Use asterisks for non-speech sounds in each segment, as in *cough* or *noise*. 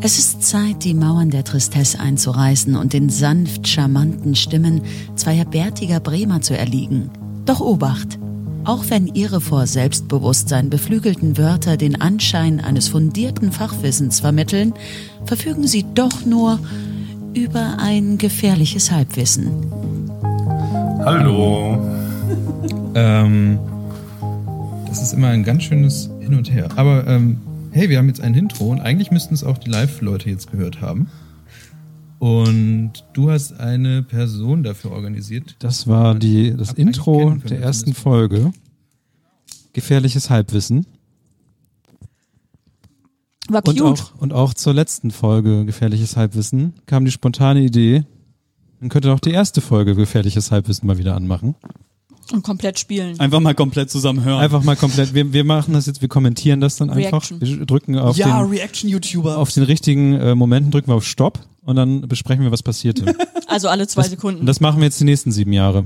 Es ist Zeit, die Mauern der Tristesse einzureißen und den sanft charmanten Stimmen zweier bärtiger Bremer zu erliegen. Doch Obacht! Auch wenn ihre vor Selbstbewusstsein beflügelten Wörter den Anschein eines fundierten Fachwissens vermitteln, verfügen sie doch nur über ein gefährliches Halbwissen. Hallo. Ähm, das ist immer ein ganz schönes Hin und Her. Aber ähm, hey, wir haben jetzt ein Intro und eigentlich müssten es auch die Live-Leute jetzt gehört haben. Und du hast eine Person dafür organisiert. Das war die, das Hab eigentlich Intro kennen können, der ersten zumindest. Folge. Gefährliches Halbwissen. War Und cute. auch, und auch zur letzten Folge Gefährliches Halbwissen kam die spontane Idee, man könnte doch die erste Folge Gefährliches Halbwissen mal wieder anmachen. Und komplett spielen. Einfach mal komplett zusammen hören. Einfach mal komplett, wir, wir machen das jetzt, wir kommentieren das dann einfach. Reaction. Wir drücken auf, ja, den, Reaction-YouTuber. auf den richtigen äh, Momenten, drücken wir auf Stopp und dann besprechen wir, was *laughs* passierte. Also alle zwei und Sekunden. das machen wir jetzt die nächsten sieben Jahre.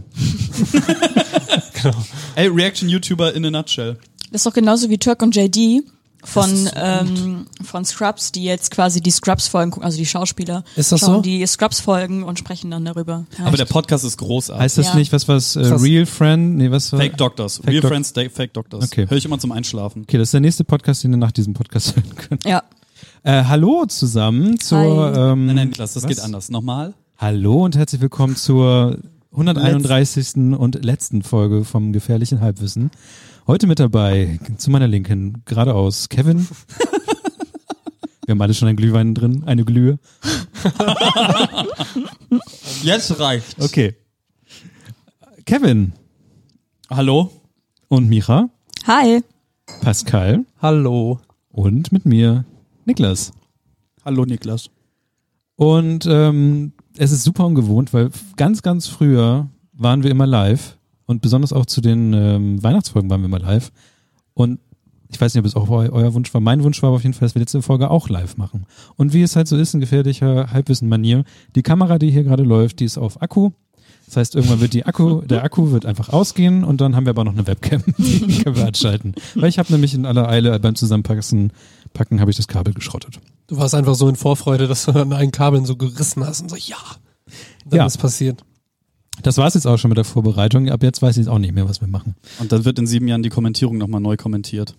Ey, Reaction-YouTuber in a nutshell. Das ist doch genauso wie Turk und JD von, Das ist so ähm, von Scrubs, die jetzt quasi die Scrubs-Folgen gucken, also die Schauspieler. Ist das schauen so? Die Scrubs-Folgen und sprechen dann darüber. Ja. Aber der Podcast ist großartig. Heißt das Ja. nicht, was war es, äh, Krass. Real Friend? Nee, was war Fake Doctors. Fake Real Doc- Friends, Fake- Fake Doctors. Okay. Hör ich immer zum Einschlafen. Okay, das ist der nächste Podcast, den ihr nach diesem Podcast *laughs* hören könnt. ja. Äh, hallo zusammen zur. Hi. Ähm, Nein, nein, Niklas, das was? geht anders. Nochmal. Hallo und herzlich willkommen zur 131. und letzten Folge vom gefährlichen Halbwissen. Heute mit dabei, zu meiner Linken, geradeaus, *laughs* Kevin. Wir haben alle schon einen Glühwein drin, eine Glühe. Jetzt reicht. Okay. Kevin Hallo? und Micha, Hi. Pascal Hallo. und mit mir, Niklas. Hallo, Niklas. Und ähm, es ist super ungewohnt, weil f- ganz, ganz früher waren wir immer live und besonders auch zu den ähm, Weihnachtsfolgen waren wir immer live. Und ich weiß nicht, ob es auch eu euer Wunsch war. Mein Wunsch war aber auf jeden Fall, dass wir letzte Folge auch live machen. Und wie es halt so ist, in gefährlicher Halbwissen-Manier, die Kamera, die hier gerade läuft, die ist auf Akku. Das heißt, irgendwann wird die Akku, der Akku wird einfach ausgehen und dann haben wir aber noch eine Webcam, *laughs* die können wir anschalten. Weil ich habe nämlich in aller Eile beim Zusammenpacken packen, habe ich das Kabel geschrottet. Du warst einfach so in Vorfreude, dass du an allen Kabeln so gerissen hast und so, ja. Und dann Ja. ist passiert. Das war's jetzt auch schon mit der Vorbereitung. Ab jetzt weiß ich jetzt auch nicht mehr, was wir machen. Und dann wird in sieben Jahren die Kommentierung nochmal neu kommentiert.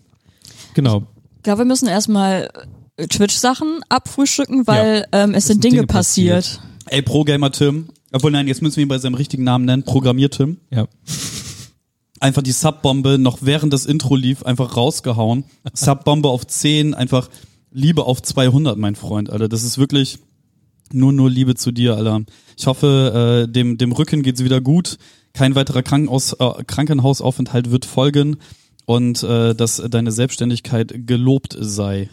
Genau. Ich glaube, wir müssen erstmal äh, Twitch-Sachen abfrühstücken, weil ähm, es sind sind Dinge, Dinge passiert. Ey, Pro-Gamer Tim. Obwohl, nein, jetzt müssen wir ihn bei seinem richtigen Namen nennen. Programmier Tim. Ja. Einfach die Subbombe noch während das Intro lief, einfach rausgehauen. Subbombe auf 10, einfach Liebe auf 200, mein Freund, Alter. Das ist wirklich nur, nur Liebe zu dir, Alter. Ich hoffe, äh, dem, dem Rücken geht's wieder gut. Kein weiterer Krankenhaus, äh, Krankenhausaufenthalt wird folgen. Und äh, dass deine Selbstständigkeit gelobt sei.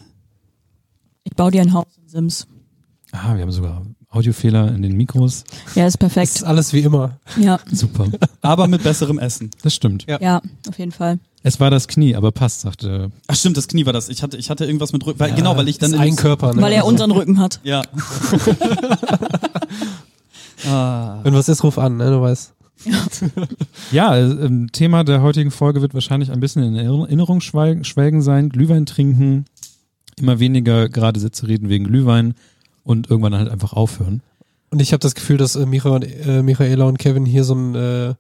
Ich baue dir ein Haus in Sims. Ah, wir haben sogar Audiofehler in den Mikros. Ja, ist Es ist perfekt. alles wie immer. Ja, Super. Aber mit besserem Essen. *laughs* Das stimmt. Ja. ja, auf jeden Fall. Es war das Knie, aber passt, sagte. Ach stimmt, das Knie war das. Ich hatte, ich hatte irgendwas mit Rücken. weil- genau, weil ich dann ist in- ein Körper. Ne? Weil er unseren Rücken hat. Ja. ah. Wenn was ist, ruf an, ne? Du weißt. Ja, äh, ähm, Thema der heutigen Folge wird wahrscheinlich ein bisschen in Erinnerung schweigen, schwelgen sein. Glühwein trinken, immer weniger gerade Sätze reden wegen Glühwein und irgendwann halt einfach aufhören. Und ich habe das Gefühl, dass äh, Micha und, äh, Michaela und Kevin hier so ein äh,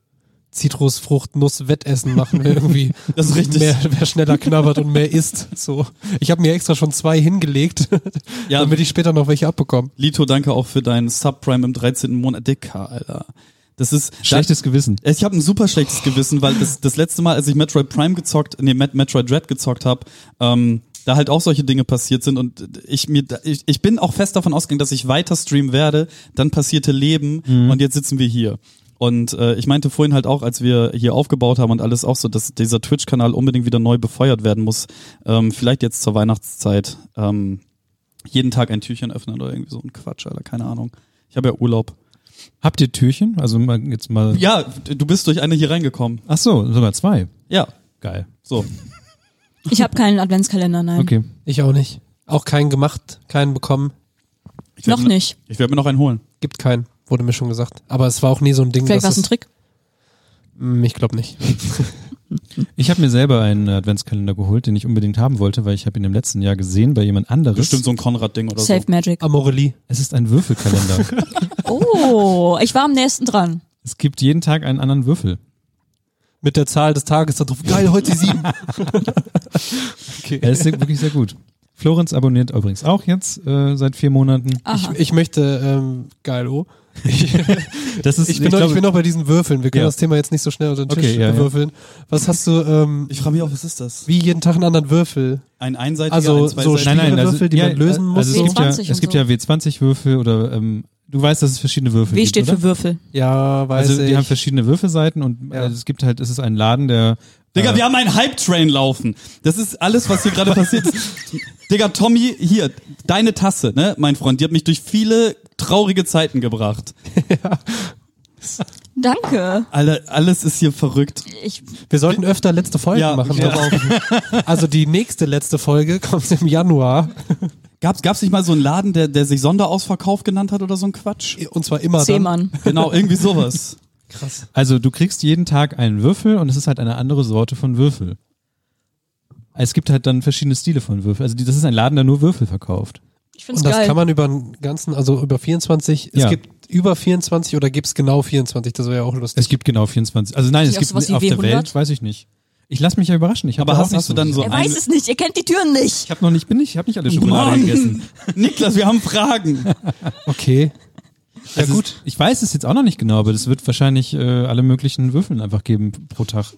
Zitrusfrucht-Nuss-Wettessen *laughs* machen, wer irgendwie Das ist richtig. Mehr, wer schneller knabbert und mehr isst. So. Ich habe mir extra schon zwei hingelegt, *laughs* Ja, damit ich später noch welche abbekomme. Lito, danke auch für deinen Subprime im 13. Monat. Dicker, Alter. Das ist. Schlechtes Gewissen. Äh, Ich habe ein super schlechtes Gewissen, weil das, das letzte Mal, als ich Metroid Prime gezockt, nee, Met Metroid Dread gezockt habe, ähm, da halt auch solche Dinge passiert sind und ich mir, da- ich, ich bin auch fest davon ausgegangen, dass ich weiter streamen werde, dann passierte Leben und jetzt sitzen wir hier. Und äh, ich meinte vorhin halt auch, als wir hier aufgebaut haben und alles auch so, dass dieser Twitch-Kanal unbedingt wieder neu befeuert werden muss. Ähm, vielleicht jetzt zur Weihnachtszeit ähm, jeden Tag ein Türchen öffnen oder irgendwie so ein Quatsch, Alter, keine Ahnung. Ich habe ja Urlaub. Habt ihr Türchen? Also mal, jetzt mal. Ja, du bist durch eine hier reingekommen. Ach so, sogar zwei. Ja, Geil. so. Ich habe keinen Adventskalender, nein. Okay. Ich auch nicht. Auch keinen gemacht, keinen bekommen. Ich werd Noch mir- nicht. Ich werde mir noch einen holen. Gibt keinen, wurde mir schon gesagt. Aber es war auch nie so ein Ding, Vielleicht war dass es ein es, Trick. Hm, Ich glaube nicht. Ich habe mir selber einen Adventskalender geholt, den ich unbedingt haben wollte, weil ich habe ihn im letzten Jahr gesehen bei jemand anderes. Bestimmt so ein Konrad-Ding oder Safe so. Magic. Amorelie. Es ist ein *laughs* Würfelkalender. Oh, ich war am nächsten dran. es gibt jeden Tag einen anderen Würfel. Mit der Zahl des Tages da drauf. Geil, heute *laughs* sieben. Er ist wirklich sehr gut. Florenz abonniert übrigens auch jetzt äh, seit vier Monaten. Aha. Ich möchte, ähm, *laughs* geil, oh. Ich, Das ist, ich, bin, noch, ich bin noch bei diesen Würfeln. Wir können Ja. das Thema jetzt nicht so schnell unter den Okay, Tisch ja, ja. würfeln. Was hast du, ähm, Ich frage mich auch, was ist das? wie jeden Tag einen anderen Würfel? Ein einseitiger, Also, ein so zweiseitiger? Nein, nein, also- Würfel, die man lösen Also es muss. gibt ja, W20 und es gibt so. ja W20-Würfel oder ähm, du weißt, dass es verschiedene Würfel W gibt. steht oder? für Würfel. Ja, weiß Also die ich. haben verschiedene Würfelseiten und Ja. äh, es gibt halt, es ist ein Laden, der Digga, äh, wir haben einen Hype-Train laufen. Das ist alles, was *laughs* hier gerade passiert. Digga, Tommy, hier, deine Tasse, ne, mein Freund, die hat mich durch viele traurige Zeiten gebracht. Danke. Alter, alles ist hier verrückt. Ich, Wir sollten öfter letzte Folgen Ja, machen. ja. aber *laughs* auch- Also die nächste letzte Folge kommt im Januar. Gab's, gab's nicht mal so einen Laden, der, der sich Sonderausverkauf genannt hat oder so ein Quatsch? Und zwar immer dann. Seemann. Genau, irgendwie sowas. *laughs* Also du kriegst jeden Tag einen Würfel und es ist halt eine andere Sorte von Würfel. Es gibt halt dann verschiedene Stile von Würfel. Also die, das ist ein Laden, der nur Würfel verkauft. Ich find's Und das geil. kann man über den ganzen, also über 24, es Ja. gibt über 24 oder gibt's genau 24, das wäre ja auch lustig. Es gibt genau 24. Also nein, Ist es das gibt sowas wie auf der W100? Welt, weiß ich nicht. Ich lass mich ja überraschen. Ich hab Aber da hast- auch nicht hast du dann so- er ein- weiß es nicht, er kennt die Türen nicht. Ich habe noch nicht, bin ich, habe nicht alle Schokolade gegessen. *laughs* Mann! Niklas, wir haben Fragen. Ah, Okay. Ja gut. Ich weiß es jetzt auch noch nicht genau, aber das wird wahrscheinlich äh, alle möglichen Würfeln einfach geben pro Tag.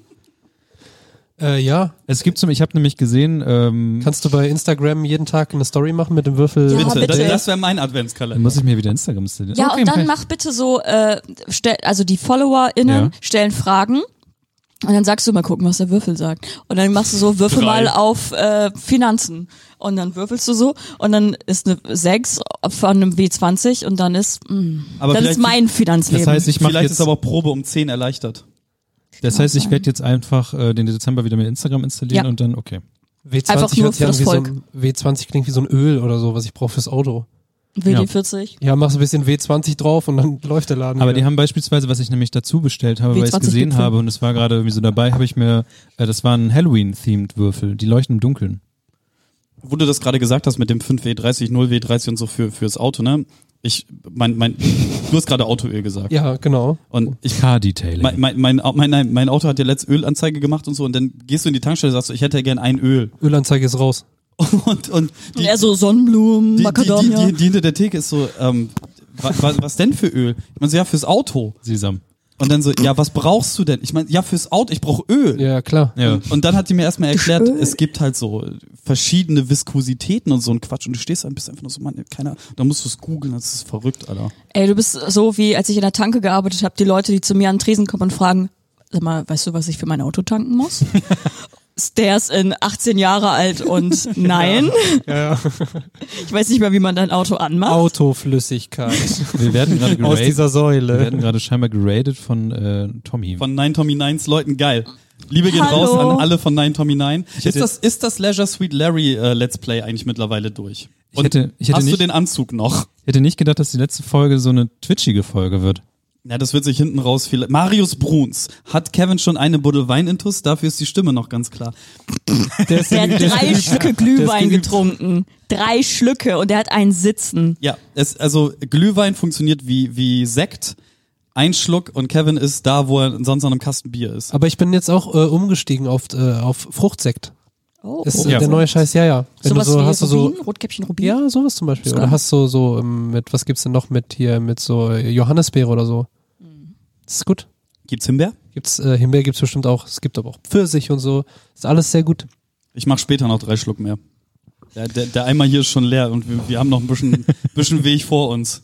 Äh, ja, Es gibt zum, ich habe nämlich gesehen, ähm, kannst du bei Instagram jeden Tag eine Story machen mit dem Würfel? Ja, Bitte, bitte. das, das wäre mein dann Adventskalender. muss ich mir wieder Instagram installieren. Ja, Okay, und mach dann ich. mach bitte so, äh, stell, also die FollowerInnen Ja. stellen Fragen. Und dann sagst du mal gucken, was der Würfel sagt. Und dann machst du so, würfel Drei. mal auf äh, Finanzen. Und dann würfelst du so und dann ist eine 6 von einem W20 und dann ist, mh, Aber dann ist vielleicht- mein Finanzleben. das heißt, ich mache Vielleicht jetzt ist aber auch Probe um 10 erleichtert. Das heißt, ich werde jetzt einfach äh, den Dezember wieder mit Instagram installieren Ja. und dann, okay. W20 Einfach nur hört sich an fürs wie so Volk. ein, W20 klingt wie so ein Öl oder so, was ich brauche fürs Auto. WD40. Ja, machst ein bisschen W20 drauf und dann *laughs* läuft der Laden. Aber die wieder. haben beispielsweise, was ich nämlich dazu bestellt habe, weil ich es W20 gesehen Gipfel. habe und es war gerade irgendwie so dabei, habe ich mir, äh, das waren Halloween-themed Würfel, die leuchten im Dunkeln. wo du das gerade gesagt hast mit dem 5W30, 0W30 und so für, fürs Auto, ne? Ich, mein, mein, du hast gerade Autoöl gesagt. ja, genau. Und ich, Car-Detailing. mein, mein, mein, Au- mein, nein, mein Auto hat ja letzt Ölanzeige gemacht und so und dann gehst du in die Tankstelle und sagst, so, ich hätte ja gern ein Öl. *laughs* Ölanzeige ist raus. Und, und Und die, er so Sonnenblumen, die, die, die, Macadamia. die, die hinter der Theke ist so, ähm, was, was, was denn für Öl? Ich meine so, ja, fürs Auto. Sesam. Und dann so, ja, was brauchst du denn? Ich meine, ja, fürs Auto, ich brauche Öl. Ja, klar. Ja. Und, und dann hat die mir erstmal erklärt, es gibt halt so verschiedene Viskositäten und so ein Quatsch und du stehst da und bist einfach nur so, Mann, keiner, da musst du es googeln, das ist verrückt, Alter. Ey, du bist so wie, als ich in der Tanke gearbeitet habe, die Leute, die zu mir an den Tresen kommen und fragen, sag mal, weißt du, was ich für mein Auto tanken *laughs* muss? Der ist in 18 Jahre alt *laughs* und nein. Ich weiß nicht mehr, wie man dein Auto *laughs* anmacht. Autoflüssigkeit Wir werden gerade *laughs* aus geradet, dieser wir Säule. werden gerade scheinbar geradet von äh, Tommy. Von 9 Tommy 9s Leuten, geil. Liebe gehen Hallo. raus an alle von 9 Tommy 9. Ist hätte- das, ist das Leisure Suite Larry äh, Let's Play eigentlich mittlerweile durch? Ich hätte- ich hätte hast du nicht- den Anzug noch? ich hätte nicht gedacht, dass die letzte Folge so eine twitchige Folge wird. Ja, das wird sich hinten raus viel. Marius Bruns. Hat Kevin schon eine Buddel Wein intus? Dafür ist die Stimme noch ganz klar. Der ist Der hat der ist drei geübt. Schlücke Der ist Glühwein geübt. getrunken. Drei Schlücke und er hat einen Sitzen. Ja, es, also Glühwein funktioniert wie, wie Sekt. Ein Schluck und Kevin ist da, wo er sonst an einem Kasten Bier ist. Aber ich bin jetzt auch äh, umgestiegen auf, äh, auf Fruchtsekt. Oh, Ist Ja. äh, der neue Scheiß, ja, ja. Wenn sowas du so, wie hast du so, Rubin, Rotkäppchen Rubin. ja, sowas zum Beispiel. Ist Oder geil. hast du so ähm, mit, was gibt's denn noch mit hier, mit so äh, Johannisbeere oder so? Mhm. Das ist gut. Gibt's Himbeer? Gibt's, äh, Himbeer gibt's bestimmt auch. Es gibt aber auch Pfirsich und so. Ist alles sehr gut. Ich mach später noch drei Schluck mehr. Der, der, der Eimer hier ist schon leer und wir, wir haben noch ein bisschen, *laughs* bisschen Weg vor uns.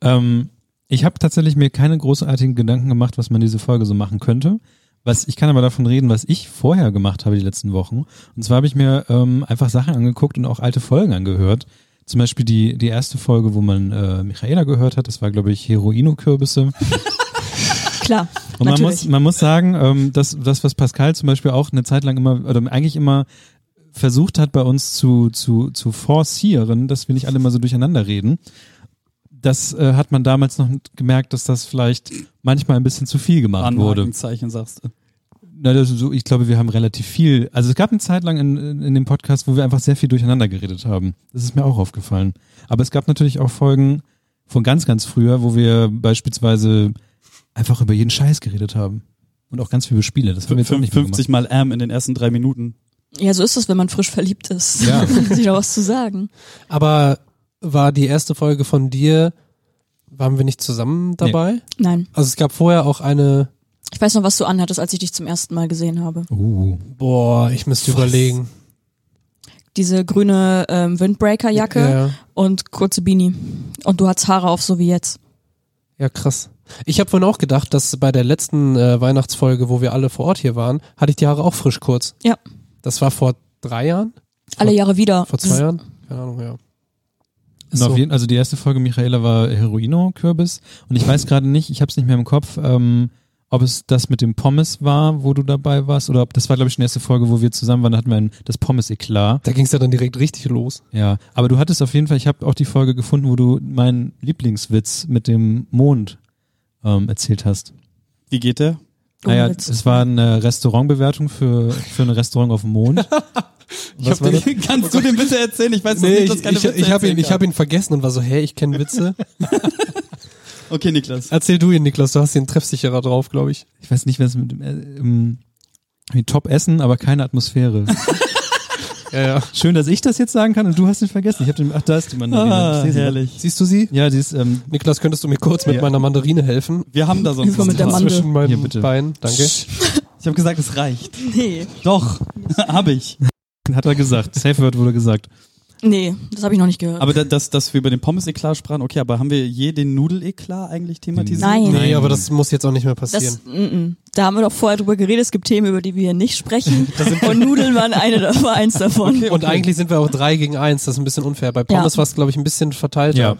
Ähm, ich habe tatsächlich mir keine großartigen Gedanken gemacht, was man diese Folge so machen könnte. Was, ich kann aber davon reden, was ich vorher gemacht habe die letzten Wochen. Und zwar habe ich mir ähm, einfach Sachen angeguckt und auch alte Folgen angehört. Zum Beispiel die, die erste Folge, wo man äh, Michaela gehört hat, das war, glaube ich, Heroino-Kürbisse. Klar, Und man muss, natürlich. man muss sagen, ähm, dass das, was Pascal zum Beispiel auch eine Zeit lang immer, oder eigentlich immer versucht hat, bei uns zu, zu, zu forcieren, dass wir nicht alle mal so durcheinander reden, das äh, hat man damals noch gemerkt, dass das vielleicht manchmal ein bisschen zu viel gemacht wurde. Anhakenzeichen sagst du. Na, das ist so, ich glaube, wir haben relativ viel. Also es gab eine Zeit lang in, in, in dem Podcast, wo wir einfach sehr viel durcheinander geredet haben. Das ist mir auch aufgefallen. Aber es gab natürlich auch Folgen von ganz, ganz früher, wo wir beispielsweise einfach über jeden Scheiß geredet haben. Und auch ganz viele Spiele. Das haben wir jetzt auch nicht mehr gemacht. 50 Mal M in den ersten drei Minuten. Ja, so ist es, wenn man frisch verliebt ist. *laughs* Ja. sich da was zu sagen. Aber war die erste Folge von dir, waren wir nicht zusammen dabei? Nein. Also es gab vorher auch eine, Ich weiß noch, was du anhattest, als ich dich zum ersten Mal gesehen habe. Uh, boah, ich müsste Was? überlegen. Diese grüne ähm, Windbreaker-Jacke Ja, und kurze Beanie. Und du hattest Haare auf, so wie jetzt. ja, krass. Ich habe vorhin auch gedacht, dass bei der letzten äh, Weihnachtsfolge, wo wir alle vor Ort hier waren, hatte ich die Haare auch frisch kurz. Ja. Das war vor drei Jahren? Alle Jahre wieder. Vor zwei Jahren? Keine Ahnung, ja. Und auf jeden, also die erste Folge Michaela war Heroino-Kürbis. Und ich weiß gerade nicht, ich habe es nicht mehr im Kopf, ähm, ob es das mit dem Pommes war, wo du dabei warst, oder ob das war, glaube ich, schon die erste Folge, wo wir zusammen waren, da hatten wir ein, das Pommes-Eklat. da ging es ja dann direkt richtig los. Ja, aber du hattest auf jeden Fall, ich habe auch die Folge gefunden, wo du meinen Lieblingswitz mit dem Mond ähm, erzählt hast. Wie geht der? *laughs* Ohne *laughs* naja, Witz. es war eine Restaurantbewertung für, für ein Restaurant auf dem Mond. Was war das? Kannst du den bitte erzählen? Ich weiß Nee, nicht, ich, dass keine ich, ich habe ihn, ich hab ihn vergessen und war so, hä, ich kenne Witze. Okay, Niklas. Erzähl du ihn, Niklas, du hast den treffsicherer drauf, glaube ich. Ich weiß nicht, was mit dem äh, ähm, wie Top Essen, aber keine Atmosphäre. Ja, ja. Schön, dass ich das jetzt sagen kann und du hast ihn vergessen. Ich habe den, ach, da ist die Mandarine. Ich seh's. Siehst du sie? Ja, die ist, ähm, Niklas, könntest du mir kurz mit Ja. meiner Mandarine helfen? Wir haben da sonst Hilfe mit der was. Mandel. Zwischen meinen Hier, bitte. Beinen. Danke. Ich habe gesagt, es reicht. Nee. Doch, *laughs* habe ich. hat er gesagt. Safe Word wurde gesagt. Nee, das habe ich noch nicht gehört. Aber da, dass, dass wir über den Pommes-Eklat sprachen, okay, aber haben wir je den Nudel-Eklat eigentlich thematisiert? Nein. Nee, aber das muss jetzt auch nicht mehr das, passieren. mm, mm. da haben wir doch vorher drüber geredet, es gibt Themen, über die wir hier nicht *laughs* sprechen. Und Nudeln waren eine, war eins davon. Und eigentlich sind wir auch drei gegen eins, das ist ein bisschen unfair. Bei Pommes Ja. war es, glaube ich, ein bisschen verteilt. Ja,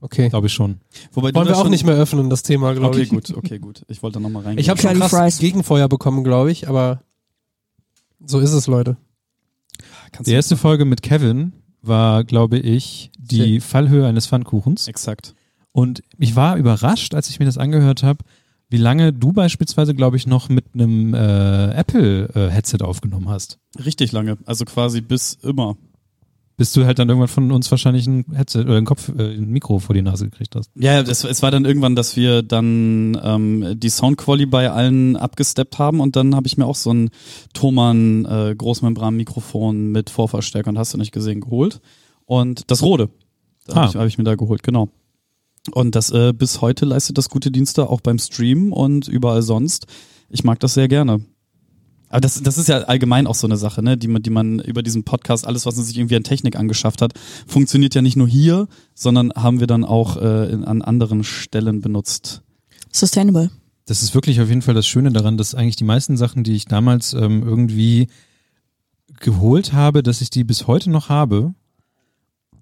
Okay. glaube ich schon. Wobei du Wollen da wir auch schon- nicht mehr öffnen, das Thema, glaube Okay, ich. gut, okay, gut. Ich wollte nochmal reingehen. Ich habe schon Curly krass Fries. Gegenfeuer bekommen, glaube ich, aber so ist es, Leute. Kannst Die erste Folge mit Kevin war, glaube ich, die Fallhöhe eines Pfannkuchens. Exakt. Und ich war überrascht, als ich mir das angehört habe, wie lange du beispielsweise, glaube ich, noch mit einem äh, Apple-Headset aufgenommen hast. Richtig lange. Also quasi bis immer. Bis du halt dann irgendwann von uns wahrscheinlich ein Headset oder ein Kopf, äh, ein Mikro vor die Nase gekriegt hast. Ja, ja, das, es war dann irgendwann, dass wir dann ähm, die Soundquali bei allen abgesteppt haben und dann habe ich mir auch so ein Thomann äh, Großmembran-Mikrofon mit Vorverstärker und hast du nicht gesehen geholt. Und das Rode habe Ah. ich, hab ich mir da geholt, genau. Und das äh, bis heute leistet das gute Dienste auch beim Stream und überall sonst. Ich mag das sehr gerne. Aber das, das ist ja allgemein auch so eine Sache, ne, die man, die man über diesen Podcast, alles, was man sich irgendwie an Technik angeschafft hat, funktioniert ja nicht nur hier, sondern haben wir dann auch äh, in, an anderen Stellen benutzt. Sustainable. Das ist wirklich auf jeden Fall das Schöne daran, dass eigentlich die meisten Sachen, die ich damals ähm, irgendwie geholt habe, dass ich die bis heute noch habe.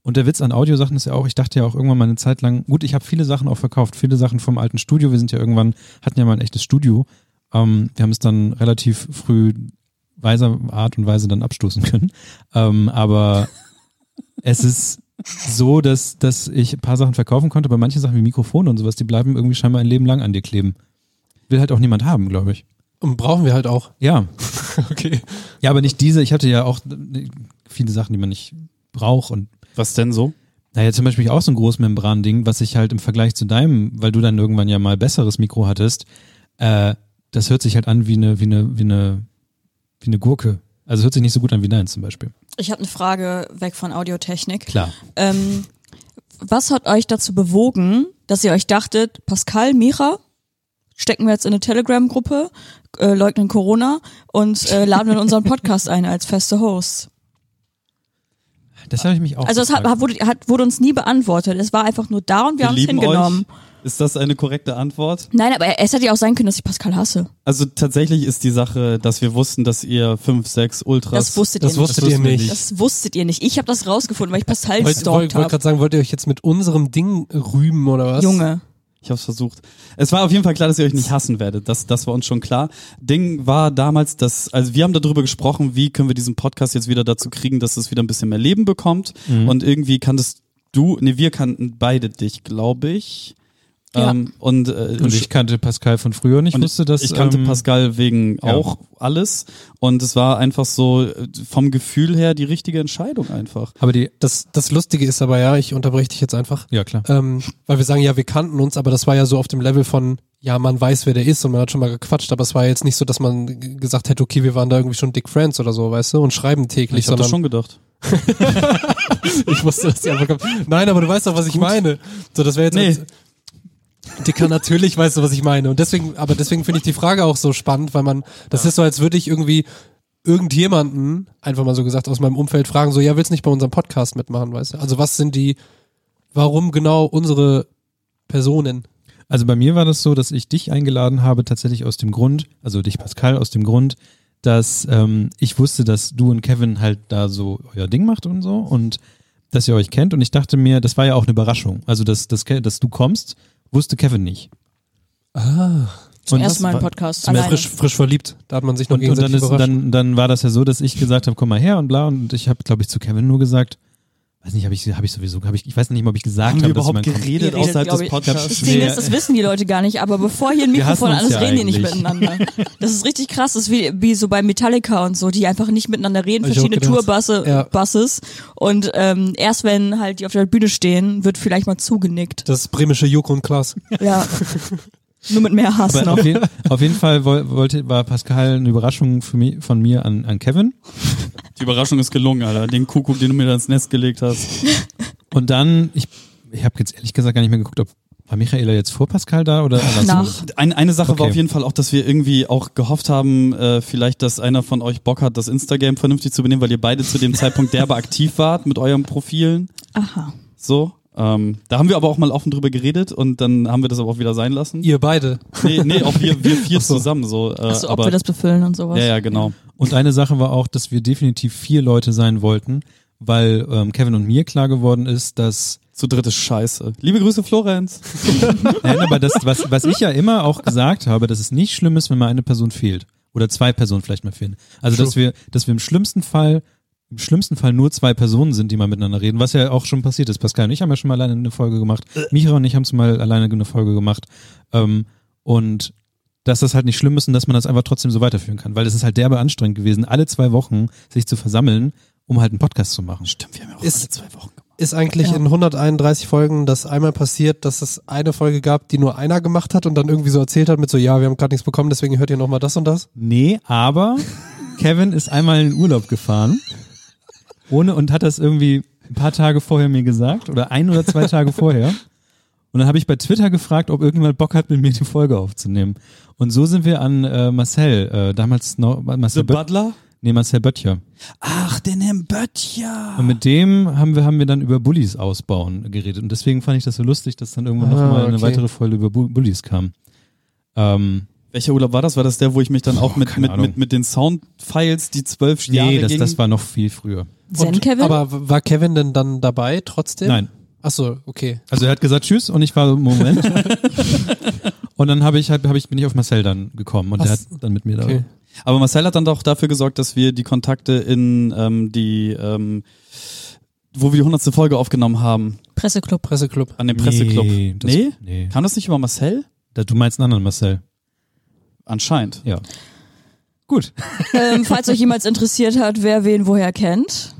Und der Witz an Audiosachen ist ja auch, ich dachte ja auch irgendwann mal eine Zeit lang, gut, ich habe viele Sachen auch verkauft, viele Sachen vom alten Studio. Wir sind ja irgendwann, hatten ja mal ein echtes Studio. Ähm, wir haben es dann relativ früh weiser Art und Weise dann abstoßen können. Ähm, aber es ist so, dass, dass ich ein paar Sachen verkaufen konnte, aber manche Sachen wie Mikrofone und sowas, die bleiben irgendwie scheinbar ein Leben lang an dir kleben. Will halt auch niemand haben, glaube ich. Und brauchen wir halt auch. Ja. Okay. Ja, aber nicht diese. Ich hatte ja auch äh, viele Sachen, die man nicht braucht und Was denn so? naja, zum Beispiel auch so ein Großmembran-Ding, was ich halt im Vergleich zu deinem, weil du dann irgendwann ja mal besseres Mikro hattest, äh, das hört sich halt an wie eine, wie eine, wie eine, wie eine Gurke. Also es hört sich nicht so gut an wie deins zum Beispiel. Ich habe eine Frage weg von Audiotechnik. Klar. Ähm, was hat euch dazu bewogen, dass ihr euch dachtet, Pascal, Mira, stecken wir jetzt in eine Telegram-Gruppe, äh, leugnen Corona und äh, laden wir unseren Podcast ein als feste Hosts? Das habe ich mich auch Also das hat, gefragt. hat, wurde, hat, wurde uns nie beantwortet. Es war einfach nur da und wir, Wir haben es lieben hingenommen. euch. Ist das eine korrekte Antwort? Nein, aber es hätte ja auch sein können, dass ich Pascal hasse. Also tatsächlich ist die Sache, dass wir wussten, dass ihr 5, 6 Ultras. Das wusstet das ihr wusstet nicht. ihr wussten wir nicht. Das wusstet ihr nicht. Ich habe das rausgefunden, weil ich Pascal Wollt- gestalkt wollt- wollt habe. gerade sagen, wollt ihr euch jetzt mit unserem Ding rühmen oder was? Junge. Ich hab's versucht. Es war auf jeden Fall klar, dass ihr euch nicht hassen werdet. Das, das war uns schon klar. Ding war damals, dass, also wir haben darüber gesprochen, wie können wir diesen Podcast jetzt wieder dazu kriegen, dass es wieder ein bisschen mehr Leben Mhm. bekommt. Und irgendwie kanntest du, nee, wir kannten beide dich, glaube ich. Ja. Ähm, und, äh, Und ich kannte Pascal von früher nicht. und wusste, dass, ich kannte ähm, Pascal wegen ja. auch alles und es war einfach so äh, vom Gefühl her die richtige Entscheidung einfach. Aber die, Das, das Lustige ist aber ja, ich unterbreche dich jetzt einfach, ja klar. ähm, weil wir sagen, ja, wir kannten uns, aber das war ja so auf dem Level von, ja, man weiß, wer der ist und man hat schon mal gequatscht, aber es war jetzt nicht so, dass man g- gesagt hätte, okay, wir waren da irgendwie schon Dick Friends oder so, weißt du, und schreiben Ich täglich, habe das sondern schon gedacht. ich wusste, dass die Antwort kommt. Nein, aber du weißt doch, was ich meine. So, das wäre jetzt. Nee. Dicker, natürlich weißt du, was ich meine. Und deswegen, aber deswegen finde ich die Frage auch so spannend, weil man, das ist so, als würde ich irgendwie irgendjemanden, einfach mal so gesagt, aus meinem Umfeld fragen, so, ja, willst nicht bei unserem Podcast mitmachen, weißt du? Also was sind die, warum genau unsere Personen? Also bei mir war das so, dass ich dich eingeladen habe, tatsächlich aus dem Grund, also dich Pascal, aus dem Grund, dass ähm, ich wusste, dass du und Kevin halt da so euer Ding macht und so und dass ihr euch kennt. Und ich dachte mir, das war ja auch eine Überraschung. Also dass, dass, Ke- dass du kommst, wusste Kevin nicht. Zum Und ersten das Mal im war- Podcast. Zum Alleine. frisch, frisch verliebt. Da hat man sich noch Und, und gegenseitig dann, ist, überrascht. dann, dann war das ja so, dass ich gesagt habe, komm mal her und bla. Und ich habe, glaube ich, zu Kevin nur gesagt, weiß nicht, habe ich, hab ich sowieso, hab ich, ich weiß nicht mal, ob ich gesagt habe, dass man kommt. Ihr redet, glaub ich- *laughs* Das Ding ist, das wissen die Leute gar nicht, aber bevor hier ein Wir hassen Mikrofon uns an ist, ja reden die nicht eigentlich. miteinander. Das ist richtig krass, das ist wie, wie so bei Metallica und so, die einfach nicht miteinander reden, Hab ich auch verschiedene gedacht. Tourbusse Ja. Buses und ähm, erst wenn halt die auf der Bühne stehen, wird vielleicht mal *laughs* zugenickt. das bremische Joko *laughs* und Klaas. Ja. Nur mit mehr Hass Aber noch. auf, jeden, auf jeden Fall woll- wollte, war Pascal eine Überraschung für mich, von mir an, an Kevin. Die Überraschung ist gelungen, Alter. Den Kuckuck, den du mir da ins Nest gelegt hast. Und dann, ich, ich habe jetzt ehrlich gesagt gar nicht mehr geguckt, ob war Michaela jetzt vor Pascal da oder andersrum? Nach. Ein, eine Sache war Okay. auf jeden Fall auch, dass wir irgendwie auch gehofft haben, äh, vielleicht, dass einer von euch Bock hat, das Instagram vernünftig zu benehmen, weil ihr beide zu dem Zeitpunkt derbe aktiv wart mit euren Profilen. Aha. So. Ähm, da haben wir aber auch mal offen drüber geredet und dann haben wir das aber auch wieder sein lassen. *laughs* Ihr beide. Nee, nee, auch wir, wir vier zusammen so. Äh, Also ob aber, wir das befüllen und sowas. ja, ja, genau. Und eine Sache war auch, dass wir definitiv vier Leute sein wollten, weil ähm, Kevin und mir klar geworden ist, dass Zu dritt ist scheiße. Liebe *laughs* Grüße, Florenz. Nein, aber das, was, was ich ja immer auch gesagt habe, dass es nicht schlimm ist, wenn mal eine Person fehlt. Oder zwei Personen vielleicht mal fehlen. Also, dass wir, dass wir im schlimmsten Fall, im schlimmsten Fall nur zwei Personen sind, die mal miteinander reden, was ja auch schon passiert ist. Pascal und ich haben ja schon mal alleine eine Folge gemacht. Micha und ich haben es mal alleine eine Folge gemacht. Ähm, und dass das halt nicht schlimm ist und dass man das einfach trotzdem so weiterführen kann. Weil es ist halt derbe anstrengend gewesen, alle zwei Wochen sich zu versammeln, um halt einen Podcast zu machen. Stimmt, wir haben ja auch Ist- alle zwei Wochen gemacht. ist eigentlich Ja. in 131 Folgen das einmal passiert, dass es eine Folge gab, die nur einer gemacht hat und dann irgendwie so erzählt hat mit so, ja, wir haben gerade nichts bekommen, deswegen hört ihr nochmal das und das? Nee, aber Kevin ist einmal in den Urlaub gefahren. Ohne und hat das irgendwie ein paar Tage vorher mir gesagt oder ein oder zwei Tage vorher. Und dann habe ich bei Twitter gefragt, ob irgendjemand Bock hat, mit mir die Folge aufzunehmen. Und so sind wir an äh, Marcel, äh, damals noch Marcel, Böt Butler? nee, Marcel Böttcher. Ach, den Herrn Böttcher. Und mit dem haben wir, haben wir dann über Bullies ausbauen geredet. Und deswegen fand ich das so lustig, dass dann irgendwann noch Ah, nochmal eine okay. weitere Folge über Bu- Bullies kam. Ähm, Welcher Urlaub war das? War das der, wo ich mich dann auch mit, keine mit, Ahnung. mit, mit den Soundfiles, die zwölf Jahre nee, das, gingen? das war noch viel früher. Zen Und- Kevin? Aber w- war Kevin denn dann dabei trotzdem? Nein. Ach so, okay. Also er hat gesagt Tschüss und ich war so, *laughs* Moment. und dann habe ich, hab, hab ich, bin ich auf Marcel dann gekommen und Ach der hat so. dann mit mir Okay. Aber Marcel hat dann doch dafür gesorgt, dass wir die Kontakte in ähm, die, ähm, wo wir die hundertste Folge aufgenommen haben, Presseclub. Presseclub. an dem da. Presseclub. Nee, das, nee? nee? Kam das nicht über Marcel? Da, du meinst einen anderen Marcel. Anscheinend. Ja. Gut. ähm, falls euch jemals interessiert hat, wer wen woher kennt.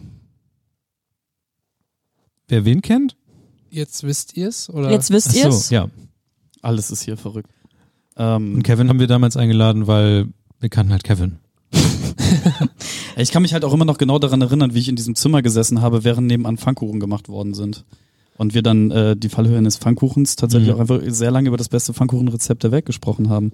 Wer wen kennt? Jetzt wisst ihr's oder? Jetzt wisst Ach ihr's. so, ja. Alles ist hier verrückt. Und Ähm, Kevin haben wir damals eingeladen, weil wir kannten halt Kevin. ich kann mich halt auch immer noch genau daran erinnern, wie ich in diesem Zimmer gesessen habe, während nebenan Pfannkuchen gemacht worden sind. Und wir dann äh, die Fallhöhe eines Pfannkuchens tatsächlich Mhm. auch einfach sehr lange über das beste Pfannkuchenrezept der Welt gesprochen haben.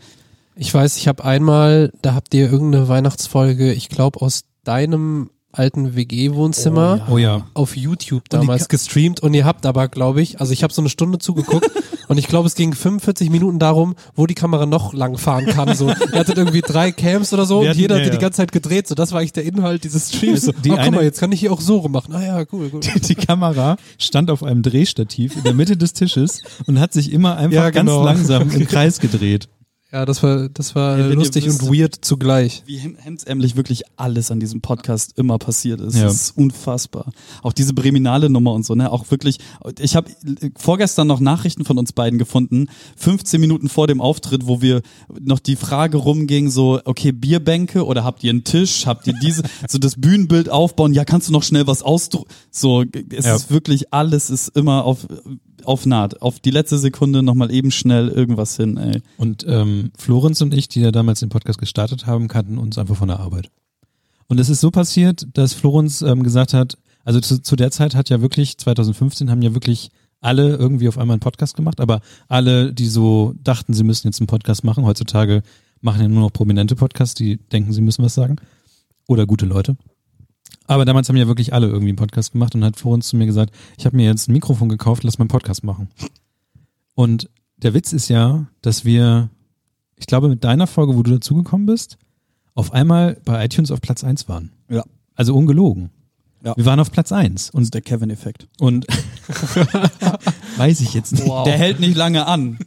Ich weiß, ich habe einmal, da habt ihr irgendeine Weihnachtsfolge, ich glaube aus deinem alten WG-Wohnzimmer. Oh ja. auf YouTube damals gestreamt und ihr habt aber, glaube ich, also ich habe so eine *laughs* Stunde zugeguckt und ich glaube, es ging 45 Minuten darum, wo die Kamera noch lang fahren kann. So, ihr hattet irgendwie drei Cams oder so Wir und hatten- jeder hat ja, die ja. Also ganze Zeit gedreht. So, das war eigentlich der Inhalt dieses Streams. So, Die oh, guck eine- mal, jetzt kann ich hier auch so rummachen. Ah ja, cool, cool. *laughs* Die Kamera stand auf einem Drehstativ in der Mitte des Tisches und hat sich immer einfach Ja, *laughs* genau. ganz langsam im Kreis gedreht. Ja, das war, das war Ey, wenn ihr lustig wisst- und weird zugleich. Wie hem- hemdsärmlich wirklich alles an diesem Podcast immer passiert ist. Ja. Das ist unfassbar. Auch diese breminale Nummer und so, ne? Auch wirklich, ich habe vorgestern noch Nachrichten von uns beiden gefunden, 15 Minuten vor dem Auftritt, wo wir noch die Frage rumging, so, okay, Bierbänke oder habt ihr einen Tisch? Habt ihr *laughs* diese, so das Bühnenbild aufbauen? Ja, kannst du noch schnell was ausdrucken? So, es Ja. ist wirklich, alles ist immer auf, auf Naht. Auf die letzte Sekunde nochmal eben schnell irgendwas hin, ey. Und ähm, Florenz und ich, die ja damals den Podcast gestartet haben, kannten uns einfach von der Arbeit. Und es ist so passiert, dass Florenz ähm, gesagt hat, also zu, zu der Zeit hat ja wirklich, 2015 haben ja wirklich alle irgendwie auf einmal einen Podcast gemacht, aber alle, die so dachten, sie müssen jetzt einen Podcast machen, heutzutage machen ja nur noch prominente Podcasts, die denken, sie müssen was sagen. Oder gute Leute. Aber damals haben ja wirklich alle irgendwie einen Podcast gemacht und hat Florenz zu mir gesagt, ich habe mir jetzt ein Mikrofon gekauft, lass mal einen Podcast machen. Und der Witz ist ja, dass wir, ich glaube, mit deiner Folge, wo du dazugekommen bist, auf einmal bei iTunes auf Platz 1 waren. Ja. Also ungelogen. Ja. Wir waren auf Platz 1 Das ist und, der Kevin-Effekt. und *laughs* weiß ich jetzt nicht. Der hält nicht lange an.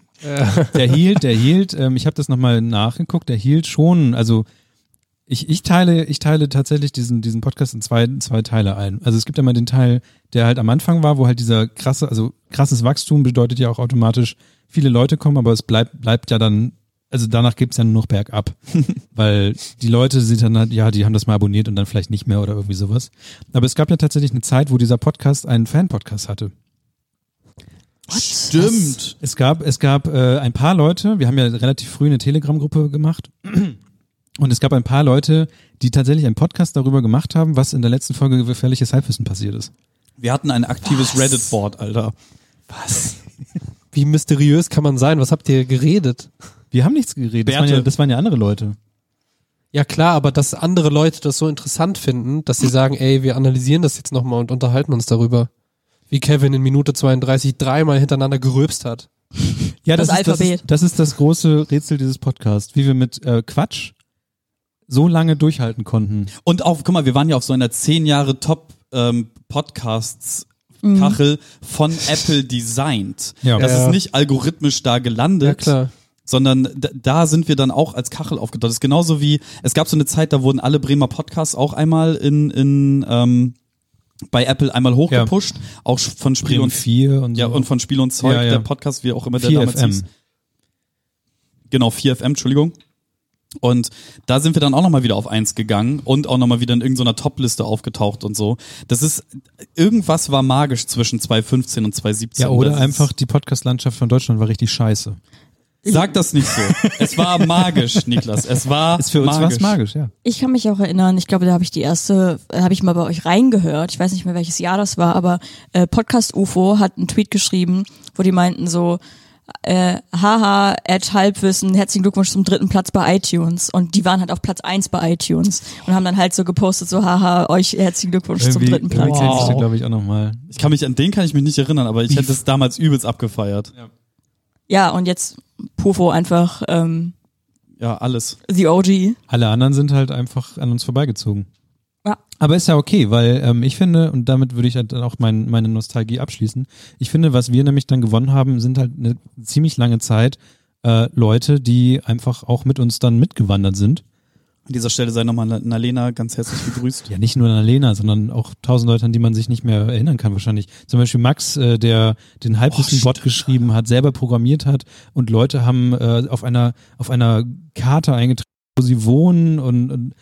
Der hielt, der hielt, ähm, ich habe das nochmal nachgeguckt, der hielt schon, also ich, ich teile, ich teile tatsächlich diesen, diesen Podcast in zwei, zwei Teile ein. Also es gibt einmal den Teil, der halt am Anfang war, wo halt dieser krasse, also krasses Wachstum bedeutet ja auch automatisch, viele Leute kommen, aber es bleibt, bleibt ja dann, also danach gibt's ja nur noch bergab. Weil die Leute sind dann halt, ja, die haben das mal abonniert und dann vielleicht nicht mehr oder irgendwie sowas. Aber es gab ja tatsächlich eine Zeit, wo dieser Podcast einen Fan-Podcast hatte. Stimmt. Es gab, es gab äh, ein paar Leute, wir haben ja relativ früh eine Telegram-Gruppe gemacht. *clears throat* Und es gab ein paar Leute, die tatsächlich einen Podcast darüber gemacht haben, was in der letzten Folge gefährliches Halbwissen passiert ist. Wir hatten ein aktives Reddit-Board, Alter. Wie mysteriös kann man sein? Was habt ihr geredet? Wir haben nichts geredet. Das Bärte. waren, ja, das waren ja andere Leute. Ja klar, aber dass andere Leute das so interessant finden, dass sie sagen, ey, wir analysieren das jetzt nochmal und unterhalten uns darüber. Wie Kevin in Minute 32 dreimal hintereinander gerülpst hat. Ja, Das ist, das, Alphabet. ist, das ist das große Rätsel dieses Podcasts, wie wir mit äh, Quatsch so lange durchhalten konnten. Und auf, guck mal, wir waren ja auf so einer zehn Jahre Top ähm, Podcasts Kachel von Apple designed. Ja. Das Mhm. Ja. ist nicht algorithmisch da gelandet. Ja klar. sondern da, da sind wir dann auch als Kachel aufgetaucht. Das ist genauso wie, es gab so eine Zeit, da wurden alle Bremer Podcasts auch einmal in, in ähm, bei Apple einmal hochgepusht, auch sch- von Spiel und vier und ja, so. und von Spiel und Zeug, Mhm. Ja, ja. der Podcast, wie auch immer der 4 damals FM. hieß. Genau, 4FM, Entschuldigung. Und da sind wir dann auch nochmal wieder auf eins gegangen und auch nochmal wieder in irgendeiner Top-Liste aufgetaucht und so. Das ist, irgendwas war magisch zwischen 2015 und 2017. ja, oder das einfach die Podcast-Landschaft von Deutschland war richtig scheiße. Ist, sag das nicht so. es war magisch, Niklas. Es war Ist für uns magisch. was magisch, ja. Ich kann mich auch erinnern, ich glaube, da habe ich die erste, äh, habe ich mal bei euch reingehört, ich weiß nicht mehr, welches Jahr das war, aber äh, Podcast UFO hat einen Tweet geschrieben, wo die meinten so, äh, haha, Ed Halbwissen, herzlichen Glückwunsch zum dritten Platz bei iTunes. Und die waren halt auf Platz eins bei iTunes und haben dann halt so gepostet, so, haha, euch herzlichen Glückwunsch zum dritten Platz. irgendwie kennst du, glaube ich, auch nochmal. Ich kann mich, an den kann ich mich nicht erinnern, aber ich hätte es damals übelst abgefeiert. Ja, Ja, und jetzt Pufo einfach ähm, alles. The OG. Alle anderen sind halt einfach an uns vorbeigezogen. Ja. Aber ist ja okay, weil ähm, ich finde, und damit würde ich halt dann auch mein, meine Nostalgie abschließen, ich finde, was wir nämlich dann gewonnen haben, sind halt eine ziemlich lange Zeit äh, Leute, die einfach auch mit uns dann mitgewandert sind. An dieser Stelle sei nochmal Na- Nalena ganz herzlich gegrüßt. Ja, nicht nur an Alena, sondern auch tausend Leute, an die man sich nicht mehr erinnern kann wahrscheinlich. Zum Beispiel Max, äh, der den Halbwissen-Bot geschrieben hat, selber programmiert hat und Leute haben äh, auf einer auf einer Karte eingetragen, wo sie wohnen und, und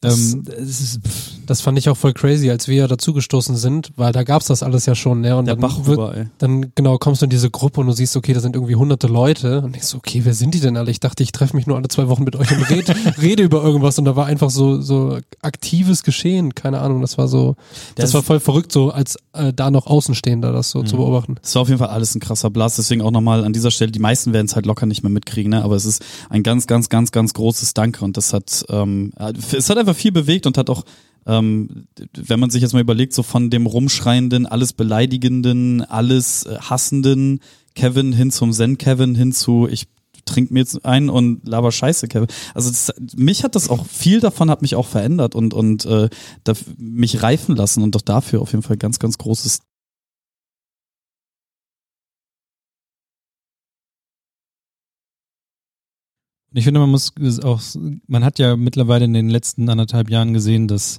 Das- ähm, es ist, pff, Das fand ich auch voll crazy, als wir dazugestoßen sind, weil da gab's das alles ja schon, ne? Und Der dann wird- Bachhuber, ey. dann genau kommst du in diese Gruppe und du siehst, okay, da sind irgendwie hunderte Leute und denkst, okay, wer sind die denn alle? Ich dachte, ich treffe mich nur alle zwei Wochen mit euch und rede, rede über irgendwas und da war einfach so so aktives Geschehen, keine Ahnung, das war so, das, Das- war voll verrückt, so als äh, da noch Außenstehender das so zu beobachten. Es war auf jeden Fall alles ein krasser Blast, deswegen auch nochmal an dieser Stelle, die meisten werden es halt locker nicht mehr mitkriegen, ne? aber es ist ein ganz, ganz, ganz, ganz großes Danke und das hat, ähm, es hat einfach viel bewegt und hat auch, ähm, wenn man sich jetzt mal überlegt, so von dem rumschreienden, alles beleidigenden, alles äh, hassenden Kevin hin zum Zen-Kevin hin zu, ich trink mir jetzt ein und laber Scheiße, Kevin. Also das, mich hat das auch, viel davon hat mich auch verändert und, und äh, da, mich reifen lassen und doch dafür auf jeden Fall ganz, ganz großes Ich finde, man muss es auch, man hat ja mittlerweile in den letzten anderthalb Jahren gesehen, dass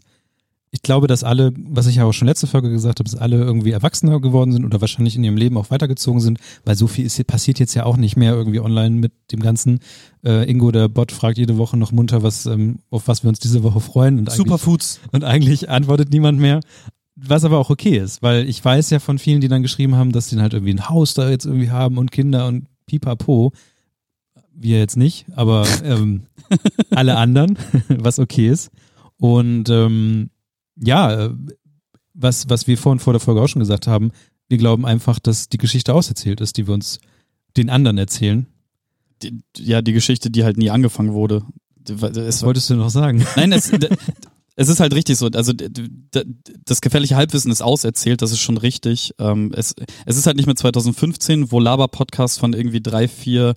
ich glaube, dass alle, was ich ja auch schon letzte Folge gesagt habe, dass alle irgendwie erwachsener geworden sind oder wahrscheinlich in ihrem Leben auch weitergezogen sind, weil so viel ist, hier- passiert jetzt ja auch nicht mehr irgendwie online mit dem Ganzen. Äh, Ingo, der Bot, fragt jede Woche noch munter, was, ähm, auf was wir uns diese Woche freuen. Und eigentlich- Superfoods. und eigentlich antwortet niemand mehr. Was aber auch okay ist, weil ich weiß ja von vielen, die dann geschrieben haben, dass die dann halt irgendwie ein Haus da jetzt irgendwie haben und Kinder und pipapo. Wir jetzt nicht, aber ähm, alle anderen, *laughs* was okay ist. Und ähm, ja, äh, was, was wir vorhin vor der Folge auch schon gesagt haben, wir glauben einfach, dass die Geschichte auserzählt ist, die wir uns den anderen erzählen. Die, ja, die Geschichte, die halt nie angefangen wurde. Die- weil- Es Das wolltest du noch sagen. Nein, es, d- es ist halt richtig so. Also d- d- das gefährliche Halbwissen ist auserzählt, das ist schon richtig. Ähm, es, es ist halt nicht mehr 2015, wo Laber-Podcasts von irgendwie drei, vier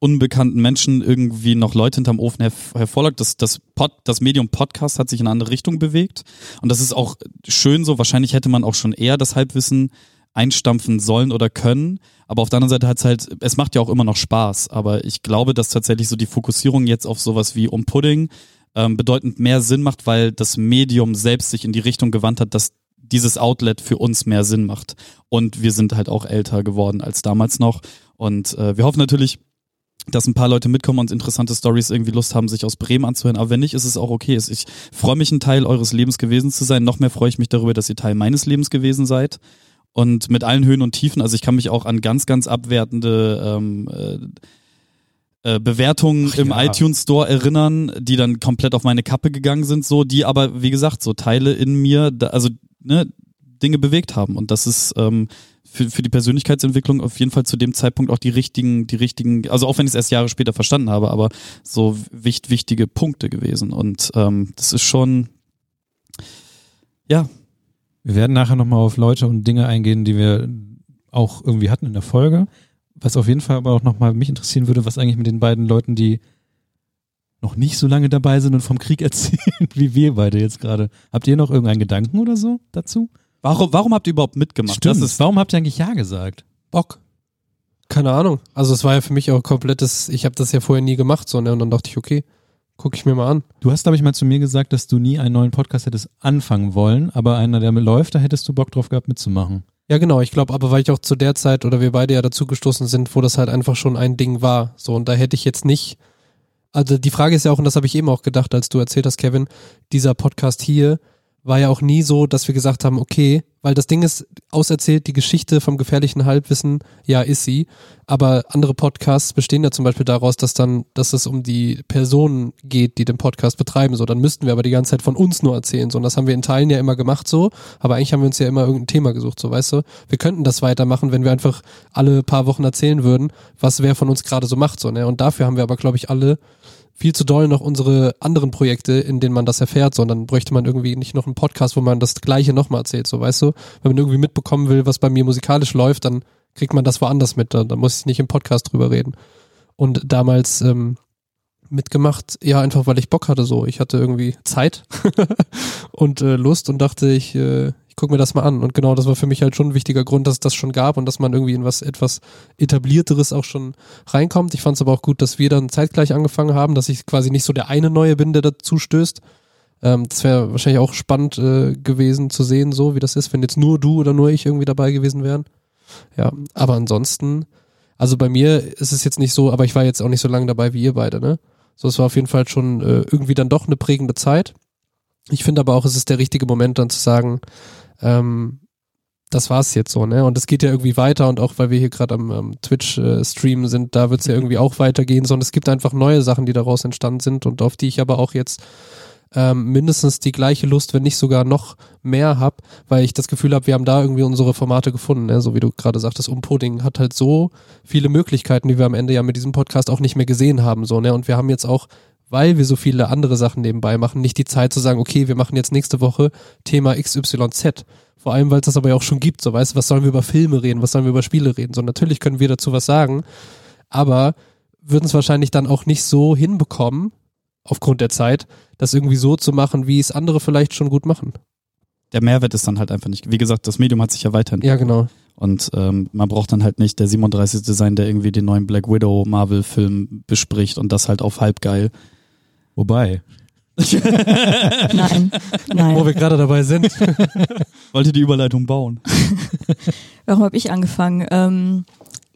unbekannten Menschen irgendwie noch Leute hinterm Ofen herv- hervorlockt. Das, das, Pod, das Medium Podcast hat sich in eine andere Richtung bewegt. Und das ist auch schön so. Wahrscheinlich hätte man auch schon eher das Halbwissen einstampfen sollen oder können. Aber auf der anderen Seite hat es halt, es macht ja auch immer noch Spaß. Aber ich glaube, dass tatsächlich so die Fokussierung jetzt auf sowas wie um Pudding ähm, bedeutend mehr Sinn macht, weil das Medium selbst sich in die Richtung gewandt hat, dass dieses Outlet für uns mehr Sinn macht. Und wir sind halt auch älter geworden als damals noch. Und äh, wir hoffen natürlich, dass ein paar Leute mitkommen und interessante Stories irgendwie Lust haben, sich aus Bremen anzuhören. Aber wenn nicht, ist es auch okay. Es- Ich freue mich, ein Teil eures Lebens gewesen zu sein. Noch mehr freue ich mich darüber, dass ihr Teil meines Lebens gewesen seid. Und mit allen Höhen und Tiefen, also ich kann mich auch an ganz, ganz abwertende ähm, äh, äh, Bewertungen im ja. iTunes Store erinnern, die dann komplett auf meine Kappe gegangen sind, so, die aber, wie gesagt, so Teile in mir, da, also ne, Dinge bewegt haben. Und das ist ähm, für, für die Persönlichkeitsentwicklung auf jeden Fall zu dem Zeitpunkt auch die richtigen, die richtigen, also auch wenn ich es erst Jahre später verstanden habe, aber so wicht, wichtige Punkte gewesen. Und ähm, das ist schon, ja, Wir werden nachher nochmal auf Leute und Dinge eingehen, die wir auch irgendwie hatten in der Folge. Was auf jeden Fall aber auch nochmal mich interessieren würde, was eigentlich mit den beiden Leuten, die noch nicht so lange dabei sind und vom Krieg *laughs* erzählen, wie wir beide jetzt gerade. Habt ihr noch irgendeinen Gedanken oder so dazu? warum, warum habt ihr überhaupt mitgemacht? Das ist, Warum habt ihr eigentlich Ja gesagt? Bock. Keine Ahnung. Also es war ja für mich auch komplettes, ich habe das ja vorher nie gemacht, so, ne? Und dann dachte ich, okay, gucke ich mir mal an. Du hast, glaube ich, mal zu mir gesagt, dass du nie einen neuen Podcast hättest anfangen wollen, aber einer, der läuft, da hättest du Bock drauf gehabt mitzumachen. Ja, genau, ich glaube, aber weil ich auch zu der Zeit oder wir beide ja dazu gestoßen sind, wo das halt einfach schon ein Ding war. So, und da hätte ich jetzt nicht. Also die Frage ist ja auch, und das habe ich eben auch gedacht, als du erzählt hast, Kevin, dieser Podcast hier war ja auch nie so, dass wir gesagt haben, okay, weil das Ding ist, auserzählt, die Geschichte vom gefährlichen Halbwissen, ja, ist sie. Aber andere Podcasts bestehen ja zum Beispiel daraus, dass dann, dass es um die Personen geht, die den Podcast betreiben. So, dann müssten wir aber die ganze Zeit von uns nur erzählen. So, und das haben wir in Teilen ja immer gemacht so, aber eigentlich haben wir uns ja immer irgendein Thema gesucht, so weißt du. Wir könnten das weitermachen, wenn wir einfach alle paar Wochen erzählen würden, was wer von uns gerade so macht. So, ne? Und dafür haben wir aber, glaube ich, alle viel zu doll noch unsere anderen Projekte, in denen man das erfährt, sondern bräuchte man irgendwie nicht noch einen Podcast, wo man das Gleiche nochmal erzählt, so weißt du? Wenn man irgendwie mitbekommen will, was bei mir musikalisch läuft, dann kriegt man das woanders mit, dann, dann muss ich nicht im Podcast drüber reden. Und damals ähm, mitgemacht, ja, einfach weil ich Bock hatte so. Ich hatte irgendwie Zeit und äh, Lust und dachte, ich, äh, ich gucke mir das mal an. Und genau das war für mich halt schon ein wichtiger Grund, dass es das schon gab und dass man irgendwie in was etwas Etablierteres auch schon reinkommt. Ich fand es aber auch gut, dass wir dann zeitgleich angefangen haben, dass ich quasi nicht so der eine Neue bin, der dazu stößt. Ähm, das wäre wahrscheinlich auch spannend äh, gewesen zu sehen, so wie das ist, wenn jetzt nur du oder nur ich irgendwie dabei gewesen wären. Ja, aber ansonsten, also bei mir ist es jetzt nicht so, aber ich war jetzt auch nicht so lange dabei wie ihr beide, ne? So, es war auf jeden Fall schon äh, irgendwie dann doch eine prägende Zeit. Ich finde aber auch, es ist der richtige Moment dann zu sagen, ähm, das war's jetzt so, ne? Und es geht ja irgendwie weiter und auch weil wir hier gerade am, am Twitch-Stream sind, da wird's ja irgendwie auch weitergehen, sondern es gibt einfach neue Sachen, die daraus entstanden sind und auf die ich aber auch jetzt ähm, mindestens die gleiche Lust, wenn nicht sogar noch mehr hab, weil ich das Gefühl habe, wir haben da irgendwie unsere Formate gefunden, ne? so wie du gerade sagtest, Umpudding hat halt so viele Möglichkeiten, die wir am Ende ja mit diesem Podcast auch nicht mehr gesehen haben, so, ne? Und wir haben jetzt auch, weil wir so viele andere Sachen nebenbei machen, nicht die Zeit zu sagen, okay, wir machen jetzt nächste Woche Thema XYZ. Vor allem, weil es das aber ja auch schon gibt, so weißt du, was sollen wir über Filme reden, was sollen wir über Spiele reden? So, natürlich können wir dazu was sagen, aber würden es wahrscheinlich dann auch nicht so hinbekommen, aufgrund der Zeit, das irgendwie so zu machen, wie es andere vielleicht schon gut machen. der Mehrwert ist dann halt einfach nicht. Wie gesagt, das Medium hat sich ja weiterentwickelt. Ja, genau. Und ähm, man braucht dann halt nicht der 37. sein, der irgendwie den neuen Black Widow Marvel-Film bespricht und das halt auf halb geil. Wobei, Nein, Wo nein. wir gerade dabei sind. *laughs* Wollte die Überleitung bauen. Warum habe ich angefangen? Ähm,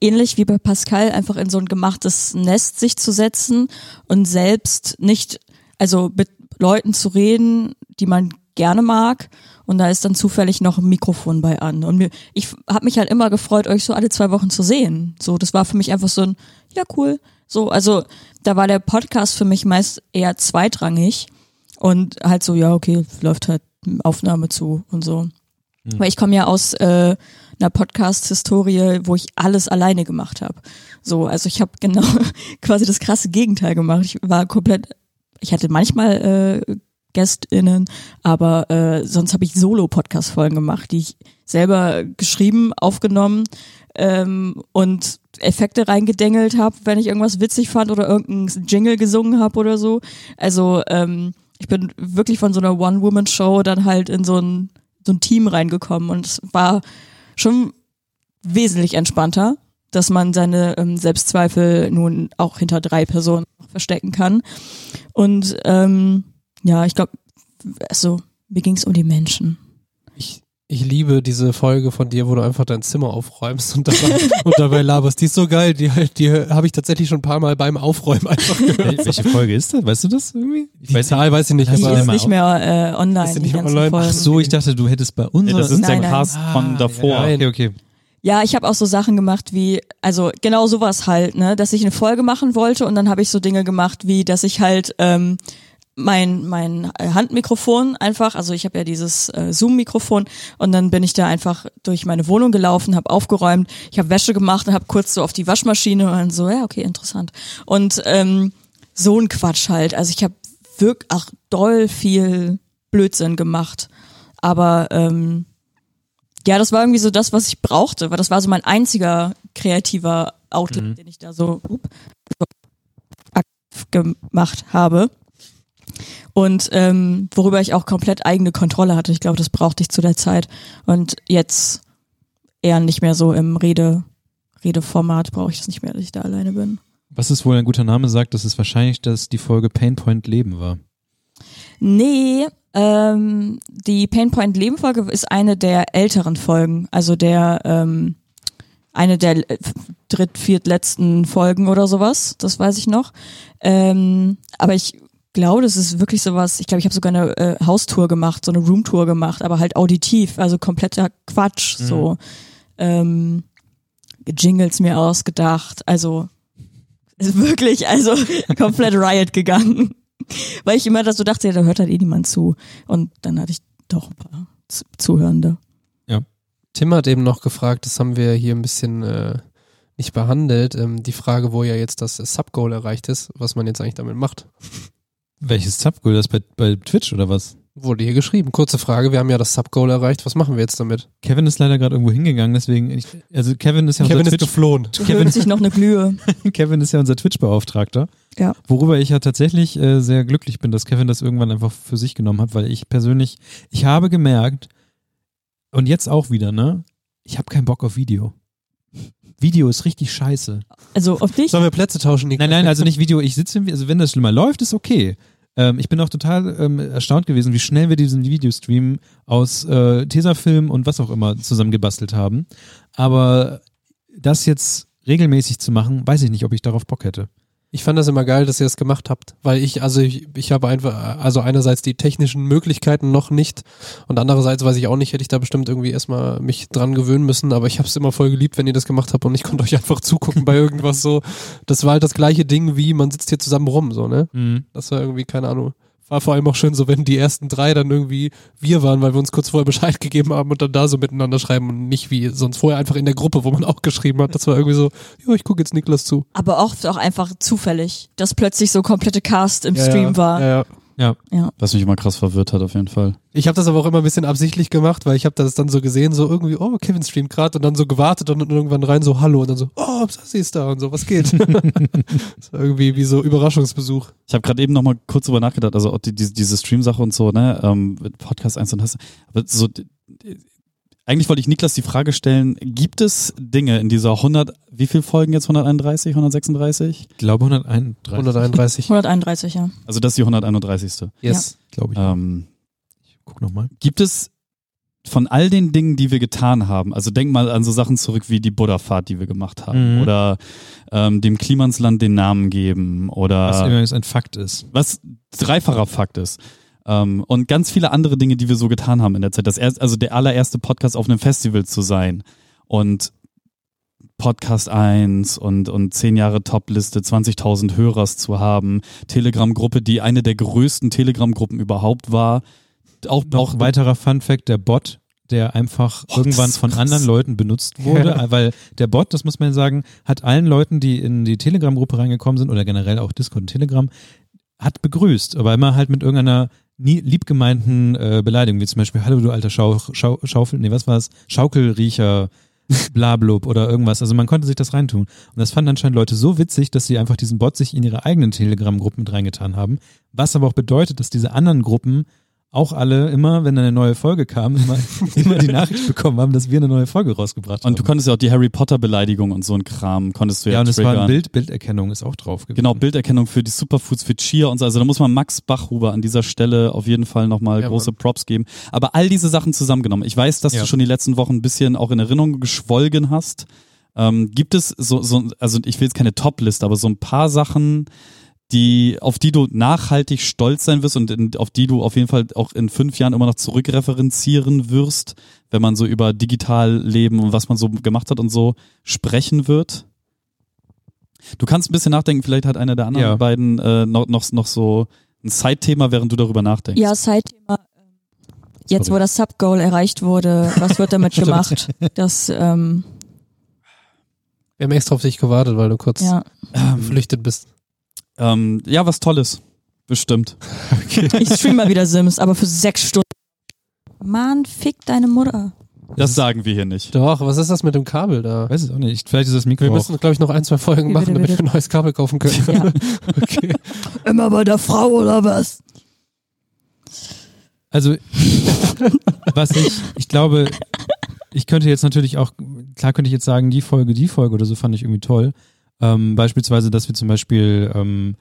ähnlich wie bei Pascal, einfach in so ein gemachtes Nest sich zu setzen und selbst nicht, also mit Leuten zu reden, die man gerne mag. Und da ist dann zufällig noch ein Mikrofon bei an. Und mir, ich habe mich halt immer gefreut, euch so alle zwei Wochen zu sehen. So, das war für mich einfach so ein, ja cool. So, also da war der Podcast für mich meist eher zweitrangig und halt so, ja okay, läuft halt Aufnahme zu und so. Weil ich komme ja aus äh, einer Podcast-Historie, wo ich alles alleine gemacht habe. So, also ich habe genau *laughs* quasi das krasse Gegenteil gemacht. Ich war komplett, ich hatte manchmal äh, GästInnen, aber äh, sonst habe ich Solo-Podcast-Folgen gemacht, die ich selber geschrieben, aufgenommen ähm, und Effekte reingedengelt habe, wenn ich irgendwas witzig fand oder irgendeinen Jingle gesungen habe oder so. Also ähm, ich bin wirklich von so einer One-Woman-Show dann halt in so ein, so ein Team reingekommen und es war schon wesentlich entspannter, dass man seine ähm, Selbstzweifel nun auch hinter drei Personen verstecken kann. Und ähm, ja, ich glaube, also mir ging es um die Menschen. Ich, ich liebe diese Folge von dir, wo du einfach dein Zimmer aufräumst und dabei, und dabei laberst. Die ist so geil, die, die habe ich tatsächlich schon ein paar Mal beim Aufräumen einfach gehört. wel- welche Folge ist das? Weißt du das irgendwie? Die Zahl weiß ich nicht, Die aber ist nicht mehr äh, online. Ist die die nicht ganzen online? Folgen. Ach so, ich dachte, du hättest bei uns. Nee, das ist Nein, der nein. Cast von davor. ja, okay, okay. Ja, ich habe auch so Sachen gemacht wie, also genau sowas halt, ne, dass ich eine Folge machen wollte und dann habe ich so Dinge gemacht wie, dass ich halt ähm, mein mein Handmikrofon einfach, also ich habe ja dieses äh, Zoom-Mikrofon und dann bin ich da einfach durch meine Wohnung gelaufen, habe aufgeräumt, ich habe Wäsche gemacht und habe kurz so auf die Waschmaschine und dann so, ja okay, interessant und ähm, so ein Quatsch halt. Also ich habe wirklich ach doll viel Blödsinn gemacht, aber ähm, ja, das war irgendwie so das, was ich brauchte, weil das war so mein einziger kreativer Outlet, den ich da so, up, so aktiv gemacht habe. Und ähm, worüber ich auch komplett eigene Kontrolle hatte. Ich glaube, das brauchte ich zu der Zeit. Und jetzt eher nicht mehr so im Rede, Redeformat brauche ich das nicht mehr, dass ich da alleine bin. Was ist wohl ein guter Name sagt, das ist wahrscheinlich, dass die Folge Painpoint Leben war. Nee, ähm, die Painpoint Leben Folge ist eine der älteren Folgen, also der ähm, eine der äh, dritt, viertletzten Folgen oder sowas, das weiß ich noch. Ähm, aber ich glaube, das ist wirklich sowas, ich glaube, ich habe sogar eine äh, Haustour gemacht, so eine Roomtour gemacht, aber halt auditiv, also kompletter Quatsch, so ähm, Jingles mir ausgedacht, also ist wirklich, also *laughs* komplett Riot gegangen weil ich immer das so dachte, ja, da hört halt eh niemand zu. Und dann hatte ich doch ein paar Z- Zuhörende. Tim hat eben noch gefragt, das haben wir hier ein bisschen äh, nicht behandelt, ähm, die Frage, wo ja jetzt das äh, Subgoal erreicht ist, was man jetzt eigentlich damit macht. Welches Subgoal? Das bei, bei Twitch oder was? Wurde hier geschrieben. Kurze Frage, wir haben ja das Subgoal erreicht, was machen wir jetzt damit? Kevin ist leider gerade irgendwo hingegangen, deswegen. Ich, also Kevin ist ja Kevin unser ist Twitch, geflohen. Kevin sich noch eine Glühe. *laughs* Kevin ist ja unser Twitch-Beauftragter. Ja. Worüber ich ja tatsächlich äh, sehr glücklich bin, dass Kevin das irgendwann einfach für sich genommen hat, weil ich persönlich, ich habe gemerkt, und jetzt auch wieder, ne? Ich habe keinen Bock auf Video. Video ist richtig scheiße. Also auf dich. Sollen wir Plätze tauschen, Nico? Nein, nein, also nicht Video. Ich sitze, im- also wenn das schlimmer läuft, ist okay. Ähm, ich bin auch total ähm, erstaunt gewesen, wie schnell wir diesen Videostream aus äh, Tesafilm und was auch immer zusammengebastelt haben. Aber das jetzt regelmäßig zu machen, weiß ich nicht, ob ich darauf Bock hätte. Ich fand das immer geil, dass ihr das gemacht habt, weil ich, also ich, ich habe einfach, also einerseits die technischen Möglichkeiten noch nicht und andererseits weiß ich auch nicht, hätte ich da bestimmt irgendwie erstmal mich dran gewöhnen müssen, aber ich habe es immer voll geliebt, wenn ihr das gemacht habt und ich *laughs* konnte euch einfach zugucken bei irgendwas so. Das war halt das gleiche Ding wie, man sitzt hier zusammen rum, so, ne? Das war irgendwie, keine Ahnung. War vor allem auch schön so, wenn die ersten drei dann irgendwie wir waren, weil wir uns kurz vorher Bescheid *laughs* gegeben haben und dann da so miteinander schreiben und nicht wie sonst vorher einfach in der Gruppe, wo man auch geschrieben hat. Das war irgendwie so, jo, ich gucke jetzt Niklas zu. Aber oft auch einfach zufällig, dass plötzlich so komplette Cast im Ja, Stream ja, war. Ja, ja. Was mich immer krass verwirrt hat, auf jeden Fall. Ich habe das aber auch immer ein bisschen absichtlich gemacht, weil ich habe das dann so gesehen, so irgendwie, oh, Kevin streamt gerade und dann so gewartet und dann irgendwann rein so Hallo und dann so, oh, Sassi ist da und so, *laughs* was geht? *laughs* das war irgendwie wie so Überraschungsbesuch. Ich habe gerade eben noch mal kurz drüber nachgedacht, also auch die, diese, diese Stream-Sache und so, ne, ähm, mit Podcast 1 und hast, aber so, die- eigentlich wollte ich Niklas die Frage stellen, gibt es Dinge in dieser 100, wie viel Folgen jetzt, 131, 136? Ich glaube 131. 131. 131, ja. Also das ist die 131. Yes. Glaube ich. Ähm, ich guck nochmal. gibt es von all den Dingen, die wir getan haben, also denk mal an so Sachen zurück wie die Buddha-Fahrt, die wir gemacht haben, Mhm. oder ähm, dem Klimansland den Namen geben, oder Was übrigens ein Fakt ist. was dreifacher Fakt ist. Ähm, und ganz viele andere Dinge, die wir so getan haben in der Zeit. Das erst, also der allererste Podcast auf einem Festival zu sein und Podcast 1 und, und 10 Jahre Top-Liste, 20.000 Hörers zu haben, Telegram-Gruppe, die eine der größten Telegram-Gruppen überhaupt war. Auch, Noch auch ein weiterer Fun Fact, der Bot, der einfach Oh, irgendwann das ist von krass. anderen Leuten *laughs* benutzt wurde, weil der Bot, das muss man sagen, hat allen Leuten, die in die Telegram-Gruppe reingekommen sind oder generell auch Discord und Telegram, hat begrüßt, aber immer halt mit irgendeiner nie liebgemeinten äh, Beleidigung, wie zum Beispiel, hallo du alter Schau Schau Schaufel, nee, was war es? *laughs* Schaukelriecher, blablub oder irgendwas. Also man konnte sich das reintun. Und das fanden anscheinend Leute so witzig, dass sie einfach diesen Bot sich in ihre eigenen Telegram-Gruppen mit reingetan haben. Was aber auch bedeutet, dass diese anderen Gruppen auch alle immer, wenn eine neue Folge kam, *laughs* immer, immer die Nachricht bekommen haben, dass wir eine neue Folge rausgebracht haben. Und du konntest ja auch die Harry Potter-Beleidigung und so ein Kram, konntest du ja, ja, und es war triggern. ein Bild, Bilderkennung ist auch drauf gewesen. Genau, Bilderkennung für die Superfoods für Chia und so. Also da muss man Max Bachhuber an dieser Stelle auf jeden Fall nochmal Ja, große Props geben. Aber all diese Sachen zusammengenommen. Ich weiß, dass Ja. du schon die letzten Wochen ein bisschen auch in Erinnerung geschwolgen hast. Ähm, gibt es so, so, also ich will jetzt keine Top-Liste, aber so ein paar Sachen, die, auf die du nachhaltig stolz sein wirst und in, auf die du auf jeden Fall auch in fünf Jahren immer noch zurückreferenzieren wirst, wenn man so über digital leben und was man so gemacht hat und so sprechen wird. Du kannst ein bisschen nachdenken, vielleicht hat einer der anderen Ja. beiden äh, noch, noch, noch so ein Side-Thema, während du darüber nachdenkst. Ja, Side-Thema. ähm, Jetzt, Sorry. wo das Sub-Goal erreicht wurde, was wird *laughs* damit gemacht? Das, ähm, Wir haben extra auf dich gewartet, weil du kurz ja. geflüchtet bist. Ähm, ja, was Tolles. Bestimmt. Ich stream mal wieder Sims, aber für sechs Stunden. Mann, fick deine Mutter. Das sagen wir hier nicht. Doch, was ist das mit dem Kabel da? Weiß es auch nicht. Vielleicht ist das Mikro Wir auch müssen, glaube ich, noch ein, zwei Folgen Wie machen, bitte, damit wir bitte? ein neues Kabel kaufen können. Ja. *laughs* Okay. Immer bei der Frau oder was? Also, was ich, ich glaube, ich könnte jetzt natürlich auch, klar könnte ich jetzt sagen, die Folge, die Folge oder so fand ich irgendwie toll. Ähm, beispielsweise, dass wir zum Beispiel ähm,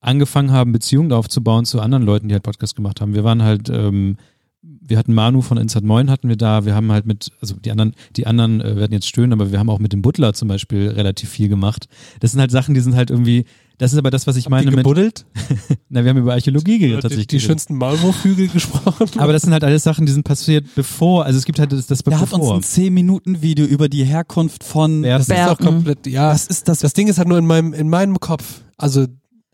angefangen haben, Beziehungen aufzubauen zu anderen Leuten, die halt Podcast gemacht haben. Wir waren halt, ähm, wir hatten Manu von Inside Moin hatten wir da, wir haben halt mit, also die anderen, die anderen äh, werden jetzt stöhnen, aber wir haben auch mit dem Butler zum Beispiel relativ viel gemacht. Das sind halt Sachen, die sind halt irgendwie, das ist aber das, was ich meine mit, gebuddelt? *laughs* na, wir haben über Archäologie geredet Die, tatsächlich. die schönsten Maulwurfhügel *laughs* gesprochen? Aber das sind halt alles Sachen, die sind passiert bevor, also es gibt halt das, das Da hat uns bevor. ein 10-Minuten-Video über die Herkunft von. Ja, das Das ist doch Bergen. komplett, ja. Das, ist das, das Ding ist halt nur in meinem, in meinem Kopf. Also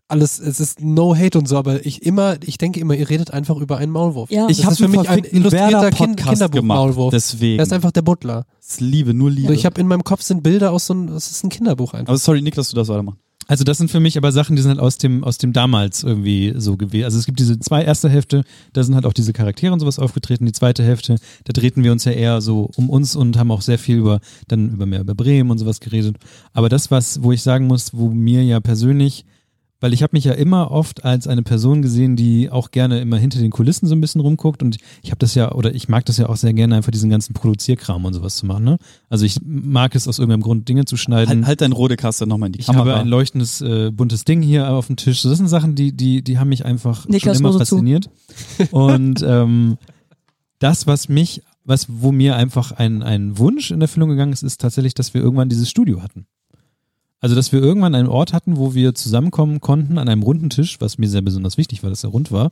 alles, es ist no hate und so, aber ich immer, ich denke immer, ihr redet einfach über einen Maulwurf. Ja. Ich Das habe ist für mich ein illustrierter Kind- Kinderbuch-Maulwurf. Deswegen. Er ist einfach der Butler. Das ist Liebe, nur Liebe. So, ich habe in meinem Kopf sind Bilder aus so einem, das ist ein Kinderbuch einfach. aber sorry, Niklas, du darfst weitermachen. Also das sind für mich aber Sachen, die sind halt aus dem, aus dem damals irgendwie so gewesen. Also es gibt diese zwei erste Hälfte, da sind halt auch diese Charaktere und sowas aufgetreten. Die zweite Hälfte, da drehten wir uns ja eher so um uns und haben auch sehr viel über, dann über mehr über Bremen und sowas geredet. Aber das, was, wo ich sagen muss, wo mir ja persönlich weil ich habe mich ja immer oft als eine Person gesehen, die auch gerne immer hinter den Kulissen so ein bisschen rumguckt und ich habe das ja oder ich mag das ja auch sehr gerne einfach diesen ganzen Produzierkram und sowas zu machen. Ne? Also ich mag es aus irgendeinem Grund Dinge zu schneiden. Halt, halt dein Rodekaster nochmal in die Ich Kamera. habe ein leuchtendes, äh, buntes Ding hier auf dem Tisch. So, Das sind Sachen, die, die, die haben mich einfach Niklas, schon immer nur so zu. fasziniert. Und ähm, das, was mich, was, wo mir einfach ein, ein Wunsch in Erfüllung gegangen ist, ist tatsächlich, dass wir irgendwann dieses Studio hatten. Also, dass wir irgendwann einen Ort hatten, wo wir zusammenkommen konnten an einem runden Tisch, was mir sehr besonders wichtig war, dass er rund war.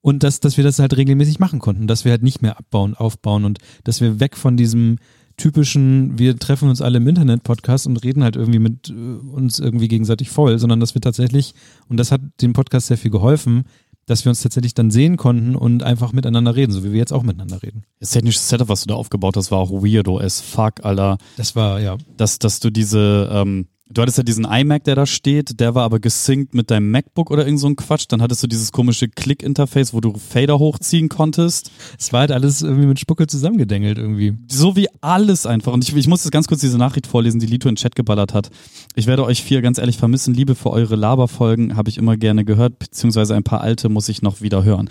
Und dass, dass wir das halt regelmäßig machen konnten, dass wir halt nicht mehr abbauen, aufbauen und dass wir weg von diesem typischen, wir treffen uns alle im Internet-Podcast und reden halt irgendwie mit äh, uns irgendwie gegenseitig voll, sondern dass wir tatsächlich, und das hat dem Podcast sehr viel geholfen, dass wir uns tatsächlich dann sehen konnten und einfach miteinander reden, so wie wir jetzt auch miteinander reden. das technische Setup, was du da aufgebaut hast, war auch weirdo as fuck, Alter. Das war, ja. Dass, dass du diese, ähm, Du hattest ja diesen iMac, der da steht, der war aber gesynkt mit deinem MacBook oder irgend so ein Quatsch. Dann hattest du dieses komische Click-Interface, wo du Fader hochziehen konntest. Es war halt alles irgendwie mit Spucke zusammengedengelt irgendwie. So wie alles einfach. Und ich, ich muss jetzt ganz kurz diese Nachricht vorlesen, die Lito in den Chat geballert hat. Ich werde euch vier ganz ehrlich vermissen. Liebe für eure Laberfolgen habe ich immer gerne gehört, beziehungsweise ein paar alte muss ich noch wieder hören.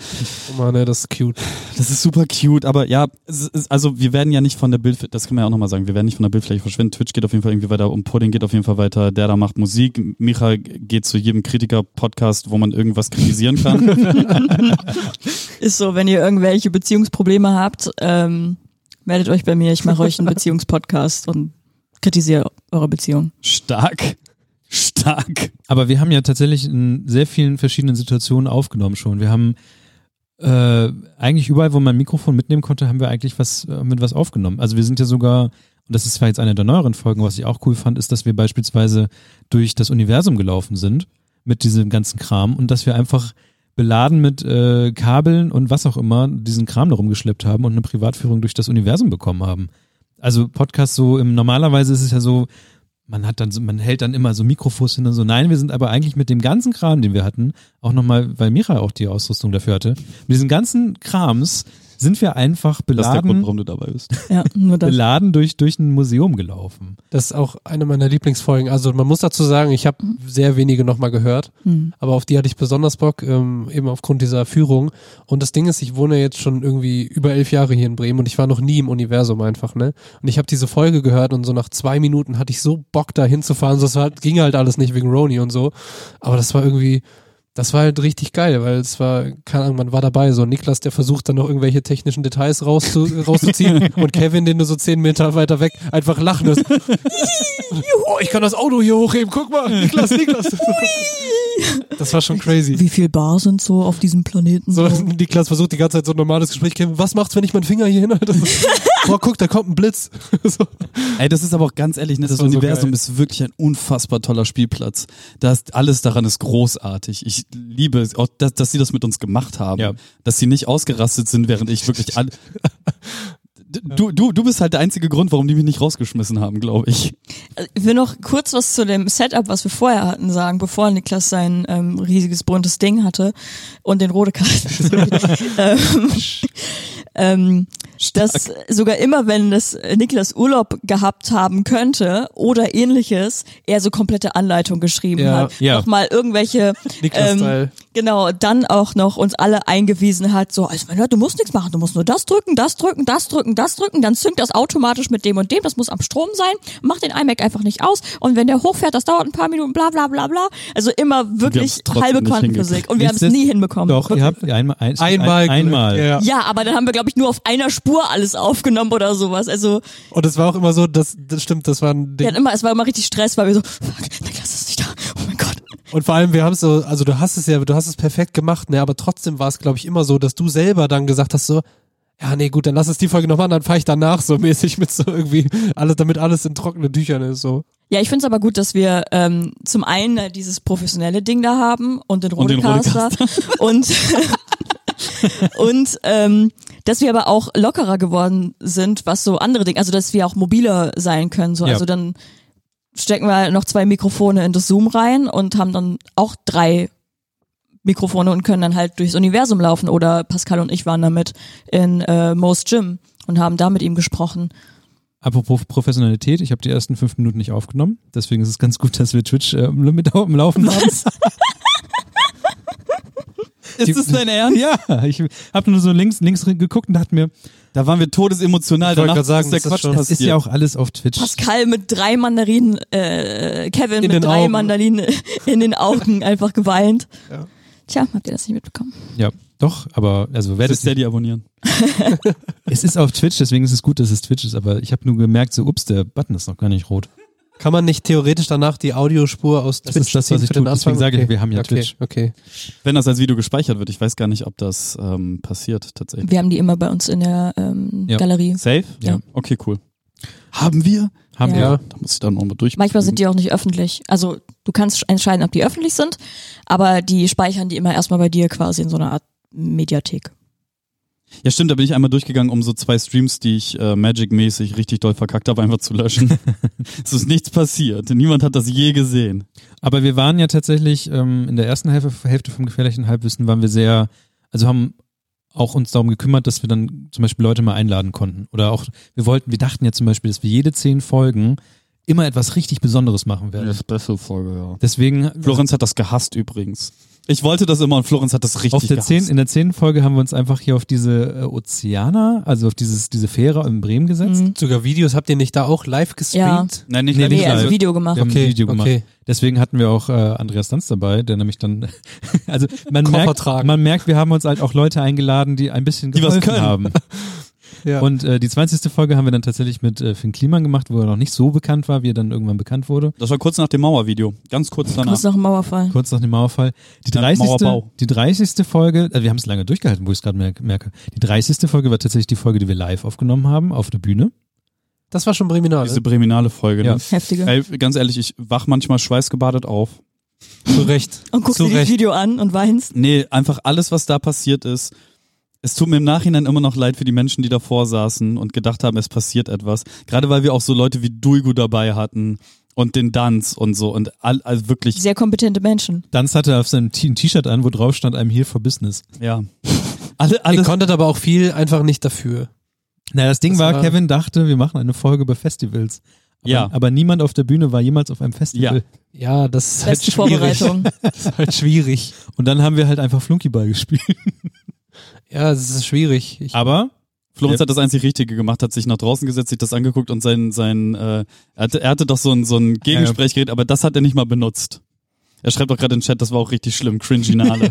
Oh Mann, ey, das ist cute. Das ist super cute, aber ja, es ist, also wir werden ja nicht von der Bild, das kann man ja auch nochmal sagen, wir werden nicht von der Bildfläche verschwinden. Twitch geht auf jeden Fall irgendwie weiter um, Pudding geht auf jeden Fall weiter, der da macht Musik, Micha geht zu jedem Kritiker-Podcast, wo man irgendwas kritisieren kann. Ist so, wenn ihr irgendwelche Beziehungsprobleme habt, ähm, meldet euch bei mir. Ich mache euch einen Beziehungspodcast und kritisiere eure Beziehung. Stark. Stark. Aber wir haben ja tatsächlich in sehr vielen verschiedenen Situationen aufgenommen schon. Wir haben äh, eigentlich überall, wo man ein Mikrofon mitnehmen konnte, haben wir eigentlich was äh, mit was aufgenommen. Also wir sind ja sogar, und das ist zwar jetzt eine der neueren Folgen, was ich auch cool fand, ist, dass wir beispielsweise durch das Universum gelaufen sind mit diesem ganzen Kram und dass wir einfach beladen mit äh, Kabeln und was auch immer diesen Kram da rumgeschleppt haben und eine Privatführung durch das Universum bekommen haben. Also Podcast so im normalerweise ist es ja so, man hat dann so, man hält dann immer so Mikrofos hin und so. Nein, wir sind aber eigentlich mit dem ganzen Kram, den wir hatten, auch nochmal, weil Mira auch die Ausrüstung dafür hatte, mit diesem ganzen Krams sind wir einfach Das ist der Grund, beladen, warum du dabei bist. Ja, nur das. beladen durch, durch ein Museum gelaufen. Das ist auch eine meiner Lieblingsfolgen. Also man muss dazu sagen, ich habe sehr wenige nochmal gehört, aber auf die hatte ich besonders Bock, ähm, eben aufgrund dieser Führung. Und das Ding ist, ich wohne jetzt schon irgendwie über elf Jahre hier in Bremen und ich war noch nie im Universum einfach, ne? Und ich habe diese Folge gehört und so nach zwei Minuten hatte ich so Bock, da hinzufahren. So, es war- ging halt alles nicht wegen Roni und so. Aber das war irgendwie, das war halt richtig geil, weil es war, keine Ahnung, man war dabei. So Niklas, der versucht dann noch irgendwelche technischen Details rauszu, rauszuziehen und Kevin, den du so zehn Meter weiter weg einfach lachen hörst. oh, ich kann das Auto hier hochheben, guck mal, Niklas, Niklas. Das war schon crazy. Wie viel Bar sind so auf diesem Planeten? So, So? Niklas versucht die ganze Zeit so ein normales Gespräch, Kevin, was macht's, wenn ich meinen Finger hier hinhalte? *laughs* Boah, guck, da kommt ein Blitz. *laughs* So. Ey, das ist aber auch ganz ehrlich, ne? das, war so Universum geil. ist wirklich ein unfassbar toller Spielplatz. Das, alles daran ist großartig. Ich liebe es, auch, dass, dass sie das mit uns gemacht haben. Ja. Dass sie nicht ausgerastet sind, während ich wirklich an. Du, du, du bist halt der einzige Grund, warum die mich nicht rausgeschmissen haben, glaube ich. Ich will noch kurz was zu dem Setup, was wir vorher hatten, sagen, bevor Niklas sein ähm, riesiges buntes Ding hatte und den Rodekasten. *laughs* ähm, ähm, dass sogar immer, wenn das Niklas Urlaub gehabt haben könnte oder ähnliches, er so komplette Anleitung geschrieben Ja, hat. ja. Nochmal irgendwelche Niklas-Style. Genau, dann auch noch uns alle eingewiesen hat, so, also mein Gott, du musst nichts machen, du musst nur das drücken, das drücken, das drücken, das drücken, dann züngt das automatisch mit dem und dem, das muss am Strom sein, mach den iMac einfach nicht aus und wenn der hochfährt, das dauert ein paar Minuten, bla bla bla bla. Also immer wirklich trotzdem halbe nicht Quantenphysik und wir haben es Nichtsdest- nie hinbekommen. Doch, ihr habt einmal, ein, Einmal. ein, einmal. Ja. Ja, aber dann haben wir, glaube ich, nur auf einer Spur alles aufgenommen oder sowas. Also Und es war auch immer so, das, das stimmt, das war ein wir Ding. hatten immer, es war immer richtig Stress, weil wir so, fuck, Niklas ist nicht da, oh mein Gott. Und vor allem, wir haben so, also du hast es ja, du hast es perfekt gemacht, ne? Aber trotzdem war es, glaube ich, immer so, dass du selber dann gesagt hast, so, ja, nee, gut, dann lass es die Folge noch machen, dann fahre ich danach so mäßig mit so irgendwie, alles, damit alles in trockenen Tüchern ist, so. Ja, ich find's aber gut, dass wir ähm, zum einen äh, dieses professionelle Ding da haben und den Und den Rodecaster und *laughs* und, ähm, dass wir aber auch lockerer geworden sind, was so andere Dinge, also dass wir auch mobiler sein können. So. Ja. Also dann stecken wir noch zwei Mikrofone in das Zoom rein und haben dann auch drei Mikrofone und können dann halt durchs Universum laufen. Oder Pascal und ich waren damit in äh, Mo's Gym und haben da mit ihm gesprochen. Apropos Professionalität, ich habe die ersten fünf Minuten nicht aufgenommen. Deswegen ist es ganz gut, dass wir Twitch äh, im Limit am Laufen haben. Ist das dein Ernst? Ja, ich habe nur so links, links geguckt und dachte mir, Da waren wir todesemotional. Ich wollte Danach gerade ist sagen, der das ist Quatsch schon- das ist ja passiert. auch alles auf Twitch. Pascal mit drei Mandarinen, äh, Kevin In den mit drei Augen. Mandarinen in den Augen einfach geweint. Tja, habt ihr das nicht mitbekommen? Ja, doch, aber also wer Werdet das nicht, Steady abonnieren. es ist auf Twitch, deswegen ist es gut, dass es Twitch ist, aber ich habe nur gemerkt, so ups, der Button ist noch gar nicht rot. Kann man nicht theoretisch danach die Audiospur aus Das Twitch ist das, ziehen was ich für den tue. Anfang? Deswegen sage ich, Okay. wir haben ja okay. Twitch. Okay. Wenn das als Video gespeichert wird, ich weiß gar nicht, ob das ähm, passiert tatsächlich. Wir haben die immer bei uns in der ähm, Ja. Galerie. Safe? Ja. Okay, cool. Haben wir? Mhm. Haben Ja. wir. Ja. Da muss ich dann nochmal durch. Manchmal sind die auch nicht öffentlich. Also du kannst entscheiden, ob die öffentlich sind, aber die speichern die immer erstmal bei dir quasi in so einer Art Mediathek. Ja, stimmt, *laughs* da bin ich einmal durchgegangen, um so zwei Streams, die ich äh, Magic-mäßig richtig doll verkackt habe, einfach zu löschen. Es ist nichts passiert. Niemand hat das je gesehen. Aber wir waren ja tatsächlich ähm, in der ersten Hälfte, Hälfte vom gefährlichen Halbwissen waren wir sehr, also haben auch uns darum gekümmert, dass wir dann zum Beispiel Leute mal einladen konnten. Oder auch, wir wollten, wir dachten ja zum Beispiel, dass wir jede zehn Folgen immer etwas richtig Besonderes machen werden. beste Folge, ja. Deswegen, äh, Florenz hat das gehasst übrigens. Ich wollte das immer und Florenz hat das richtig auf der gehasst. zehn, in der zehnten Folge haben wir uns einfach hier auf diese äh, Ozeana, also auf dieses, diese Fähre in Bremen gesetzt. Sogar Videos habt ihr nicht da auch live gestreamt? Nein, nicht, Nee, nee, nicht Nee, also live. Video gemacht. Wir haben Okay, ein Video gemacht. okay. Deswegen hatten wir auch äh, Andreas Danz dabei, der nämlich dann, *laughs* also man Koffer merkt, tragen. man merkt, wir haben uns halt auch Leute eingeladen, die ein bisschen Die was geholfen können. haben. Ja. Und äh, die 20. Folge haben wir dann tatsächlich mit äh, Finn Kliman gemacht, wo er noch nicht so bekannt war, wie er dann irgendwann bekannt wurde, Das war kurz nach dem Mauervideo. Ganz kurz danach. Kurz nach dem Mauerfall. kurz nach dem Mauerfall. Die Ja, 30. Mauerbau. die 30. Folge, also wir haben es lange durchgehalten, wo ich es gerade merk- merke. Die 30. Folge war tatsächlich die Folge, die wir live aufgenommen haben auf der Bühne. Das war schon Breminal. Diese breminale Folge. Ne? Heftige. Ey, ganz ehrlich, ich wach manchmal schweißgebadet auf. ne? *laughs* Zu Recht. Und guckst Zu dir das Recht. Video an und weinst. Nee, einfach alles, was da passiert ist. Es tut mir im Nachhinein immer noch leid für die Menschen, die davor saßen und gedacht haben, es passiert etwas. Gerade weil wir auch so Leute wie Dulgu dabei hatten und den Danz und so und all, also wirklich, Sehr kompetente Menschen. Danz hatte auf seinem T- ein T-Shirt an, wo drauf stand, I'm here for business. ja. Alle, Ihr alles, konntet aber auch viel einfach nicht dafür. Na, das Ding Das war, war- Kevin dachte, wir machen eine Folge über Festivals. Aber, Ja. Aber niemand auf der Bühne war jemals auf einem Festival. Ja, das ist halt Beste schwierig. Vorbereitung. Das ist *laughs* halt schwierig. Und dann haben wir halt einfach Flunkyball *laughs* gespielt. Ja, das ist schwierig. Ich, Aber Florenz Ja. hat das einzig Richtige gemacht, hat sich nach draußen gesetzt, sich das angeguckt und sein, sein, äh, er hatte, er hatte doch so ein, so ein Gegensprechgerät, aber das hat er nicht mal benutzt. Er schreibt doch gerade in den Chat, das war auch richtig schlimm, *laughs* cringinale.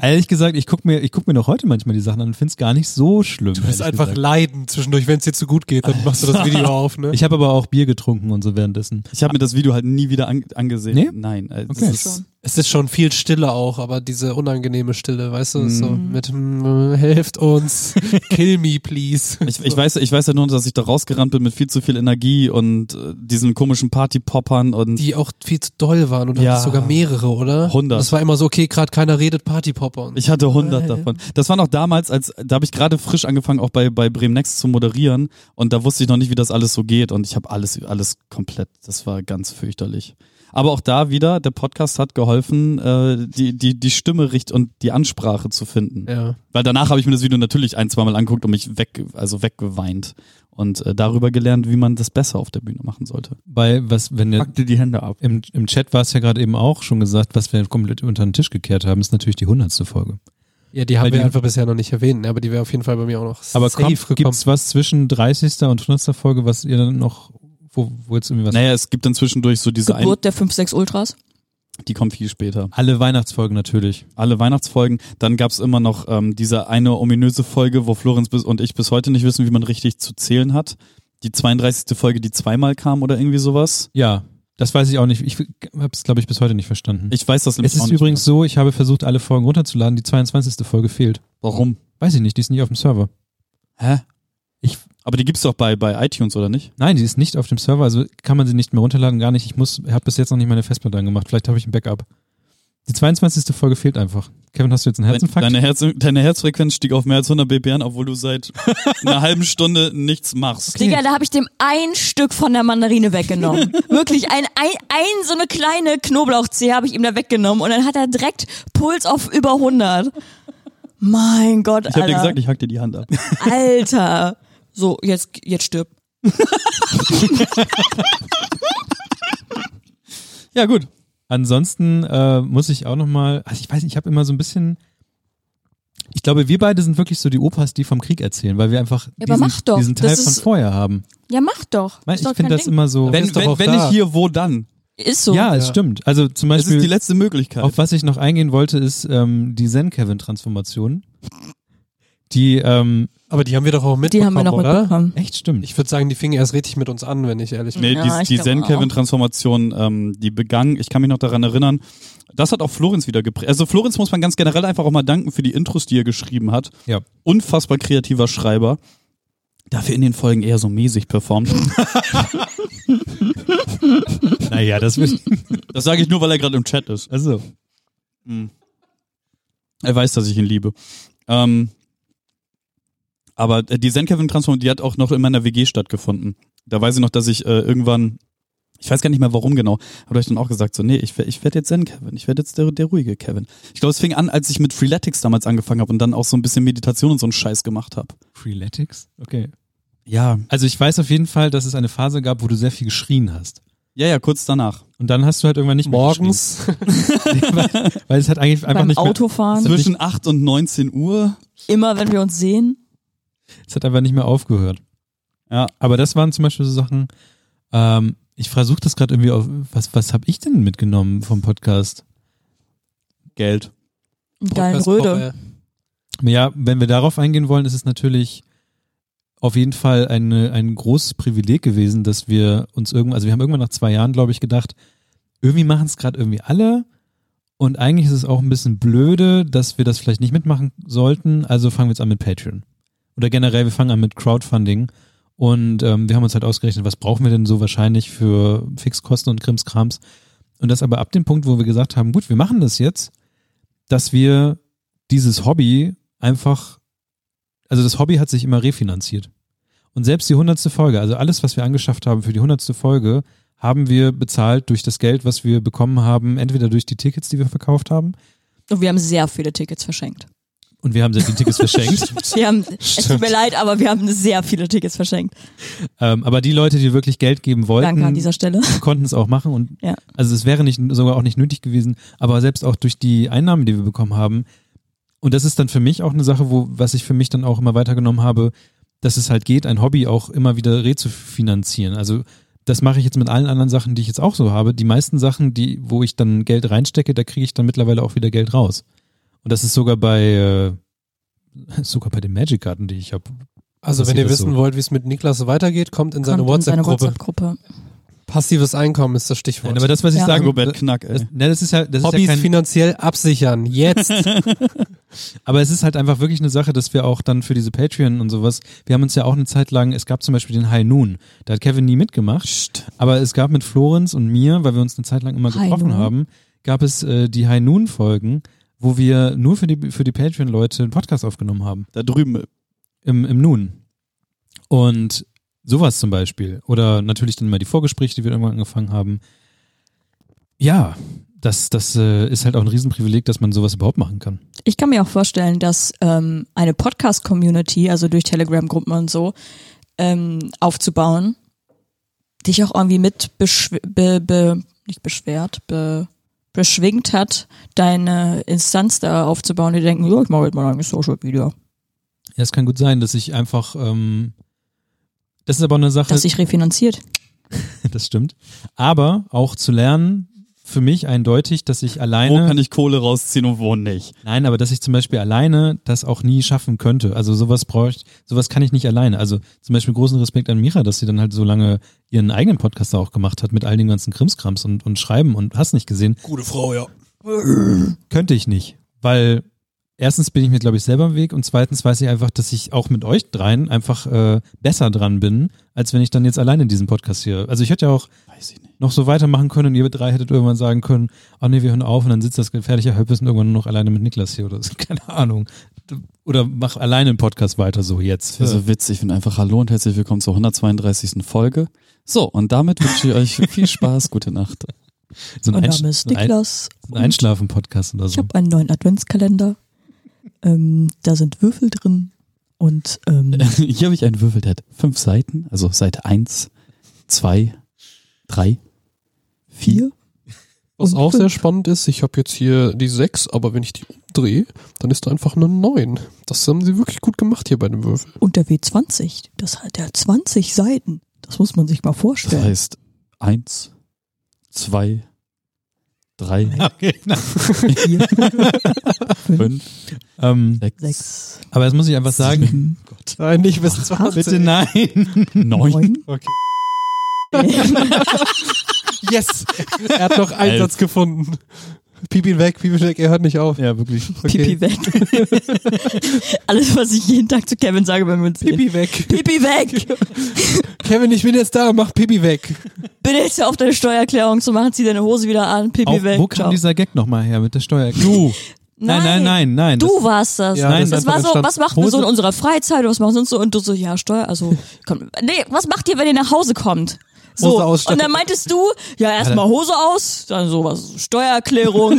ehrlich gesagt, ich guck mir, ich guck mir noch heute manchmal die Sachen an und find's gar nicht so schlimm. du bist ehrlich einfach gesagt. leiden zwischendurch, wenn es dir zu gut geht, dann machst *laughs* du das Video auf, ne? Ich habe aber auch Bier getrunken und so währenddessen. ich habe mir das Video halt nie wieder an, angesehen. Nee? Nein. Äh, das Okay. ist, Es ist schon viel Stille auch, aber diese unangenehme Stille, weißt du, ist so mit mm, helft *laughs* uns, kill me please. ich, ich, weiß, ich weiß ja nur, dass ich da rausgerannt bin mit viel zu viel Energie und äh, diesen komischen Partypoppern und die auch viel zu doll waren und Ja. ja. sogar mehrere, oder? 100. Das war immer so, okay, gerade keiner redet Partypopper und Ich hatte 100 Geil. davon. Das war noch damals, als da habe ich gerade frisch angefangen, auch bei, bei Bremen Next zu moderieren. Und da wusste ich noch nicht, wie das alles so geht. Und ich habe alles, alles komplett. Das war ganz fürchterlich. Aber auch da wieder, der Podcast hat geholfen, äh, die, die, die Stimme richt und die Ansprache zu finden. ja. Weil danach habe ich mir das Video natürlich ein, zweimal angeguckt und mich weg, also weggeweint. Und äh, darüber gelernt, wie man das besser auf der Bühne machen sollte. Bei was, wenn ihr, dir die Hände ab. im, im Chat war es ja gerade eben auch schon gesagt, was wir komplett unter den Tisch gekehrt haben, ist natürlich die hundertste Folge. Ja, die haben Weil wir die- einfach bisher noch nicht erwähnt, ne, aber die wäre auf jeden Fall bei mir auch noch Aber safe kommt, gekommen. gibt's was zwischen 30. und 100. Folge, was ihr dann noch, wo, wo jetzt irgendwie was? Naja, es gibt dann zwischendurch so diese ein, Geburt der 5-6 Ultras. die kommen viel später. Alle Weihnachtsfolgen natürlich. alle Weihnachtsfolgen. Dann gab's immer noch ähm, diese eine ominöse Folge, wo Florenz bis und ich bis heute nicht wissen, wie man richtig zu zählen hat. Die 32. Folge, die zweimal kam oder irgendwie sowas. Ja, das weiß ich auch nicht. Ich habe es, glaube ich, bis heute nicht verstanden. Ich weiß das nämlich es auch ist nicht übrigens so, ich habe versucht, alle Folgen runterzuladen. Die 22. Folge fehlt. mehr. Warum? Weiß ich nicht, die ist nicht auf dem Server. Hä? Ich- Aber die gibt's doch bei, bei iTunes, oder nicht? Nein, die ist nicht auf dem Server, also kann man sie nicht mehr runterladen, gar nicht. Ich muss, habe bis jetzt noch nicht meine Festplatte angemacht. Vielleicht habe ich ein Backup. Die 22. Folge fehlt einfach. Kevin, hast du jetzt einen Herzinfarkt? Deine, Herz, deine Herzfrequenz stieg auf mehr als 100 BPM, obwohl *laughs* du seit einer halben Stunde nichts machst. Digga, da habe ich dem ein Stück von der Mandarine weggenommen. Wirklich, ein, ein, ein so eine kleine Knoblauchzehe habe ich ihm da weggenommen und dann hat er direkt Puls auf über 100. Mein Gott, Ich hab Alter. dir gesagt, ich hack dir die Hand ab. Alter. So, jetzt, jetzt stirb. Ja, gut. Ansonsten äh, muss ich auch nochmal, also ich weiß nicht, ich habe immer so ein bisschen. Ich glaube, wir beide sind wirklich so die Opas, die vom Krieg erzählen, weil wir einfach aber diesen, mach doch. diesen Teil Das von ist- vorher haben. Ja, mach doch. Ich Ist doch finde kein das Ding. immer so. Wenn- Wenn, ist doch wenn, auch wenn da. nicht hier, wo dann? Ist so. ja, es Ja. stimmt. Also zum Es ist die Beispiel, letzte Möglichkeit. auf was ich noch eingehen wollte, ist ähm, die Zen-Kevin-Transformation. Die, ähm, aber die haben wir doch auch Die haben mitbekommen, wir noch oder? mitbekommen. echt stimmt. Ich würde sagen, die fingen erst richtig mit uns an, wenn ich ehrlich bin. Nee, Ja, ich die, die glaube Zen-Kevin-Transformation, ähm, die begann, ich kann mich noch daran erinnern, das hat auch Florenz wieder geprägt. Also Florenz muss man ganz generell einfach auch mal danken für die Intros, die er geschrieben hat. Ja. Unfassbar kreativer Schreiber. Dafür in den Folgen eher so mäßig performt. naja, das *laughs* wird. Das sage ich nur, weil er gerade im Chat ist. Hm. Also, Er weiß, dass ich ihn liebe. Ähm, aber äh, die Zen-Kevin-Transformation, die hat auch noch in meiner WG stattgefunden. da weiß ich noch, dass ich äh, irgendwann, ich weiß gar nicht mehr warum genau, habe ich dann auch gesagt, so, nee, ich, wer- ich werde jetzt Zen Kevin, ich werde jetzt der, der ruhige Kevin. Ich glaube, es fing an, als ich mit Freeletics damals angefangen habe und dann auch so ein bisschen Meditation und so einen Scheiß gemacht habe. Freeletics? Okay. Ja. Also ich weiß auf jeden Fall, dass es eine Phase gab, wo du sehr viel geschrien hast. Ja, ja, kurz danach. Und dann hast du halt irgendwann nicht Morgens. mehr geschrien. *laughs* weil, weil es halt eigentlich einfach Beim nicht Autofahren. Zwischen 8 und 19 Uhr. Immer wenn wir uns sehen. mehr, es hat einfach nicht mehr aufgehört. Ja. Aber das waren zum Beispiel so Sachen, ähm, ich versuche das gerade irgendwie auf, was, was habe ich denn mitgenommen vom Podcast? Geld. Einen geilen Podcast- Röde. Ja, wenn wir darauf eingehen wollen, ist es natürlich auf jeden Fall eine, ein großes Privileg gewesen, dass wir uns irgendwann, also wir haben irgendwann nach zwei Jahren, glaube ich, gedacht, irgendwie machen es gerade irgendwie alle und eigentlich ist es auch ein bisschen blöde, dass wir das vielleicht nicht mitmachen sollten, also fangen wir jetzt an mit Patreon. Oder generell, wir fangen an mit Crowdfunding und ähm, wir haben uns halt ausgerechnet, was brauchen wir denn so wahrscheinlich für Fixkosten und Krimskrams und das aber ab dem Punkt, wo wir gesagt haben, gut, wir machen das jetzt, dass wir dieses Hobby einfach, also das Hobby hat sich immer refinanziert. Und selbst die hundertste Folge, also alles, was wir angeschafft haben für die hundertste Folge, haben wir bezahlt durch das Geld, was wir bekommen haben, entweder durch die Tickets, die wir verkauft haben, Und wir haben sehr viele Tickets verschenkt. und wir haben sehr viele *laughs* Tickets verschenkt. Wir haben, es tut mir leid, aber wir haben sehr viele Tickets verschenkt. ähm, aber die Leute, die wirklich Geld geben Danke an wollten, dieser Stelle. konnten es auch machen und Ja. also es wäre nicht sogar auch nicht nötig gewesen, aber selbst auch durch die Einnahmen, die wir bekommen haben und das ist dann für mich auch eine Sache, wo was ich für mich dann auch immer weitergenommen habe, dass es halt geht, ein Hobby auch immer wieder rezufinanzieren. Also das mache ich jetzt mit allen anderen Sachen, die ich jetzt auch so habe. Die meisten Sachen, die wo ich dann Geld reinstecke, da kriege ich dann mittlerweile auch wieder Geld raus. Und das ist sogar bei äh, *laughs* sogar bei den Magic Karten, die ich habe. Also, wenn Passiert ihr das wissen so? wollt, wie es mit Niklas so weitergeht, kommt in seine Kommt in seine WhatsApp-Gruppe. WhatsApp-Gruppe. Passives Einkommen ist das Stichwort. Nein, aber das, was ich Ja. sagen, Robert Knack, das, ey. ne, das ist ja, das ist Hobbys ja kein, finanziell *laughs* absichern. Jetzt. Aber es ist halt einfach wirklich eine Sache, dass wir auch dann für diese Patreon und sowas, wir haben uns ja auch eine Zeit lang, es gab zum Beispiel den High Noon, da hat Kevin nie mitgemacht, aber es gab mit Florenz und mir, weil wir uns eine Zeit lang immer High getroffen Noon. haben, gab es äh, die High Noon Folgen, wo wir nur für die, für die Patreon-Leute einen Podcast aufgenommen haben, Da drüben. im, im Noon. Und sowas zum Beispiel. Oder natürlich dann mal die Vorgespräche, die wir irgendwann angefangen haben. Ja, das, das äh, ist halt auch ein Riesenprivileg, dass man sowas überhaupt machen kann. Ich kann mir auch vorstellen, dass ähm, eine Podcast-Community, also durch Telegram-Gruppen und so, ähm, aufzubauen, dich auch irgendwie mit beschw be be nicht beschwert, be beschwingt hat, deine Instanz da aufzubauen, die denken, so, ich mache jetzt mal ein Social Media. Ja, es kann gut sein, dass ich einfach. Ähm, das ist aber eine Sache, Das sich refinanziert. *laughs* das stimmt. Aber auch zu lernen, für mich eindeutig, dass ich Wo alleine. kann ich Kohle rausziehen und wo nicht? nein, aber dass ich zum Beispiel alleine das auch nie schaffen könnte. Also sowas bräuchte, sowas kann ich nicht alleine. Also zum Beispiel großen Respekt an Mira, dass sie dann halt so lange ihren eigenen Podcast da auch gemacht hat mit all dem ganzen Krimskrams und, und Schreiben und hast nicht gesehen. Gute Frau, ja. Könnte ich nicht, weil erstens bin ich mir, glaube ich, selber im Weg und zweitens weiß ich einfach, dass ich auch mit euch dreien einfach äh, besser dran bin, als wenn ich dann jetzt alleine diesen Podcast hier. Also ich hätte ja auch Weiß ich nicht. noch so weitermachen können und ihr drei hättet irgendwann sagen können, oh nee, wir hören auf und dann sitzt das gefährliche Halbwissen irgendwann nur noch alleine mit Niklas hier oder so. *laughs* Keine Ahnung. Oder mach alleine einen Podcast weiter so jetzt. Also Das wäre so witzig und einfach hallo und herzlich willkommen zur 132. Folge. So, und damit wünsche ich euch viel Spaß, gute Nacht. *laughs* so Mein ein, Name ist Einsch- ein, Niklas. ein Einschlafen-Podcast oder Ich so. habe einen neuen Adventskalender. Ähm, da sind Würfel drin. Und ähm, Hier habe ich einen Würfel, der hat fünf Seiten, also Seite eins, zwei, drei, vier. vier. Was Und auch fünf. sehr spannend ist, ich habe jetzt hier die 6, aber wenn ich die umdrehe, dann ist da einfach eine 9. Das haben sie wirklich gut gemacht hier bei dem Würfel. Und der W20, das hat ja 20 Seiten. Das muss man sich mal Das vorstellen. heißt eins, zwei, drei, *laughs* Okay, na, Vier, fünf, ähm, sechs, sechs, aber das muss ich einfach sagen. *laughs* sieben, Nein, nicht bis 20. Bitte nein. neun. neun. Okay. Okay. Yes! *laughs* er hat noch einen Elf. Satz gefunden. Piep ihn weg, piep ihn weg, er hört nicht auf. Ja, wirklich. Pipi weg. Alles, was ich jeden Tag zu Kevin sage, wenn wir uns sehen. Pipi weg. Pipi weg! Kevin, ich bin jetzt da, mach Pipi weg. Bin jetzt auf deine Steuererklärung zu machen, zieh deine Hose wieder an, Pipi Auch, weg. wo kam Ciao. dieser Gag nochmal her mit der Steuer? Du. Nein, nein, nein, nein. Du warst das. Ja, das das, ist war einfach so, entstanden. was macht man so in Hose- unserer Freizeit, was machen wir sonst so? Und du so, ja, Steuer, also, komm, nee, was macht ihr, wenn ihr nach Hause kommt? So, Hose aus, und dann meintest du, ja, erstmal Hose aus, dann sowas, Steuererklärung.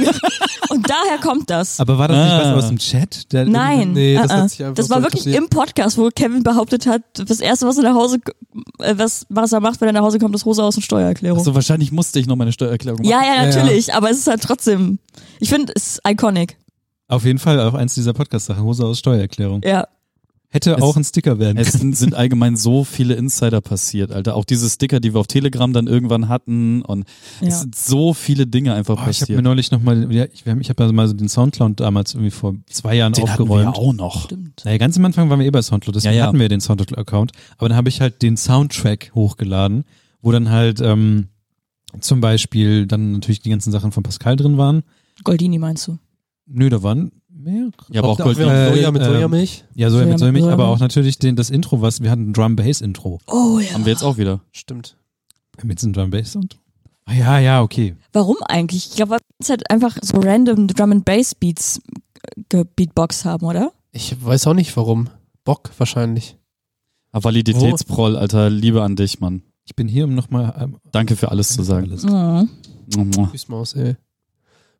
und daher kommt das. aber war das nicht Ah. was aus dem Chat? Der- Nein, Nee, das äh, hat äh. sich einfach das so war wirklich passiert. im Podcast, wo Kevin behauptet hat, das erste, was er nach Hause, äh, was, was er macht, wenn er nach Hause kommt, ist Hose aus und Steuererklärung. Also wahrscheinlich musste ich noch meine Steuererklärung machen. ja, ja, Ja, ja. natürlich, aber es ist halt trotzdem, ich finde, es ist iconic, Auf jeden Fall auch eins dieser Podcast-Sachen, Hose aus Steuererklärung. ja. Hätte Es- auch ein Sticker werden Es sind sind allgemein so viele Insider passiert, Alter. Auch diese Sticker, die wir auf Telegram dann irgendwann hatten und Ja. es sind so viele Dinge einfach Boah, ich habe mir passiert. neulich nochmal, ja, ich, wir haben- ich habe also mal so den Soundcloud damals irgendwie vor zwei Jahren aufgeräumt. ja auch noch. Stimmt. Naja, ganz am Anfang waren wir eh bei Soundcloud, deswegen Ja, ja. hatten wir den Soundcloud-Account. Aber dann habe ich halt den Soundtrack hochgeladen, wo dann halt ähm, zum Beispiel dann natürlich die ganzen Sachen von Pascal drin waren. Goldini meinst du? Nö, da waren mehr. Ja, aber auch Auch mit Goldini. Äh, Soja, mit ähm, Sojamilch. Ja, so Soja mit mit Säumig, Säumig. aber auch natürlich den, das Intro, was wir hatten, ein Drum-Bass-Intro. Oh ja. Haben wir jetzt auch wieder. Stimmt. Mit diesem Drum-Bass-Intro? Ah, ja, ja, okay. Warum eigentlich? Ich glaube, weil wir halt einfach so random Drum and Bass Beats äh, Beatbox haben, oder? Ich weiß auch nicht warum. Bock wahrscheinlich. Aber Ah, Validitätsproll, Alter, Liebe an dich, Mann. Ich bin hier, um nochmal ähm, Danke für alles zu sagen. alles. Mhm. Mua. Süßmaus, ey.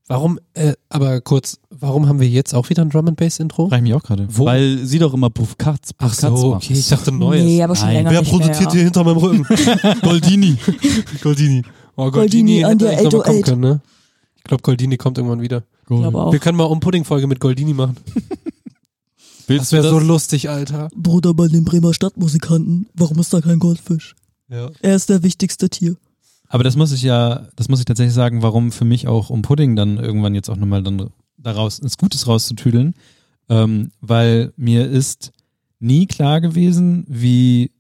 Warum, äh, aber kurz, warum haben wir jetzt auch wieder ein Drum and Bass Intro? Frage ich mich auch gerade. Wo? Weil sie doch immer Puff Katz, Puff Katz macht. Ich dachte neues. Nee, aber schon Nein. länger Wer nicht produziert mehr, hier hinter *laughs* meinem Rücken? Goldini. Goldini. Oh, Goldini hätte an der eigentlich noch mal kommen 808. können, ne? Ich glaube, Goldini kommt irgendwann wieder. ja. glaube auch. Wir können mal um Pudding-Folge mit Goldini machen. Willst Das wäre du so lustig, Alter. Bruder bei den Bremer Stadtmusikanten. Warum ist da kein Goldfisch? Ja. Er ist der wichtigste Tier. Aber das muss ich ja, das muss ich tatsächlich sagen, warum für mich auch um Pudding dann irgendwann jetzt auch nochmal dann daraus ins Gutes rauszutüdeln, ähm, weil mir ist nie klar gewesen, wie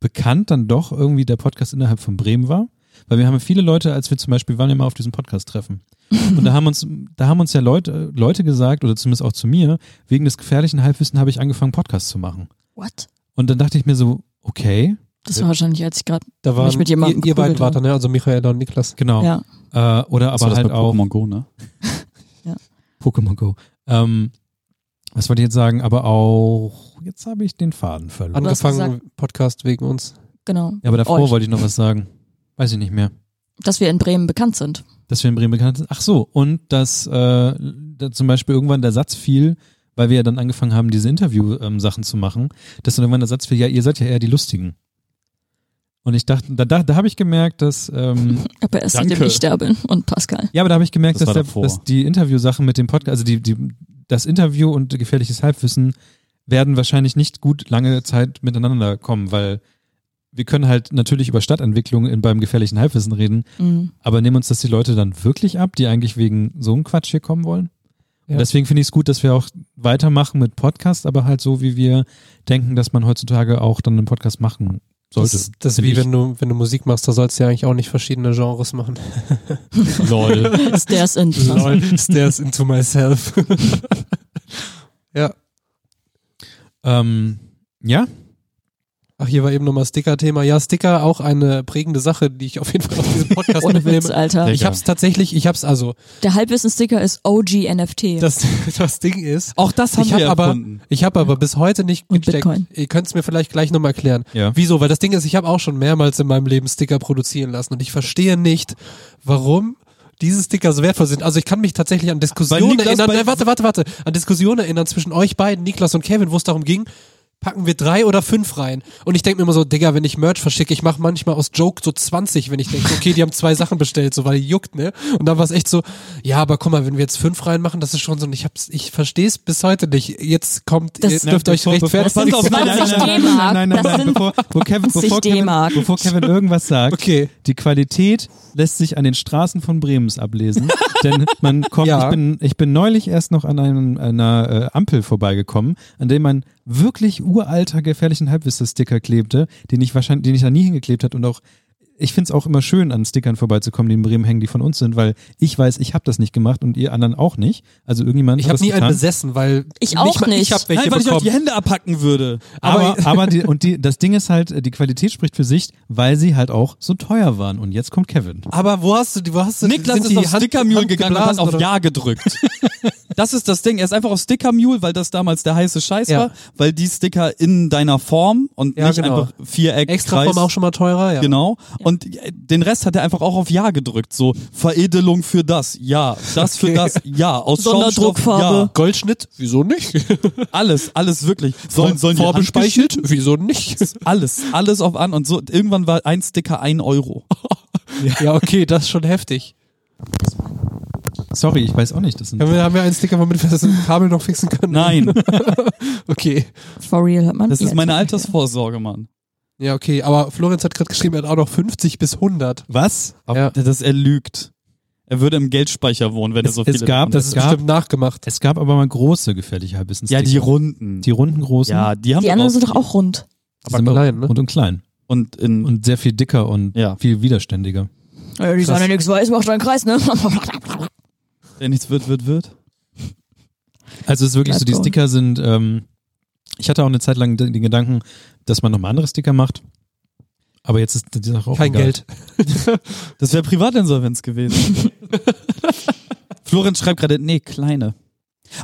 bekannt dann doch irgendwie der Podcast innerhalb von Bremen war. Weil wir haben viele Leute, als wir zum Beispiel waren ja mal auf diesem Podcast *laughs* treffen. Und da haben uns, da haben uns ja Leute, Leute gesagt, oder zumindest auch zu mir, wegen des gefährlichen Halbwissen habe ich angefangen, Podcast zu machen. What? Und dann dachte ich mir so, okay, Das war wahrscheinlich, als ich gerade. Da Hab waren ich mit jemandem ihr, ihr beiden geprügelt, wart dann, ne? Also Michaela und Niklas. genau. Ja. Äh, oder das war aber das halt bei auch. Pokémon Go, ne? Pokémon Go. Ähm, was wollte ich jetzt sagen? Aber auch, jetzt habe ich den Faden verloren. hast Angefangen Podcast wegen uns. Genau. Ja, aber davor euch. wollte ich noch was sagen. Weiß ich nicht mehr. Dass wir in Bremen bekannt sind. Dass wir in Bremen bekannt sind. Ach so, und dass äh, da zum Beispiel irgendwann der Satz fiel, weil wir ja dann angefangen haben, diese Interview-Sachen zu machen, dass dann irgendwann der Satz fiel, ja, ihr seid ja eher die Lustigen. Und ich dachte, da, da, da habe ich gemerkt, dass ähm, Aber erst Danke. seitdem ich da bin und Pascal. Ja, aber da habe ich gemerkt, Das dass, war der, davor. dass die Interviewsachen mit dem Podcast, also die, die, das Interview und gefährliches Halbwissen werden wahrscheinlich nicht gut lange Zeit miteinander kommen, weil wir können halt natürlich über Stadtentwicklung in beim gefährlichen Halbwissen reden, Mhm. aber nehmen uns das die Leute dann wirklich ab, die eigentlich wegen so einem Quatsch hier kommen wollen? Ja. Deswegen finde ich es gut, dass wir auch weitermachen mit Podcast, aber halt so, wie wir denken, dass man heutzutage auch dann einen Podcast machen sollte. Das, das ist Finde wie ich. wenn du, wenn du Musik machst, da sollst du ja eigentlich auch nicht verschiedene Genres machen. Lol. Ist der ist in. Lol, Stairs into myself. ja. *laughs* Ähm, ja, Ach, hier war eben nochmal Sticker-Thema. Ja, Sticker auch eine prägende Sache, die ich auf jeden Fall aus diesem Podcast Ohne Witz, mitnehme. Alter. Ich hab's tatsächlich, ich hab's also, Der Halbwissen-Sticker ist OG NFT. das, *laughs* das Ding ist, Auch das haben ich wir habe aber, erfunden. ich habe aber bis heute nicht Und gecheckt. Bitcoin. Ihr könnt's mir vielleicht gleich nochmal erklären. Ja. Wieso? Weil das Ding ist, ich habe auch schon mehrmals in meinem Leben Sticker produzieren lassen und ich verstehe nicht, warum diese Sticker so wertvoll sind. Also ich kann mich tatsächlich an Diskussionen Niklas erinnern, bei- äh, warte, warte, warte, an Diskussionen erinnern zwischen euch beiden, Niklas und Kevin, wo es darum ging, packen wir drei oder fünf rein. Und ich denke mir immer so, Digga, wenn ich Merch verschicke, ich mache manchmal aus Joke so 20, wenn ich denke, okay, die haben zwei Sachen bestellt, so weil die juckt, ne? Und dann war es echt so, ja, aber guck mal, wenn wir jetzt fünf reinmachen, das ist schon so, und ich hab's, ich verstehe es bis heute nicht. Jetzt kommt, Das- ihr dürft euch rechtfertigen. auf, nein, nein, nein, nein, nein, nein, nein, nein, bevor, wo Kevin, 20 bevor, Kevin, D-Mark. bevor Kevin irgendwas sagt, Okay. die Qualität lässt sich an den Straßen von Bremens *laughs* ablesen, denn man kommt, Ja. ich, bin, ich bin neulich erst noch an einem, einer äh, Ampel vorbeigekommen, an dem ein wirklich uralter gefährlichen Halbwissen-Sticker klebte, den ich wahrscheinlich, den ich da nie hingeklebt hat und auch ich find's auch immer schön, an Stickern vorbeizukommen, die in Bremen hängen, die von uns sind, weil ich weiß, ich hab das nicht gemacht und ihr anderen auch nicht. Also irgendjemand Ich hat habe das nie einen getan. besessen, weil Ich auch mal Ich nicht. habe welche Nein, weil ich euch bekommen. die Hände abhacken würde. Aber, aber die, und die, das Ding ist halt, die Qualität spricht für sich, weil sie halt auch so teuer waren. Und jetzt kommt Kevin. aber wo hast du die? Wo hast du? Niklas sind ist die auf Hand- Stickermühlen gegangen und hat handgeblasen *laughs* auf oder- Ja gedrückt. Das ist das Ding. Er ist einfach auf Sticker-Mule, weil das damals der heiße Scheiß Ja. war, weil die Sticker in deiner Form und Ja, nicht genau. einfach Viereck, Extra Kreis. Form auch schon mal teurer, ja. Genau. Und äh, den Rest hat er einfach auch auf Ja gedrückt. So Veredelung für das, ja. Das für Okay. das, ja. Aus Sonderdruckfarbe. Schaumstoff, Goldschnitt, wieso nicht? ja. Alles, alles wirklich. *laughs* Sollen, sollen die Vorbespeichelt, wieso nicht? Alles, alles auf an. Und so, irgendwann war ein Sticker ein Euro. Ja, okay, das ist schon heftig. Sorry, ich weiß auch nicht. Das sind Haben wir, haben wir einen Sticker, womit wir das Kabel noch fixen können? Nein, *laughs* Okay. For real hat man. das ist jetzt. meine Altersvorsorge, Mann. Ja, okay, aber Florenz hat gerade geschrieben, er hat auch noch 50 bis 100. Was? Ja. Das er lügt. Er würde im Geldspeicher wohnen, wenn er so es viele gab davon das- Das hätte. ist gab- bestimmt nachgemacht. Es gab aber mal große gefährliche halbwissen Ja, die runden. die runden großen. ja, die haben Die wir anderen sind raus- doch auch rund. aber klein, ne? Und und klein. und in Und sehr viel dicker und Ja. viel widerständiger. Ja, die sagen ja nichts weiß, macht einen Kreis, ne? der nichts wird, wird, wird. Also es ist wirklich so, die Bleibt so. Sticker sind, ähm, ich hatte auch eine Zeit lang den den Gedanken, dass man nochmal andere Sticker macht. Aber jetzt ist die Sache auch Kein egal. Geld. *laughs* Das wäre Privatinsolvenz gewesen. *laughs* Florenz schreibt gerade, nee, kleine.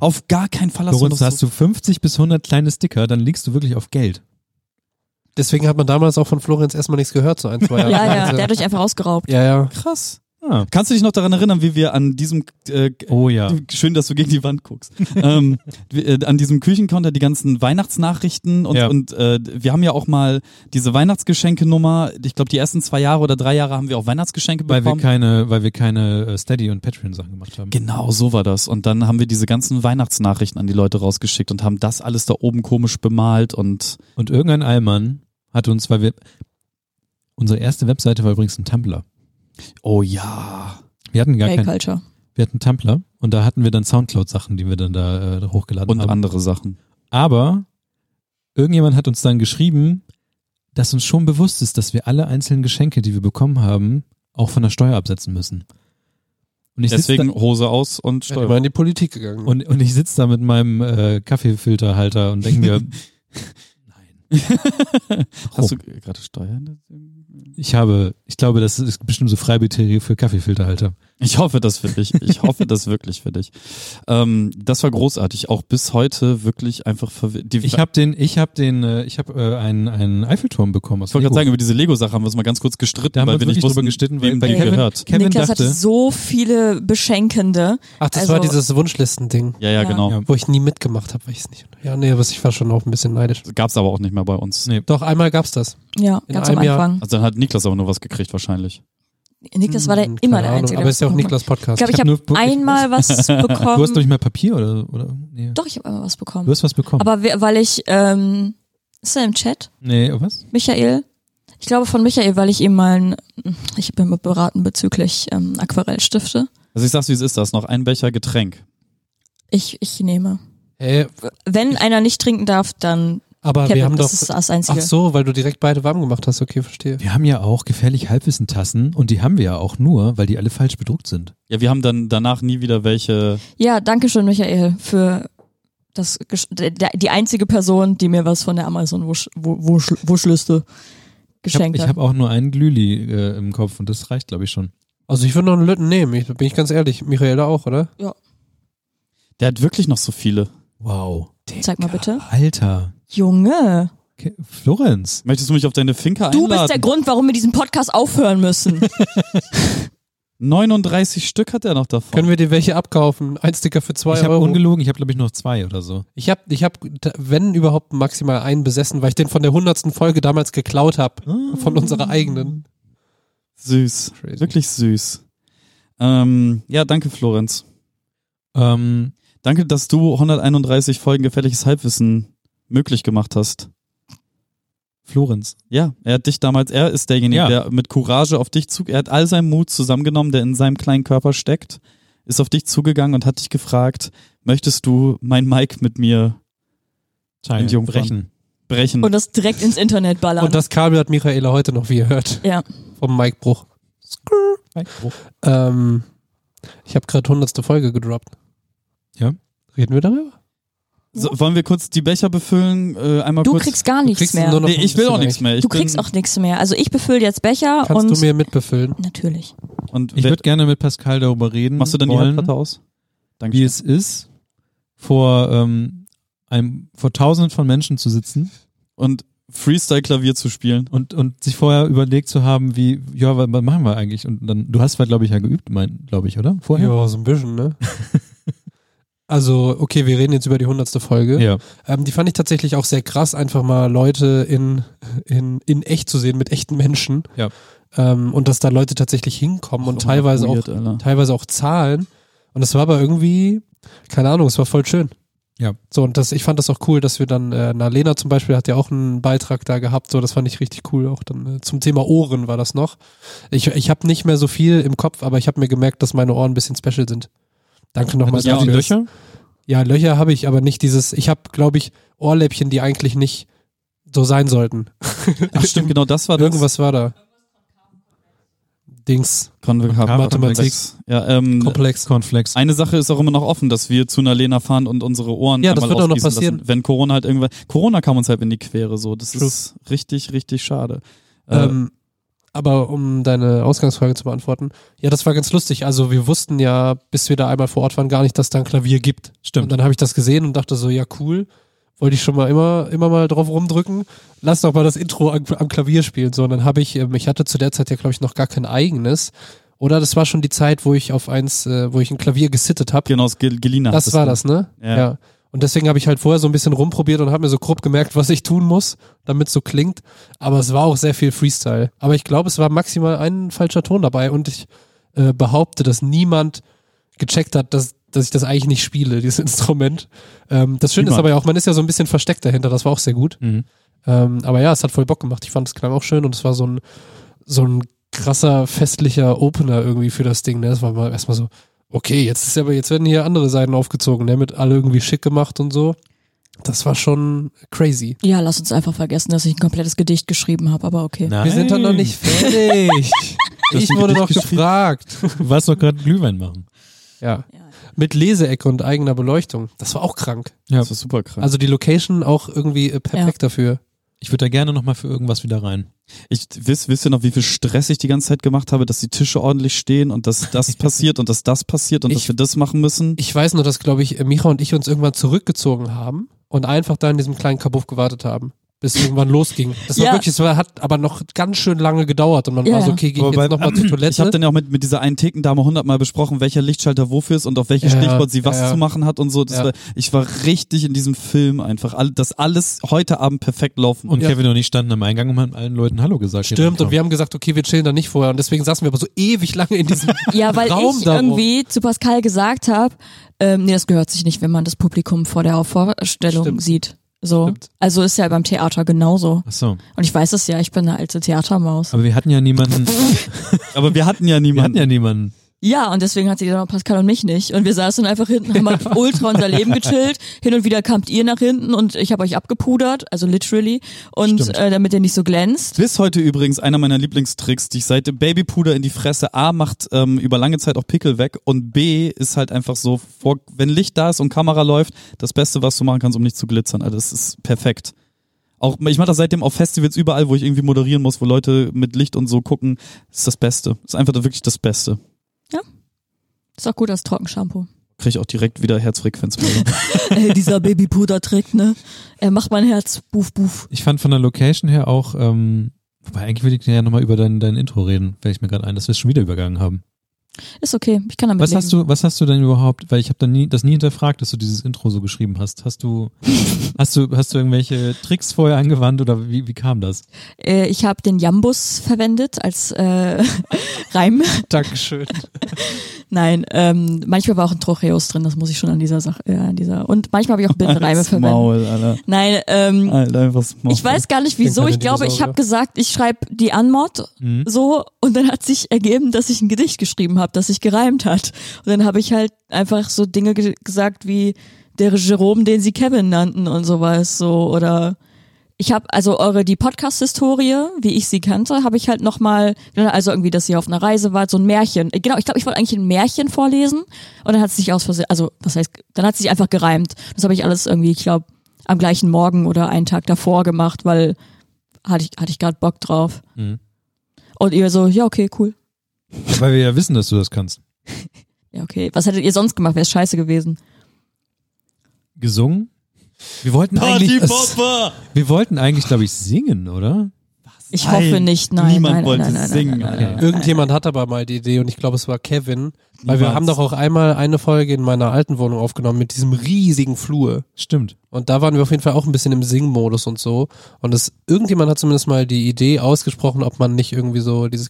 Auf gar keinen Fall hast Lorenz, du noch hast so du 50 bis 100 kleine Sticker, dann liegst du wirklich auf Geld. Deswegen hat man damals auch von Florenz erstmal nichts gehört, so ein, zwei *laughs* Ja, *laughs* Jahre. ja, Also, der hat euch einfach ausgeraubt. ja, ja. krass. Ah. Kannst du dich noch daran erinnern, wie wir an diesem äh, Oh ja. Du- Schön, dass du gegen die *laughs* Wand guckst. ähm, wir- äh, an diesem Küchencounter die ganzen Weihnachtsnachrichten und, Ja. und äh, wir haben ja auch mal diese Weihnachtsgeschenke-Nummer. Ich glaube, die ersten zwei Jahre oder drei Jahre haben wir auch Weihnachtsgeschenke Weil wir bekommen. keine, weil wir keine äh, Steady und Patreon Sachen gemacht haben. Genau, so war das. Und dann haben wir diese ganzen Weihnachtsnachrichten an die Leute rausgeschickt und haben das alles da oben komisch bemalt und Und irgendein Allmann hat uns, weil wir unsere erste Webseite war übrigens ein Tumblr. oh ja. Wir hatten gar hey, keinen, Culture. wir hatten Tumblr und da hatten wir dann Soundcloud Sachen, die wir dann da äh, hochgeladen Und haben. andere Sachen. Aber irgendjemand hat uns dann geschrieben, dass uns schon bewusst ist, dass wir alle einzelnen Geschenke, die wir bekommen haben, auch von der Steuer absetzen müssen. Und ich sitze Deswegen Hose aus und Ich bin mal Steuer. in die Politik gegangen. da, und, und ich sitz da mit meinem äh, Kaffeefilterhalter und denke mir, Hast du gerade Steuern? ich habe, ich glaube, das ist bestimmt so Freibeträge für Kaffeefilterhalter. Ich hoffe das für dich. Ich hoffe das wirklich für dich. Ähm, das war großartig. Auch bis heute wirklich einfach verwirrt. Ich habe den, ich habe den, äh, ich habe äh, einen, einen Eiffelturm bekommen. Aus wollte gerade Lego. sagen, über diese Lego-Sache haben wir uns mal ganz kurz gestritten, Da haben wir weil uns wir nicht wirklich drüber wussten, gestritten, weil wem bei die Kevin- gehört. Kevin Niklas dachte, hatte so viele Beschenkende. Ach, das Also- war dieses Wunschlistending, Ja, ja, Ja. genau. Ja. wo ich nie mitgemacht habe, weil ich es nicht. Ja, nee, aber ich war schon auch ein bisschen neidisch. Gab's aber auch nicht mehr bei uns. Nee. Doch, einmal gab's das. Ja, In ganz am einem Jahr. Anfang. Also dann hat Niklas aber nur was gekriegt wahrscheinlich. Niklas war der Hm, immer keine der Ahnung, Einzige. Aber der ist ja was auch bekommen Niklas Podcast. hat. Ich Ich hab glaube, ich habe nur- einmal was bekommen. du hast doch nicht mal Papier oder oder? Nee. Doch, ich habe einmal was bekommen. Du hast was bekommen. Aber wer- weil ich, ähm, ist er im Chat? nee, oh, was? Michael? Ich glaube von Michael, weil ich ihm mal, ein, ich habe ihn mal beraten bezüglich ähm, Aquarellstifte. Also ich sag's, wie es ist, da ist noch ein Becher Getränk. Ich, ich nehme. Hey, Wenn einer nicht trinken darf, dann aber Kevin, wir haben doch. das ist das Einzige. Ach so, weil du direkt beide warm gemacht hast. Okay, verstehe. Wir haben ja auch gefährlich Halbwissen-Tassen und die haben wir ja auch nur, weil die alle falsch bedruckt sind. Ja, wir haben dann danach nie wieder welche. Ja, danke schön, Michael, für das Gesch- der, der- die einzige Person, die mir was von der Amazon Wusch, Wu- Wusch, Wuschliste Ich habe geschenkt hab auch nur einen Glüli äh, im Kopf und das reicht, glaube ich, schon. Also ich würde noch einen Lütten nehmen. Ich, bin ich ganz ehrlich. Michaela auch, oder? Der hat wirklich noch so viele. Wow. hat. Zeig mal bitte. Alter. Junge, Ke- Florenz. Möchtest du mich auf deine Finker du einladen? bist der Grund, warum wir diesen Podcast aufhören müssen. *laughs* 39 Stück hat er noch davon. Können wir dir welche abkaufen? Ein Sticker für zwei Ich habe Euro. ungelogen, ich habe, glaube ich, noch zwei oder so. Ich habe, ich hab, da- wenn überhaupt, maximal einen besessen, weil ich den von der hundertsten Folge damals geklaut habe. Von Ah. unserer eigenen. süß. Crazy. Wirklich süß. Ähm, ja, danke, Florenz. Ähm, Danke, dass du 131 Folgen gefährliches Halbwissen möglich gemacht hast. Florenz. Ja, er hat dich damals, er ist derjenige, Ja. der mit Courage auf dich zug, er hat all seinen Mut zusammengenommen, der in seinem kleinen Körper steckt, ist auf dich zugegangen und hat dich gefragt, möchtest du mein Mic mit mir Teilen. Entjungfern. Brechen. brechen? Und das direkt ins Internet ballern. Und das Kabel hat Michaela heute noch, wie ihr hört, ja, vom Mike Bruch. Ähm, ich habe gerade hundertste Folge gedroppt. Ja. Reden wir darüber? so, wollen wir kurz die Becher befüllen? Äh, einmal du kurz. kriegst gar Du nichts kriegst mehr. nur noch nee, ein ich will auch bisschen nichts mehr. Ich Du kriegst bin, auch nichts mehr. Also ich befülle jetzt Becher Kannst und du mir mitbefüllen? natürlich. Und Ich wer, würde gerne mit Pascal darüber reden. machst du dann die wollen, Handplatte aus? Danke. wie es ist, vor, ähm, einem, vor tausenden von Menschen zu sitzen Und Freestyle-Klavier zu spielen. und, und sich vorher überlegt zu haben, wie, ja, wa- was machen wir eigentlich? Und dann, du hast, glaube ich, ja geübt, mein, glaube ich, oder? Vorher? Ja, so ein bisschen, ne? *laughs* Also, okay, wir reden jetzt über die hundertste Folge. Ja. Ähm, die fand ich tatsächlich auch sehr krass, einfach mal Leute in, in, in echt zu sehen, mit echten Menschen. Ja. Ähm, und dass da Leute tatsächlich hinkommen und teilweise auch, Oh, Weird, Alter. teilweise auch zahlen. Und das war aber irgendwie, keine Ahnung, es war voll schön. Ja. So, und das, ich fand das auch cool, dass wir dann, äh, na, Lena zum Beispiel hat ja auch einen Beitrag da gehabt, so, das fand ich richtig cool. Auch dann äh, zum Thema Ohren war das noch. Ich, ich habe nicht mehr so viel im Kopf, aber ich habe mir gemerkt, dass meine Ohren ein bisschen special sind. Danke nochmal Hattest du die dafür. Löcher? Ja, Löcher habe ich, aber nicht dieses. Ich habe, glaube ich, Ohrläppchen, die eigentlich nicht so sein sollten. Ach stimmt, genau das war das. Irgendwas war da. Dings. Konvex. Mathematik. Ja, ähm, Komplex. Cornflakes. eine Sache ist auch immer noch offen, dass wir zu einer Lena fahren und unsere Ohren Ja, das einmal wird auch noch ausgießen passieren. Lassen, wenn Corona halt irgendwann. Corona kam uns halt in die Quere so. Das True. ist richtig, richtig schade. Äh, Ähm, aber um deine Ausgangsfrage zu beantworten. Ja, das war ganz lustig. Also wir wussten ja, bis wir da einmal vor Ort waren, gar nicht, dass da ein Klavier gibt. Stimmt. Und dann habe ich das gesehen und dachte so, ja cool. Wollte ich schon mal immer, immer mal drauf rumdrücken. Lass doch mal das Intro am, am Klavier spielen. So, und dann habe ich, ähm, ich hatte zu der Zeit ja, glaube ich, noch gar kein eigenes. Oder das war schon die Zeit, wo ich auf eins, äh, wo ich ein Klavier gesittet habe. genau, es Gel- Gelina. hat Das war das, ne? Ja. Und deswegen habe ich halt vorher so ein bisschen rumprobiert und habe mir so grob gemerkt, was ich tun muss, damit so klingt. Aber es war auch sehr viel Freestyle. Aber ich glaube, es war maximal ein falscher Ton dabei und ich äh, behaupte, dass niemand gecheckt hat, dass, dass ich das eigentlich nicht spiele, *laughs* dieses Instrument. Ähm, das Schöne ist Niemand. aber ja auch, man ist ja so ein bisschen versteckt dahinter, das war auch sehr gut. Mhm. Ähm, aber ja, es hat voll Bock gemacht. Ich fand es klang auch schön und es war so ein, so ein krasser festlicher Opener irgendwie für das Ding. Ne? Das war mal erstmal so, okay, jetzt ist aber, jetzt werden hier andere Seiten aufgezogen, ne? mit alle irgendwie schick gemacht und so. Das war schon crazy. Ja, lass uns einfach vergessen, dass ich ein komplettes Gedicht geschrieben habe, aber okay. Nein. Wir sind doch noch nicht *laughs* fertig. ich wurde doch gefragt. Du warst doch gerade Glühwein machen. Ja. Ja. Mit Leseecke und eigener Beleuchtung. Das war auch krank. Das war super krass. Also die Location auch irgendwie äh, perfekt dafür. Ich würde da gerne nochmal für irgendwas wieder rein. Ich wisst, wisst ihr noch, wie viel Stress ich die ganze Zeit gemacht habe, dass die Tische ordentlich stehen und dass *laughs* das passiert und dass das passiert und Ich- dass wir das machen müssen. Ich weiß nur, dass, glaube ich, äh, Micha und ich uns irgendwann zurückgezogen haben und einfach da in diesem kleinen Kabuff gewartet haben, bis es irgendwann *laughs* losging. Das war Ja. wirklich, es war, hat aber noch ganz schön lange gedauert und man Ja, war so, ja. okay, gehe ich Wobei- jetzt nochmal zur Ich habe Toilette. dann ja auch mit, mit dieser einen Thekendame hundertmal besprochen, welcher Lichtschalter wofür ist und auf welches Ja, Stichwort sie was ja, ja. zu machen hat und so. Das Ja. war, ich war richtig in diesem Film einfach, all, dass alles heute Abend perfekt laufen Und Ja. Kevin und ich standen am Eingang und haben allen Leuten Hallo gesagt. die Stimmt, und wir reinkamen. haben gesagt, okay, wir chillen da nicht vorher. Und deswegen saßen wir aber so ewig lange in diesem Ja, weil *laughs* Raum ich darum. irgendwie zu Pascal gesagt habe, ähm, nee, das gehört sich nicht, wenn man das Publikum vor der Vorstellung Stimmt. sieht. So. Stimmt. Also ist ja beim Theater genauso. Ach so. Und ich weiß es ja, ich bin eine alte Theatermaus. Aber wir hatten ja *laughs* niemanden. Aber wir hatten ja wir hatten niemanden. ja niemanden. Ja, und deswegen hat sie dann auch Pascal und mich nicht. Und wir saßen einfach hinten, haben *laughs* halt ultra unser Leben gechillt. Hin und wieder kamt ihr nach hinten und ich habe euch abgepudert, also literally. Und Stimmt. äh, damit ihr nicht so glänzt. Bis heute übrigens einer meiner Lieblingstricks, die ich seit dem Babypuder in die Fresse A macht ähm, über lange Zeit auch Pickel weg und B ist halt einfach so, vor, wenn Licht da ist und Kamera läuft, das Beste, was du machen kannst, um nicht zu glitzern. Also das ist perfekt. Auch ich mache das seitdem auf Festivals überall, wo ich irgendwie moderieren muss, wo Leute mit Licht und so gucken, ist das Beste. Ist einfach wirklich das Beste. Ist auch gut als Trockenshampoo. Kriege ich auch direkt *laughs* wieder Herzfrequenzmeldung. Ey, dieser Babypuder-Trick, ne? Er macht mein Herz buf buf. Ich fand von der Location her auch, ähm, wobei eigentlich würde ich ja nochmal über dein, dein Intro reden, fällt ich mir gerade ein, dass wir es schon wieder übergangen haben. Ist okay, ich kann damit Was leben. hast du, was hast du denn überhaupt, weil ich habe nie, das nie hinterfragt, dass du dieses Intro so geschrieben hast. Hast *laughs* du, hast du, hast du irgendwelche Tricks vorher angewandt oder wie, wie kam das? Äh, ich habe den Jambus verwendet als äh, *laughs* Reim. Dankeschön. *laughs* Nein, ähm, manchmal war auch ein Trocheus drin, das muss ich schon an dieser Sache, äh, an dieser. Und manchmal habe ich auch Bildreime Als verwendet. Maul, Ah, Alter. Nein, ähm, Alter, einfach das Maul. ich weiß gar nicht wieso. Denk an Ich den glaube, ich Dinosaurier. habe gesagt, ich schreibe die Anmod Mhm. so und dann hat sich ergeben, dass ich ein Gedicht geschrieben habe, das sich gereimt hat. Und dann habe ich halt einfach so Dinge ge gesagt wie der Jerome, den sie Kevin nannten und sowas so oder ich habe also eure die Podcast Historie, wie ich sie kannte, habe ich halt noch mal also irgendwie, dass ihr auf einer Reise wart, so ein Märchen. Äh, Genau, ich glaube, ich wollte eigentlich ein Märchen vorlesen und dann hat es sich aus Versehen, also was heißt, dann hat es sich einfach gereimt. Das habe ich alles irgendwie, ich glaube, am gleichen Morgen oder einen Tag davor gemacht, weil hatte ich hatte ich gerade Bock drauf. Mhm. Und ihr so, ja okay, cool. Weil wir ja wissen, dass du das kannst. Ja okay, was hättet ihr sonst gemacht? Wäre scheiße gewesen. gesungen. Wir wollten eigentlich, es, Popper! wir wollten eigentlich, glaube ich, singen, oder? Ich Nein, hoffe nicht, nein. niemand nein, nein, wollte nein, nein, singen, Nein, Alter. nein, nein, nein. Irgendjemand hat aber mal die Idee und ich glaube, es war Kevin. Weil wir Niemals. haben doch auch einmal eine Folge in meiner alten Wohnung aufgenommen mit diesem riesigen Flur. Stimmt. Und da waren wir auf jeden Fall auch ein bisschen im Singmodus und so. Und es, irgendjemand hat zumindest mal die Idee ausgesprochen, ob man nicht irgendwie so dieses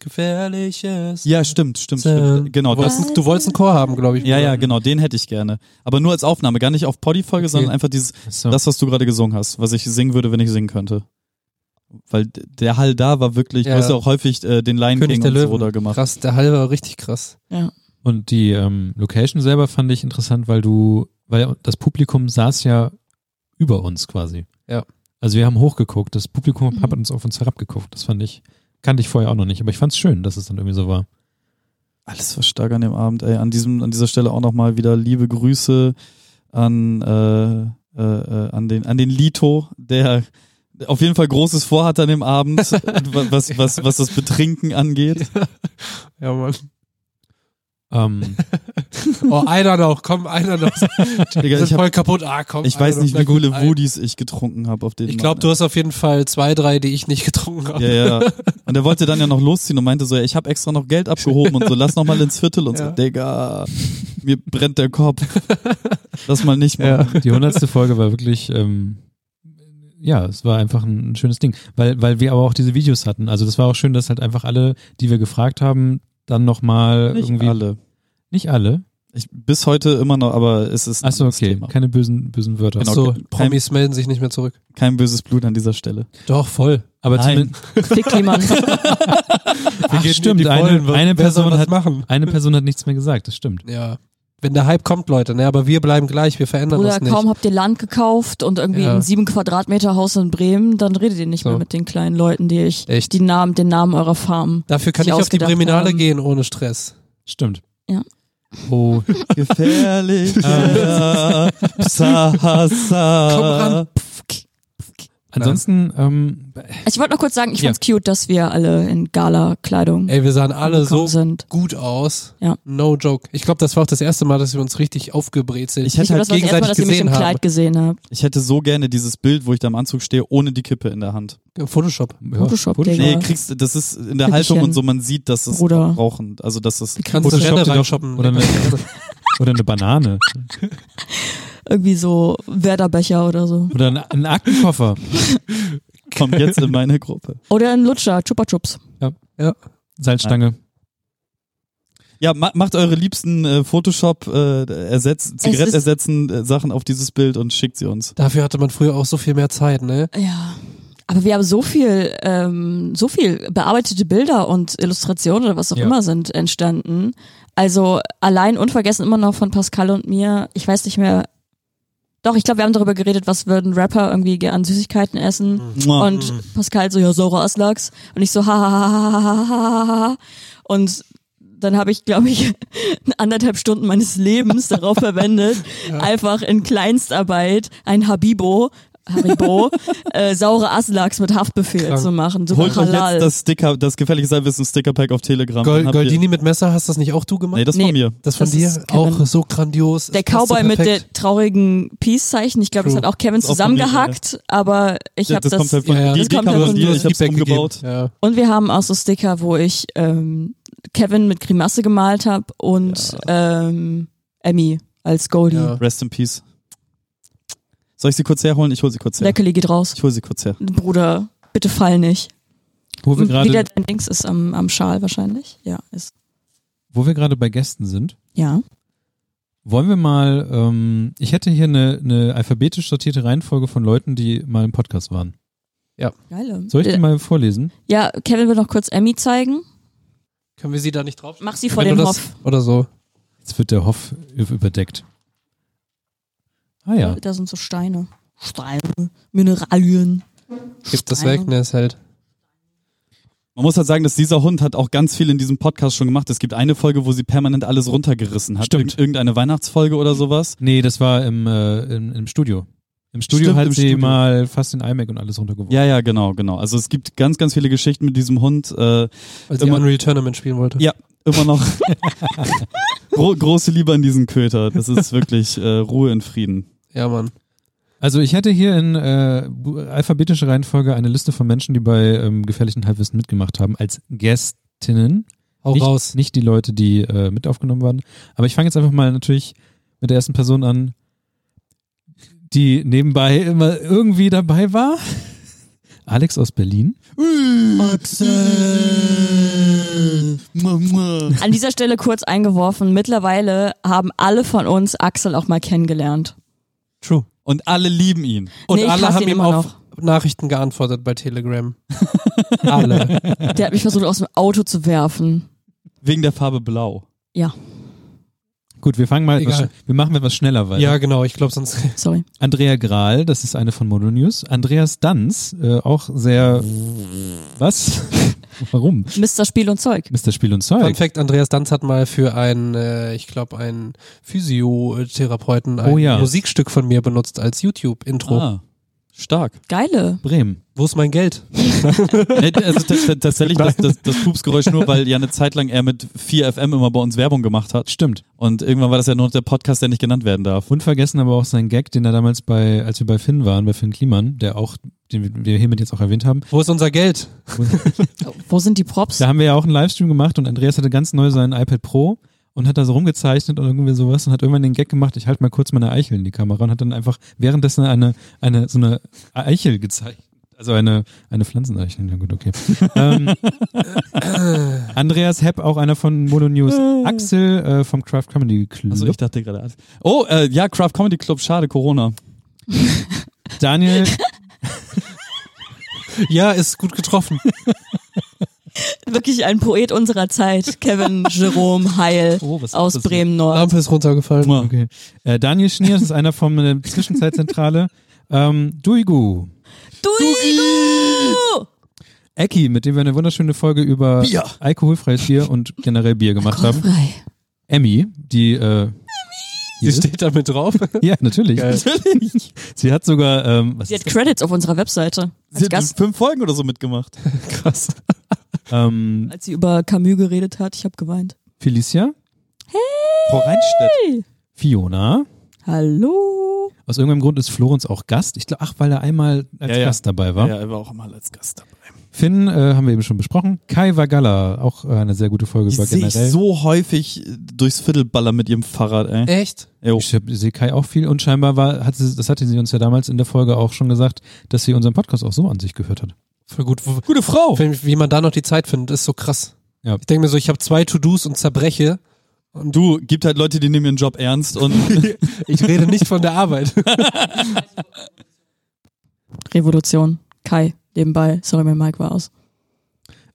Gefährliches. Ja, stimmt, stimmt, Ähm, stimmt. Genau, du, wolltest, das. einen- du wolltest einen Chor haben, glaube ich. Ja, ja, genau, den hätte ich gerne. Aber nur als Aufnahme, gar nicht auf Poddy-Folge, sondern einfach dieses, So. das, was du gerade gesungen hast, was ich singen würde, wenn ich singen könnte. Weil d- der Hall da war wirklich, Ja. du hast ja auch häufig äh, den Lion König King der und so Löwen. da gemacht. Krass, der Hall war richtig krass. Und die ähm, Location selber fand ich interessant, weil du, weil das Publikum saß ja über uns quasi. Ja. Also wir haben hochgeguckt, das Publikum Mhm. hat uns auf uns herabgeguckt. Das fand ich, kannte ich vorher auch noch nicht, aber ich fand es schön, dass es dann irgendwie so war. Alles war stark an dem Abend, ey. An, diesem, an dieser Stelle auch nochmal wieder liebe Grüße an, äh, äh, äh, an, den, an den Lito, der auf jeden Fall Großes vorhat an dem Abend, *laughs* wa- was, was, was das Betrinken angeht. *laughs* Ja, Mann. Ähm, Oh, einer noch, komm, einer noch. Wir Digga, sind ich, hab, voll kaputt. Ah, komm. ich einer weiß noch. nicht, Na wie gut, viele ein- Woodies ich getrunken habe auf den Ich glaube, Abend. du hast auf jeden Fall zwei, drei, die ich nicht getrunken habe. Ja, ja. Und er wollte dann ja noch losziehen und meinte so, ja, ich habe extra noch Geld abgehoben und so, lass noch mal ins Viertel und so, Ja. Digga, mir brennt der Kopf. Lass mal nicht machen. die hundertste Folge war wirklich, ähm, ja, es war einfach ein, ein schönes Ding, weil, weil wir aber auch diese Videos hatten. Also das war auch schön, dass halt einfach alle, die wir gefragt haben, dann nochmal Nicht irgendwie. alle. Nicht alle. Ich, bis heute immer noch, aber es ist ein Achso, anderes okay. Thema. Keine bösen, bösen Wörter. Genau. So, Kein- Promis melden sich nicht mehr zurück. Kein böses Blut an dieser Stelle. Doch, voll. Aber Nein. zumindest, *laughs* Fick *laughs* niemand. Ach, stimmt, eine- eine Person hat- machen. Eine Person hat nichts mehr gesagt, das stimmt. Ja. Wenn der Hype kommt, Leute, ne, aber wir bleiben gleich, wir verändern Bruder, uns nicht. kaum habt ihr Land gekauft und irgendwie Ja. ein sieben Quadratmeter Haus in Bremen, dann redet ihr nicht So. mehr mit den kleinen Leuten, die ich Echt? die Namen, den Namen eurer Farmen. Dafür kann sich ich auf die ausgedacht ähm, Breminale haben. gehen ohne Stress. Stimmt. Ja. Oh, Gefährlich. Psa, Komm ran. sa. ansonsten, ähm, Also ich wollte noch kurz sagen, ich Ja. fand's cute, dass wir alle in Gala-Kleidung Äh, Ey, wir sahen alle so angekommen sind. gut aus. Ja. No joke. Ich glaube, das war auch das erste Mal, dass wir uns richtig aufgebrezelt Ich hätte nur, halt das war das erste Mal, dass ihr mich im gesehen Kleid haben. gesehen habt. Ich hätte so gerne dieses Bild, wo ich da im Anzug stehe, ohne die Kippe in der Hand. im Photoshop. ja, Photoshop, Digga. Nee, Ja. kriegst du- das ist in Find der ich Haltung und hin. so, man sieht, dass es Bruder. brauchen. Also dass es. Kannst du Photoshop Ränder die doch- reinshoppen. oder eine, oder eine Banane. Irgendwie so Werderbecher oder so. Oder ein, ein Aktenkoffer. kommt jetzt in meine Gruppe. Oder in Lutscher, Chupa Chups. Salzstange. Ja, ma macht eure liebsten äh, Photoshop äh, ersetz Zigarett ist- ersetzen äh, Sachen auf dieses Bild und schickt sie uns. *laughs* Dafür hatte man früher auch so viel mehr Zeit, ne? Ja. Aber wir haben so viel, ähm, so viel bearbeitete Bilder und Illustrationen oder was auch Ja. immer sind entstanden. Also allein unvergessen immer noch von Pascal und mir. Ich weiß nicht mehr. Doch, ich glaube, wir haben darüber geredet, was würden Rapper irgendwie ge- an Süßigkeiten essen. Mua. Und Pascal so, ja, saure Aslaks. Und ich so, ha, ha, ha, ha, ha, ha, ha, ha, ha. Und dann habe ich, glaube ich, *laughs* anderthalb Stunden meines Lebens darauf *laughs* verwendet, einfach in Kleinstarbeit ein Habibo, Haribo, *laughs* äh, saure Aslaks mit Haftbefehl Krank. zu machen. So Holt euch halal. jetzt das Sticker, das gefährliche Seiwissen Stickerpack auf Telegram. Gold, Dann habt ihr- Goldini mit Messer, hast das nicht auch du gemacht? Nee, das Nee. von mir. das von das dir ist Kevin. auch so grandios. der Es passt so Cowboy mit perfekt. der traurigen Peace-Zeichen, ich glaube, das True. hat auch Kevin Ist auch von mir, zusammengehackt, aber ich Ja, habe das, das kommt halt von Ja, ja. die das Idee kommt kam halt von von dir, dir. ich hab's Feedback gegeben. umgebaut. Ja. Und wir haben auch so Sticker, wo ich ähm, Kevin mit Grimasse gemalt habe und ähm, Emmy als Goldie. Ja. Rest in peace. Soll ich sie kurz herholen? Ich hol sie kurz her. Leckerli geht raus. Ich hol sie kurz her. Bruder, bitte fall nicht. Wo wir Wieder gerade, dein Dings ist am, am Schal wahrscheinlich. Ja, ist. wo wir gerade bei Gästen sind, Ja. wollen wir mal, ähm, ich hätte hier eine, eine alphabetisch sortierte Reihenfolge von Leuten, die mal im Podcast waren. Geile. Äh, Soll ich die mal vorlesen? ja, Kevin will noch kurz Emmy zeigen. Können wir sie da nicht drauf? Mach sie vor Wenn den du das- Hof. Oder so. Jetzt wird der Hoff ü- überdeckt. Ah ja. Da sind so Steine. Steine, Mineralien. Gib das Steine. weg, ne, ist halt. Man muss halt sagen, dass dieser Hund hat auch ganz viel in diesem Podcast schon gemacht. Es gibt eine Folge, wo sie permanent alles runtergerissen hat. Stimmt. Irgend- Irgendeine Weihnachtsfolge oder sowas. Nee, das war im, äh, im, im Studio. Im Studio Stimmt, hat im sie Studio. mal fast den iMac und alles runtergeworfen. Ja, ja, genau, genau. Also es gibt ganz, ganz viele Geschichten mit diesem Hund. Äh, Weil sie Immer- Unreal Tournament spielen wollte. Ja, immer noch. *laughs* Gro große Liebe an diesen Köter. Das ist wirklich äh, Ruhe in Frieden. Ja, Mann. Also ich hätte hier in äh, bu- alphabetischer Reihenfolge eine Liste von Menschen, die bei ähm, gefährlichen Halbwissen mitgemacht haben, als Gästinnen. Hau nicht, raus. Nicht die Leute, die äh, mit aufgenommen waren. Aber ich fange jetzt einfach mal natürlich mit der ersten Person an, die nebenbei immer irgendwie dabei war. *laughs* Alex aus Berlin. An dieser Stelle kurz eingeworfen, mittlerweile haben alle von uns Axel auch mal kennengelernt. True. Und alle lieben ihn. Und Nee, ich alle hasse haben ihn ihm immer auf Nachrichten geantwortet bei Telegram. alle. Der hat mich versucht, aus dem Auto zu werfen. Wegen der Farbe Blau. Ja, Gut, wir fangen mal etwas, Egal. sch- wir machen etwas schneller weiter. Ja, genau. Ich glaube, sonst sorry. Andrea Grahl, das ist eine von Mono News. Andreas Danz, äh, auch sehr was? *laughs* Warum? Mr. Spiel und Zeug. Mr. Spiel und Fun Zeug. Fact, Andreas Danz hat mal für einen, äh, ich glaube, einen Physiotherapeuten ein Oh ja. Musikstück von mir benutzt als YouTube-Intro. Oh. Ah. Stark. Geile. Bremen. Wo ist mein Geld? Nee, also t- t- tatsächlich das, das, das Pupsgeräusch nur, weil ja eine Zeit lang er mit 4FM immer bei uns Werbung gemacht hat. Stimmt. Und irgendwann war das ja nur noch der Podcast, der nicht genannt werden darf. Unvergessen aber auch sein Gag, den er damals bei, als wir bei Finn waren, bei Finn Kliman, der auch, den wir hiermit jetzt auch erwähnt haben. Wo ist unser Geld? Wo sind die Props? Da haben wir ja auch einen Livestream gemacht und Andreas hatte ganz neu sein iPad Pro und hat da so rumgezeichnet und irgendwie sowas und hat irgendwann den Gag gemacht, ich halte mal kurz meine Eichel in die Kamera und hat dann einfach währenddessen eine, eine, so eine Eichel gezeichnet. Also eine, eine Pflanzeneichel. Na gut, okay. *laughs* ähm, Andreas Hepp, auch einer von Mono News. Axel äh, vom Craft Comedy Club. Also ich dachte gerade. Oh, äh, ja, Craft Comedy Club, schade, Corona. Daniel, Ja, ist gut getroffen. Wirklich ein Poet unserer Zeit. Kevin Jerome Heil Oh, was ist aus das? Bremen-Nord. Lampe ist runtergefallen. Mua. okay. äh, Daniel Schnier, das ist einer von der Zwischenzeitzentrale. ähm, Duigu. Duigu! Ecki, mit dem wir eine wunderschöne Folge über alkoholfreies Bier und generell Bier gemacht haben. Frei. Emmy, die äh, Sie steht da mit drauf. ja natürlich, Geil. natürlich. Sie hat sogar ähm, was Sie hat ist, Credits auf unserer Webseite. Als Sie hat Gast, fünf Folgen oder so mitgemacht. Krass. ähm, als sie über Camus geredet hat. Ich habe geweint. Felicia, Frau Reinstedt. Fiona. Hallo. Aus irgendeinem Grund ist Florenz auch Gast. Ich glaube, ach, weil er einmal als Ja, ja. Gast dabei war. er war auch immer als Gast dabei. Finn äh, haben wir eben schon besprochen. Kai Vagalla, auch äh, eine sehr gute Folge Die über sehe ich generell. so häufig äh, durchs Viertel ballern mit ihrem Fahrrad, ey. oh, Echt? Jo. Ich hab- sehe Kai auch viel und scheinbar war, hat sie, das hatte sie uns ja damals in der Folge auch schon gesagt, dass sie unseren Podcast auch so an sich gehört hat. Voll gut. Wo- Gute Frau. Wenn, wie man da noch die Zeit findet, ist so krass. Ja. Ich denke mir so, ich habe zwei To-Dos und zerbreche. Du, gibt halt Leute, die nehmen ihren Job ernst und *laughs* Ich rede nicht von der Arbeit. Revolution. Kai, nebenbei. Sorry, mein Mic war aus.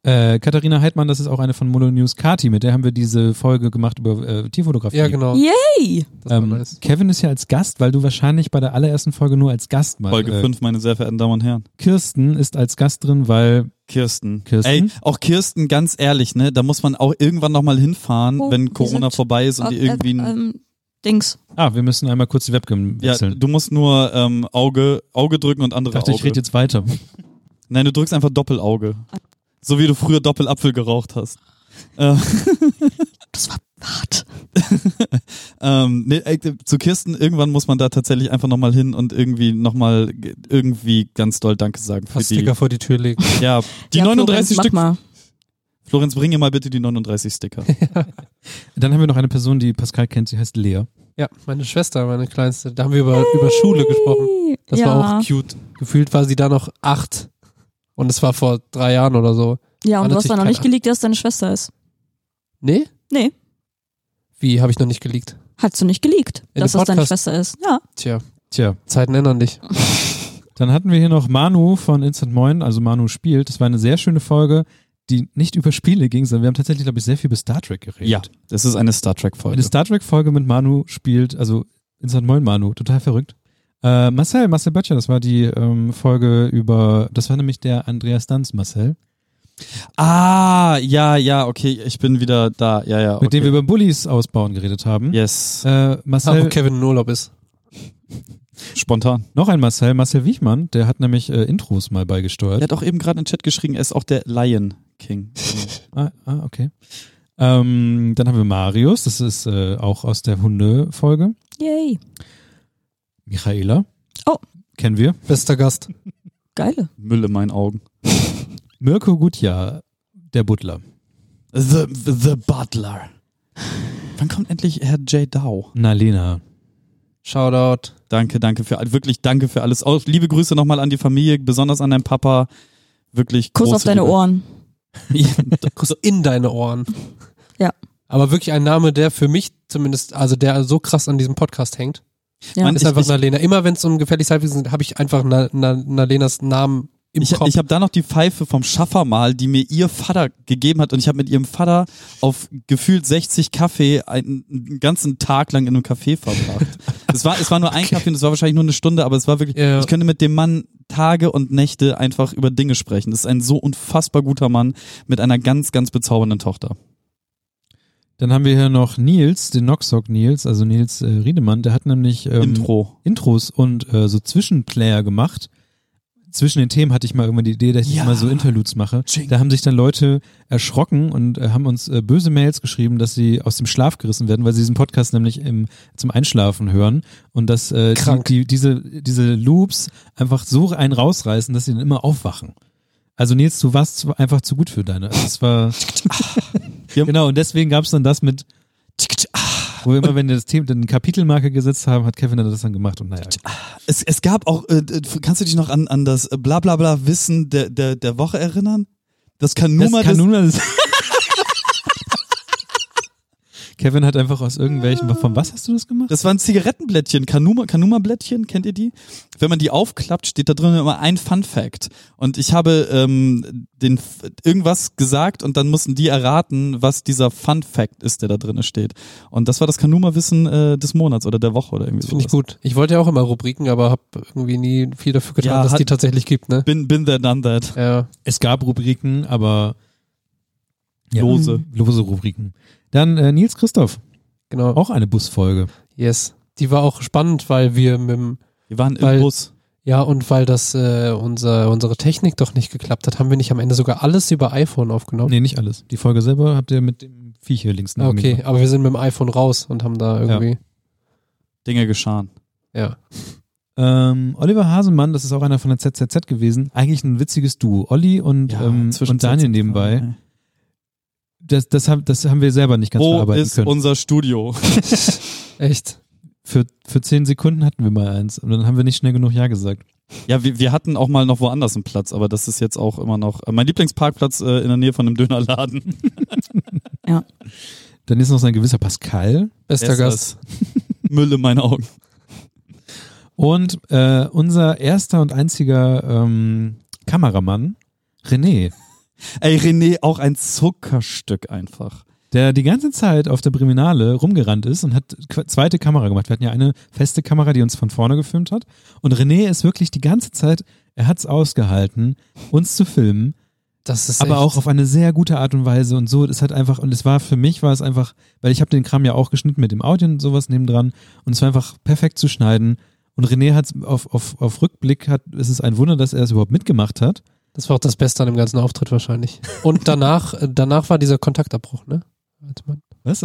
Äh, Katharina Heidmann, das ist auch eine von Mono News Kati, mit der haben wir diese Folge gemacht über äh, Tierfotografie. *laughs* ja, genau. Yay! Das war Ähm, nice. Kevin ist ja als Gast, weil du wahrscheinlich bei der allerersten Folge nur als Gast warst. Folge Äh, 5, meine sehr verehrten Damen und Herren. Kirsten ist als Gast drin, weil Kirsten. Kirsten? Ey, auch Kirsten, ganz ehrlich, ne, da muss man auch irgendwann nochmal hinfahren, Oh, wenn wir Corona sind- vorbei ist und die irgendwie ein, ähm, Dings. ah, wir müssen einmal kurz die Webcam ja, wechseln. du musst nur ähm, Auge, Auge drücken und andere ich dachte, Auge. ich rede jetzt weiter. Nein, du drückst einfach Doppelauge. So wie du früher Doppelapfel geraucht hast. Äh. *laughs* Das war hart. *laughs* Ähm, nee, ey, zu Kirsten, irgendwann muss man da tatsächlich einfach nochmal hin und irgendwie nochmal g- irgendwie ganz doll Danke sagen für Fast die. Sticker vor die Tür legen. Ja, die Ja, Florenz, 39 Stück. Mach mal. Florenz, bringe mal bitte die 39 Sticker. Dann haben wir noch eine Person, die Pascal kennt, sie heißt Lea. Ja, meine Schwester, meine Kleinste. Da haben wir über, über Schule gesprochen. Das ja. war auch cute. Gefühlt war sie da noch acht. Und es war vor drei Jahren oder so. Ja, und War du hast natürlich dann noch kein nicht Ar- geleakt, dass deine Schwester ist. Nee? Nee, Wie, habe ich noch nicht geleakt? hast du nicht geleakt, In dass dem das deine Podcast. Schwester ist. Ja. Tja, Tja, Zeiten ändern dich. dann hatten wir hier noch Manu von Instant Moin, also Manu spielt. Das war eine sehr schöne Folge, die nicht über Spiele ging, sondern wir haben tatsächlich, glaube ich, sehr viel über Star Trek geredet. *laughs* Ja, das ist eine Star Eine Trek-Folge. Star Trek-Folge mit Manu spielt, also Instant Moin Manu, total verrückt. Äh, Marcel, Marcel Böttcher, das war die ähm, Folge über, das war nämlich der Andreas Danz, Marcel, Ah, ja, ja, okay, ich bin wieder da. Ja, ja. Ah, Okay. mit dem wir über Bullies ausbauen geredet haben. Yes. Äh, Ah, Marcel, wo Kevin in Urlaub ist. Spontan. noch ein Marcel, Marcel Wiechmann, der hat nämlich äh, Intros mal Er beigesteuert. hat auch eben gerade in den Chat geschrieben, er ist auch der Lion *laughs* King. Ah, ah okay. Ähm, dann haben wir Marius, das ist äh, auch aus der Hunde-Folge. Yay. Michaela. Oh. Kennen wir. Bester Gast. Geile. Müll in meinen Augen. Mirko Gutjahr, der Butler. The, the Butler. Wann kommt endlich Herr J. Dow? Nalena. Shoutout. Danke, danke für all- wirklich danke für alles. Auch liebe Grüße nochmal an die Familie, besonders an deinen Papa. Wirklich Kuss große auf deine Liebe. Ohren. *laughs* Kuss in deine Ohren. Ja. Aber wirklich ein Name, der für mich zumindest, also der so krass an diesem Podcast hängt, Ja. Mann, ist ich, einfach ich, Nalena. Immer wenn es um gefährliches Halbwissen geht, habe ich einfach Na- Na- Nalenas Namen im ich, Kopf. ich habe da noch die Pfeife vom Schaffer mal, die mir ihr Vater gegeben hat und ich habe mit ihrem Vater auf gefühlt 60 Kaffee einen, einen ganzen Tag lang in einem Café *laughs* verbracht. es war es war nur ein Kaffee und es war wahrscheinlich nur eine Stunde, aber es war wirklich Ja. ich könnte mit dem Mann Tage und Nächte einfach über Dinge sprechen. Das ist ein so unfassbar guter Mann mit einer ganz ganz bezaubernden Tochter. Dann haben wir hier noch Nils, den Noxock Nils, also Nils äh, Riedemann, der hat nämlich ähm, Intro. Intros und äh, so Zwischenplayer gemacht. Zwischen den Themen hatte ich mal irgendwann die Idee, dass ich Ja. immer so Interludes mache. Jingle. Da haben sich dann Leute erschrocken und äh, haben uns äh, böse Mails geschrieben, dass sie aus dem Schlaf gerissen werden, weil sie diesen Podcast nämlich im, zum Einschlafen hören und dass äh, die, Krank. die, diese, diese Loops einfach so einen rausreißen, dass sie dann immer aufwachen. Also Nils, du warst zu- einfach zu gut für deine. Also es war Wir haben- genau und deswegen gab es dann das mit, wo wir immer, wenn wir das Thema den Kapitelmarke gesetzt haben, hat Kevin dann das dann gemacht und naja. Es, es gab auch, äh, äh, kannst du dich noch an, an das Blablabla-Wissen der, der, der Woche erinnern? Das kann nur Das mal kann das, nur mal das *laughs* Kevin hat einfach aus irgendwelchen. Von was hast du das gemacht? das waren Zigarettenblättchen, Kanuma, Kanuma-Blättchen, kennt ihr die? Wenn man die aufklappt, steht da drin immer ein Fun-Fact. Und ich habe ähm, den F- irgendwas gesagt und dann mussten die erraten, was dieser Fun-Fact ist, der da drin steht. Und das war das Kanuma-Wissen äh, des Monats oder der Woche oder irgendwie Finde ich sowas. gut. Ich wollte ja auch immer Rubriken, aber habe irgendwie nie viel dafür getan, Ja, dass hat- die tatsächlich gibt, ne? Bin, bin there, done that. Ja. Es gab Rubriken, aber Lose. lose Rubriken. Dann äh, Nils Christoph, Genau. Oh. auch eine Busfolge. Yes. Die war auch spannend, weil wir mit dem, Wir waren im Weil- Bus. ja, und weil das äh, unser, unsere Technik doch nicht geklappt hat, haben wir nicht am Ende sogar alles über iPhone aufgenommen. Nee, nicht alles. Die Folge selber habt ihr mit dem Viech hier links Ah, neben mir okay, gemacht. aber wir sind mit dem iPhone raus und haben da irgendwie. Dinge geschahen. Ja. Ähm, Oliver Hasemann, das ist auch einer von der ZZZ gewesen. Eigentlich ein witziges Duo. Olli und, ähm, und Daniel nebenbei. Das, das, haben, das haben wir selber nicht ganz Wo verarbeiten ist können. unser Studio? *laughs* Echt. für, für zehn Sekunden hatten wir mal eins und dann haben wir nicht schnell genug Ja gesagt. Ja, wir, wir hatten auch mal noch woanders einen Platz, aber das ist jetzt auch immer noch äh, mein Lieblingsparkplatz äh, in der Nähe von einem Dönerladen. *laughs* Dann ist noch so ein gewisser Pascal Bester Wer Gast. ist das? Müll in meinen Augen. und äh, unser erster und einziger ähm, Kameramann, René, Ey, René, auch ein Zuckerstück einfach. der die ganze Zeit auf der Briminale rumgerannt ist und hat qu- zweite Kamera gemacht. Wir hatten ja eine feste Kamera, die uns von vorne gefilmt hat. Und René ist wirklich die ganze Zeit, er hat's ausgehalten, uns zu filmen, Das ist aber echt- auch auf eine sehr gute Art und Weise und so. Es hat einfach und es war für mich war es einfach, weil ich habe den Kram ja auch geschnitten mit dem Audio und sowas nebendran und es war einfach perfekt zu schneiden. Und René hat auf, auf, auf Rückblick hat es ist ein Wunder, dass er es überhaupt mitgemacht hat. Das war auch das Beste an dem ganzen Auftritt wahrscheinlich. Und danach, äh, danach war dieser Kontaktabbruch, ne? Warte mal. *laughs* Was?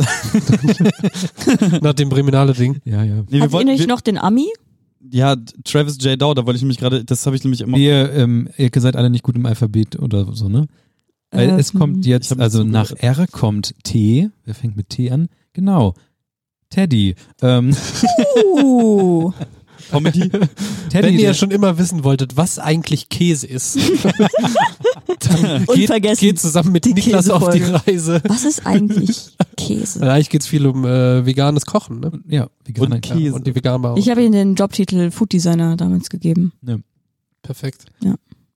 Nach dem Breminale Ding. ja ja. Nee, Hat ihr nicht wir, noch den Ami? ja, Travis J. Dow, da wollte ich nämlich gerade, das habe ich nämlich immer. Ihr, ähm, ihr seid alle nicht gut im Alphabet oder so ne? Weil Äh, es kommt Ähm, Ich jetzt hab nicht also zugehört. nach R kommt T. Wer fängt mit T an? Genau. Teddy. *laughs* Ähm, Uh, Comedy. Teddy. Wenn ihr der- schon immer wissen wolltet, was eigentlich *laughs* Käse ist, dann geht, Unvergessen. geht zusammen mit Die Niklas auf die Käsefolge. Reise. was ist eigentlich Käse? *laughs* Und eigentlich geht's viel um äh, veganes Kochen, ne? ja, wie gesagt, Und ja. Käse. Und die Veganbau. Ich habe ihm den Jobtitel Food Designer damals gegeben. Perfekt.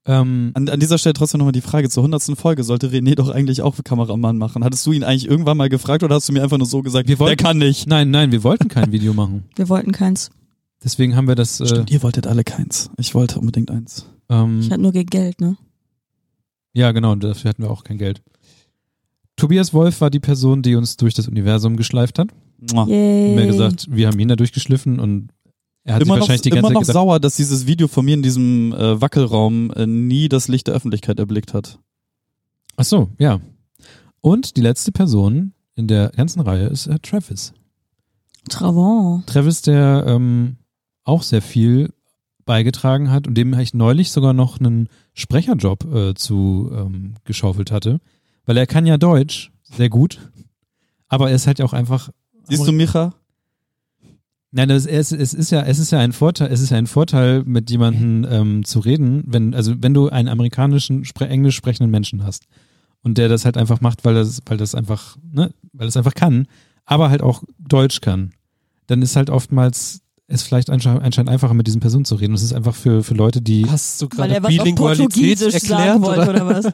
ähm, An, an dieser Stelle trotzdem nochmal die Frage zur hundertsten Folge. Sollte René doch eigentlich auch Kameramann machen? Hattest du ihn eigentlich irgendwann mal gefragt oder hast du mir einfach nur so gesagt, Wir wollten- der kann nicht? nein, nein, wir wollten kein Video machen. Wir wollten keins. Deswegen haben wir das. Äh, Stimmt, ihr wolltet alle keins. Ich wollte unbedingt eins. Ich ähm, hatte nur gegen Geld, ne? ja, genau, und dafür hatten wir auch kein Geld. Tobias Wolf war die Person, die uns durch das Universum geschleift hat. Mua. Yay. Mehr gesagt, wir haben ihn da durchgeschliffen und er hat immer sich noch, wahrscheinlich die immer ganze noch Zeit gedacht, sauer, dass dieses Video von mir in diesem äh, Wackelraum äh, nie das Licht der Öffentlichkeit erblickt hat. ach so, ja. Und die letzte Person in der ganzen Reihe ist äh, Travis. Travon. Travis, der ähm, auch sehr viel beigetragen hat und dem ich neulich sogar noch einen Sprecherjob äh, zu ähm, geschaufelt hatte. Weil er kann ja Deutsch sehr gut, aber er ist halt auch einfach. Siehst du, Micha? Nein, das, es, es ist ja, es ist ja ein Vorteil, es ist ja ein Vorteil, mit jemandem ähm, zu reden, wenn, also wenn du einen amerikanischen, spre englisch sprechenden Menschen hast und der das halt einfach macht, weil das, weil das einfach, ne, weil das einfach kann, aber halt auch Deutsch kann, dann ist halt oftmals es vielleicht ansche- anscheinend einfacher, mit diesen Personen zu reden. Das ist einfach für, für Leute, die. Hast du Weil gerade er was auf Bilingualität Portugiesisch erklärt? sagen wollte Oder? oder, *laughs* was? Ja,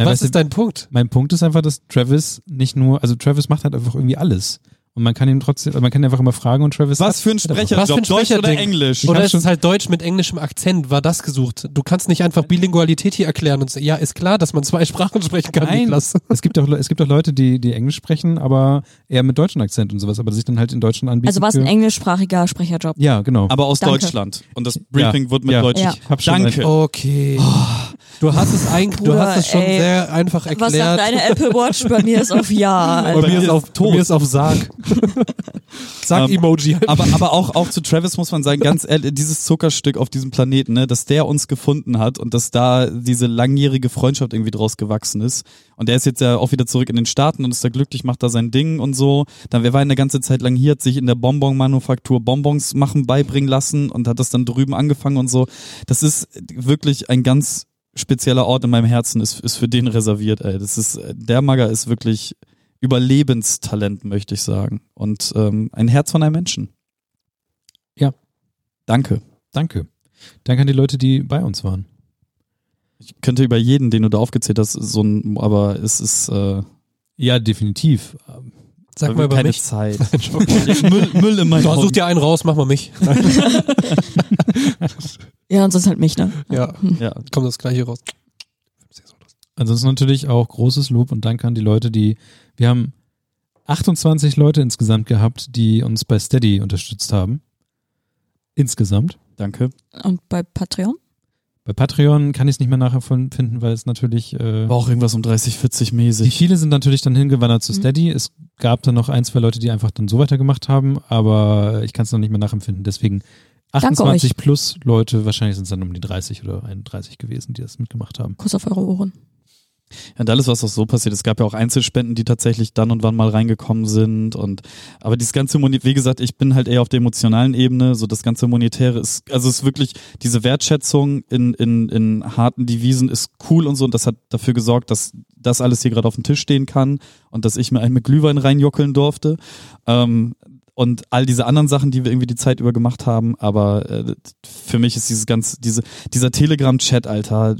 Was weißt du, ist dein Punkt? Mein Punkt ist einfach, dass Travis nicht nur, also Travis macht halt einfach irgendwie alles. Und man kann ihm trotzdem, man kann ihn einfach immer fragen und Travis. Was für ein Was für Sprecherjob? ein Deutsch oder Sprecherding? Englisch? Oder hab ist es halt Deutsch mit englischem Akzent? War das gesucht? Du kannst nicht einfach Bilingualität hier erklären und sagen, ja, ist klar, dass man zwei *laughs* Sprachen sprechen kann, Nein, Niklas. *laughs* es gibt auch, Le- es gibt auch Leute, die, die Englisch sprechen, aber eher mit deutschem Akzent und sowas, aber sich dann halt in Deutschland anbieten. Also war es ein für- englischsprachiger Sprecherjob. Ja, genau. Aber aus Danke. Deutschland. Und das Briefing wird mit ja. Deutsch. Ja. Hab schon Danke. Okay. Oh, Du hast es eigentlich, du Bruder, hast es schon ey. sehr einfach erklärt. Was sagt deine Apple Watch? Bei mir ist auf Ja. Bei Alter. mir ist auf, bei mir ist auf Sarg. Ähm, Sarg-Emoji. *laughs* Aber, aber auch, auch zu Travis muss man sagen, ganz ehrlich, dieses Zuckerstück auf diesem Planeten, ne, dass der uns gefunden hat und dass da diese langjährige Freundschaft irgendwie draus gewachsen ist. Und der ist jetzt ja auch wieder zurück in den Staaten und ist da glücklich, macht da sein Ding und so. Dann, wir waren eine ganze Zeit lang hier, hat sich in der Bonbon-Manufaktur Bonbons machen beibringen lassen und hat das dann drüben angefangen und so. Das ist wirklich ein ganz spezieller Ort in meinem Herzen, ist, ist für den reserviert, ey. Das ist, der Magger ist wirklich Überlebenstalent, möchte ich sagen. Und ähm, ein Herz von einem Menschen. Danke. Danke. Danke an die Leute, die bei uns waren. Ich könnte über jeden, den du da aufgezählt hast, so ein, aber es ist äh, Ja, definitiv. Sag mal über keine mich. *laughs* Zeit. Müll, Müll in meinen So, such Augen. dir einen raus, mach mal mich. Ja, und sonst halt mich, ne? ja, Ja. kommt das gleiche raus. Ansonsten natürlich auch großes Lob und Dank an die Leute, die wir haben 28 Leute insgesamt gehabt, die uns bei Steady unterstützt haben. Insgesamt. Danke. Und bei Patreon? Bei Patreon kann ich es nicht mehr nachfinden, weil es natürlich äh, War auch irgendwas um 30, 40 Die mäßig. viele sind natürlich dann hingewandert zu Mhm. Steady. Es gab dann noch ein, zwei Leute, die einfach dann so weitergemacht haben, aber ich kann es noch nicht mehr nachempfinden. Deswegen Danke 28 plus Leute, wahrscheinlich sind es dann um die 30 oder 31 gewesen, die das mitgemacht haben. Kuss auf eure Ohren. Und alles, was auch so passiert. Es gab ja auch Einzelspenden, die tatsächlich dann und wann mal reingekommen sind. Und aber dieses ganze Moni wie gesagt, ich bin halt eher auf der emotionalen Ebene. So das ganze Monetäre ist, also es ist wirklich, diese Wertschätzung in, in, in harten Devisen ist cool und so. Und das hat dafür gesorgt, dass das alles hier gerade auf dem Tisch stehen kann und dass ich mir einen mit Glühwein reinjockeln durfte. Ähm, und all diese anderen Sachen, die wir irgendwie die Zeit über gemacht haben, aber äh, für mich ist dieses ganze, diese, dieser Telegram-Chat, Alter,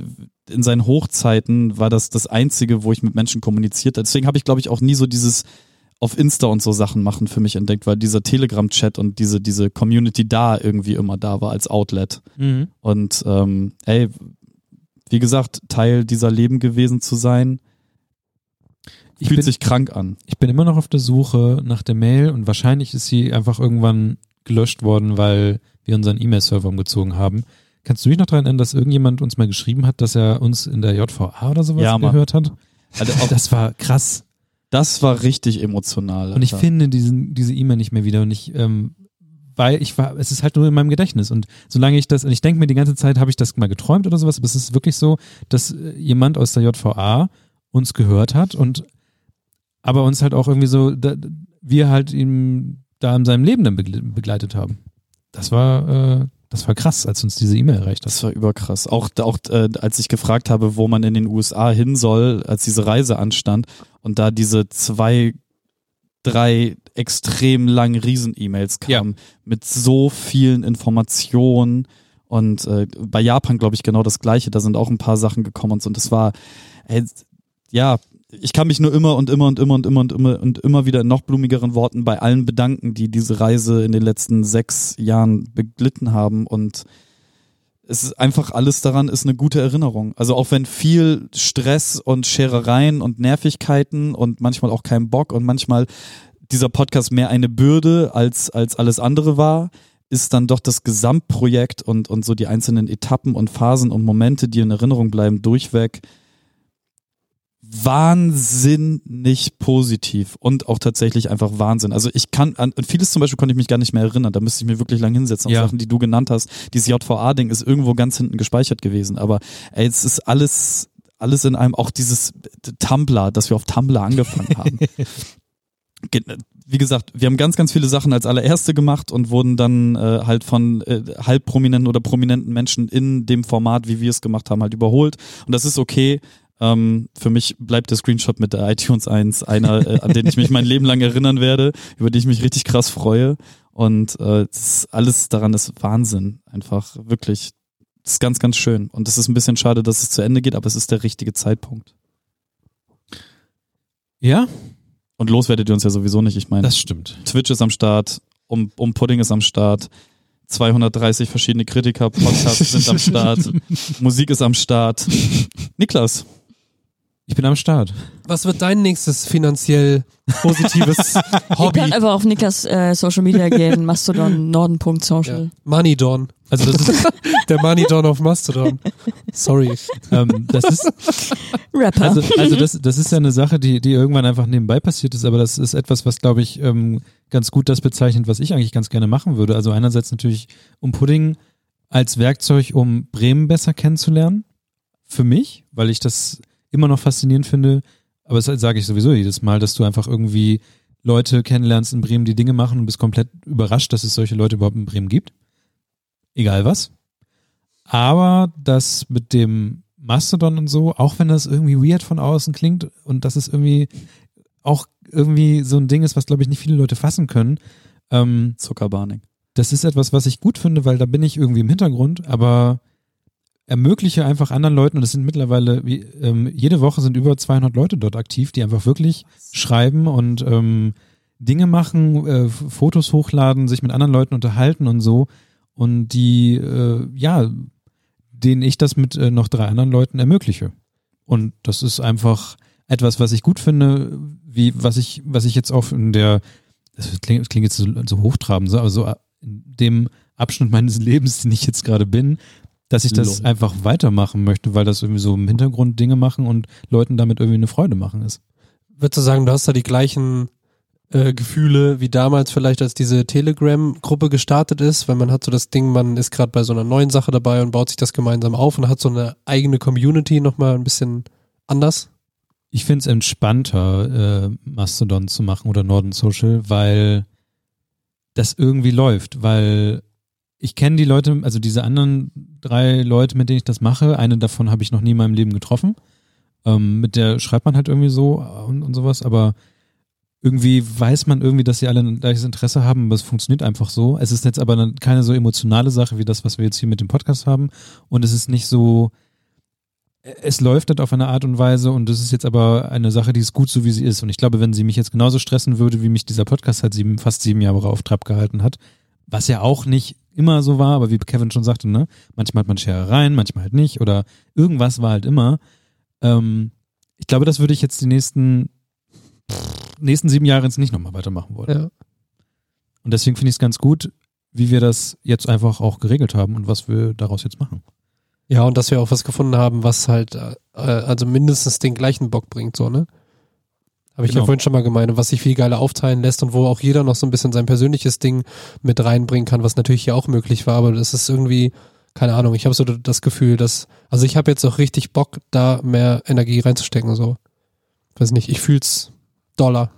in seinen Hochzeiten war das das Einzige, wo ich mit Menschen kommuniziert habe. Deswegen habe ich, glaube ich, auch nie so dieses auf Insta und so Sachen machen für mich entdeckt, weil dieser Telegram-Chat und diese, diese Community da irgendwie immer da war als Outlet. Und ähm, ey, wie gesagt, Teil dieser Leben gewesen zu sein, Ich, fühlt bin, sich krank an. ich bin immer noch auf der Suche nach der Mail und wahrscheinlich ist sie einfach irgendwann gelöscht worden, weil wir unseren E-Mail-Server umgezogen haben. Kannst du dich noch daran erinnern, dass irgendjemand uns mal geschrieben hat, dass er uns in der JVA oder sowas Ja, Mann. gehört hat? Also auch das, *laughs* Das war krass. war richtig emotional. Und ich Alter. finde diesen, diese E-Mail nicht mehr wieder. Und ich, ähm, weil ich war, es ist halt nur in meinem Gedächtnis. Und solange ich das, und ich denke mir die ganze Zeit, habe ich das mal geträumt oder sowas, aber es ist wirklich so, dass äh, jemand aus der JVA uns gehört hat und aber uns halt auch irgendwie so, da, wir halt ihm da in seinem Leben dann begle- begleitet haben. Das war, äh, das war krass, als uns diese E-Mail erreicht hat. Das war überkrass. Auch, auch äh, als ich gefragt habe, wo man in den USA hin soll, als diese Reise anstand und da diese zwei, drei extrem langen Riesen-E-Mails kamen mit so vielen Informationen. Und äh, bei Japan, glaube ich, genau das Gleiche. Da sind auch ein paar Sachen gekommen und so. Und das war, ey, ja, ich kann mich nur immer und immer und immer und immer und immer und immer wieder in noch blumigeren Worten bei allen bedanken, die diese Reise in den letzten sechs Jahren beglitten haben. Und es ist einfach alles daran ist eine gute Erinnerung. Also auch wenn viel Stress und Scherereien und Nervigkeiten und manchmal auch kein Bock und manchmal dieser Podcast mehr eine Bürde als, als alles andere war, ist dann doch das Gesamtprojekt und, und so die einzelnen Etappen und Phasen und Momente, die in Erinnerung bleiben, durchweg wahnsinnig positiv und auch tatsächlich einfach Wahnsinn. Also ich kann, an an vieles zum Beispiel konnte ich mich gar nicht mehr erinnern, da müsste ich mir wirklich lang hinsetzen. Auch Ja. Sachen, die du genannt hast, dieses JVA-Ding ist irgendwo ganz hinten gespeichert gewesen, aber ey, es ist alles, alles in einem, auch dieses Tumblr, dass wir auf Tumblr angefangen haben. Ge- Wie gesagt, wir haben ganz, ganz viele Sachen als allererste gemacht und wurden dann äh, halt von äh, halbprominenten oder prominenten Menschen in dem Format, wie wir es gemacht haben, halt überholt. Und das ist okay. Ähm, für mich bleibt der Screenshot mit der iTunes 1 einer, äh, an den ich mich mein Leben lang erinnern werde, über den ich mich richtig krass freue. Und äh, das ist alles daran ist Wahnsinn. Einfach wirklich. Das ist ganz, ganz schön. Und es ist ein bisschen schade, dass es zu Ende geht, aber es ist der richtige Zeitpunkt. Ja, Und los werdet ihr uns ja sowieso nicht. Ich meine, das stimmt. Twitch ist am Start, um, um Pudding ist am Start, 230 verschiedene Kritiker, Podcasts sind *laughs* am Start, Musik ist am Start. Niklas, Ich bin am Start. Was wird dein nächstes finanziell *laughs* positives Ihr könnt Hobby? einfach auf Niklas äh, Social *laughs* Media gehen, Mastodon, Norden.social. Ja. Money Don. Also das *laughs* ist der Money Don auf Mastodon. Sorry. *laughs* ähm, das ist, Rapper. *laughs* also, also das, das ist ja eine Sache, die, die irgendwann einfach nebenbei passiert ist, aber das ist etwas, was, glaube ich, ähm, ganz gut das bezeichnet, was ich eigentlich ganz gerne machen würde. Also einerseits natürlich um Pudding als Werkzeug, um Bremen besser kennenzulernen. Für mich, weil ich das immer noch faszinierend finde, aber das sage ich sowieso jedes Mal, dass du einfach irgendwie Leute kennenlernst in Bremen, die Dinge machen und bist komplett überrascht, dass es solche Leute überhaupt in Bremen gibt. Egal was. Aber das mit dem Mastodon und so, auch wenn das irgendwie weird von außen klingt und das ist irgendwie auch irgendwie so ein Ding ist, was glaube ich nicht viele Leute fassen können, ähm, Zuckerbarning. das ist etwas, was ich gut finde, weil da bin ich irgendwie im Hintergrund, aber ermögliche einfach anderen Leuten, und es sind mittlerweile, wie, ähm, jede Woche sind über 200 Leute dort aktiv, die einfach wirklich schreiben und ähm, Dinge machen, äh, F- Fotos hochladen, sich mit anderen Leuten unterhalten und so. Und die, äh, ja, denen ich das mit äh, noch drei anderen Leuten ermögliche. Und das ist einfach etwas, was ich gut finde, wie was ich, was ich jetzt auch in der, das klingt, das klingt jetzt so, so hochtrabend, so, aber so äh, in dem Abschnitt meines *laughs* Lebens, den ich jetzt gerade bin, dass ich das Lol. einfach weitermachen möchte, weil das irgendwie so im Hintergrund Dinge machen und Leuten damit irgendwie eine Freude machen ist. Würdest du sagen, du hast da die gleichen äh, Gefühle wie damals vielleicht, als diese Telegram-Gruppe gestartet ist, weil man hat so das Ding, man ist gerade bei so einer neuen Sache dabei und baut sich das gemeinsam auf und hat so eine eigene Community nochmal ein bisschen anders. Ich finde es entspannter, äh, Mastodon zu machen oder Norden Social, weil das irgendwie läuft, weil ich kenne die Leute, also diese anderen drei Leute, mit denen ich das mache, eine davon habe ich noch nie in meinem Leben getroffen. Ähm, mit der schreibt man halt irgendwie so und, und sowas, aber irgendwie weiß man irgendwie, dass sie alle ein gleiches Interesse haben, aber es funktioniert einfach so. Es ist jetzt aber dann keine so emotionale Sache wie das, was wir jetzt hier mit dem Podcast haben. Und es ist nicht so, es läuft halt auf eine Art und Weise und das ist jetzt aber eine Sache, die ist gut so, wie sie ist. Und ich glaube, wenn sie mich jetzt genauso stressen würde, wie mich dieser Podcast halt sieben, fast sieben Jahre auf Trab gehalten hat, was ja auch nicht immer so war, aber wie Kevin schon sagte, ne, manchmal hat man Scherereien, manchmal halt nicht oder irgendwas war halt immer. Ähm, ich glaube, das würde ich jetzt die nächsten nächsten sieben Jahre jetzt nicht nochmal weitermachen wollen. Ja. Und deswegen finde ich es ganz gut, wie wir das jetzt einfach auch geregelt haben und was wir daraus jetzt machen. Ja, und dass wir auch was gefunden haben, was halt, äh, also mindestens den gleichen Bock bringt, so, ne? Habe ich Genau. ja vorhin schon mal gemeint, und was sich viel geiler aufteilen lässt und wo auch jeder noch so ein bisschen sein persönliches Ding mit reinbringen kann, was natürlich hier auch möglich war, aber das ist irgendwie, keine Ahnung, ich habe so das Gefühl, dass, also ich habe jetzt auch richtig Bock, da mehr Energie reinzustecken, so. Weiß nicht, ich fühl's doller.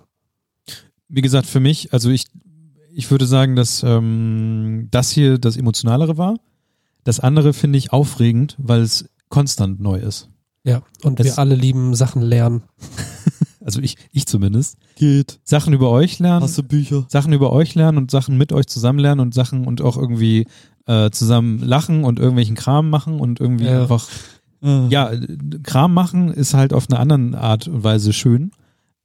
wie gesagt, für mich, also ich, ich würde sagen, dass ähm, das hier das Emotionalere war. Das andere finde ich aufregend, weil es konstant neu ist. Ja, und Das- wir alle lieben Sachen lernen. Also ich, ich zumindest. Geht. Sachen über euch lernen. Hast du Bücher? Sachen über euch lernen und Sachen mit euch zusammen lernen und Sachen und auch irgendwie äh, zusammen lachen und irgendwelchen Kram machen und irgendwie Ja. einfach ja, äh, Kram machen ist halt auf eine anderen Art und Weise schön,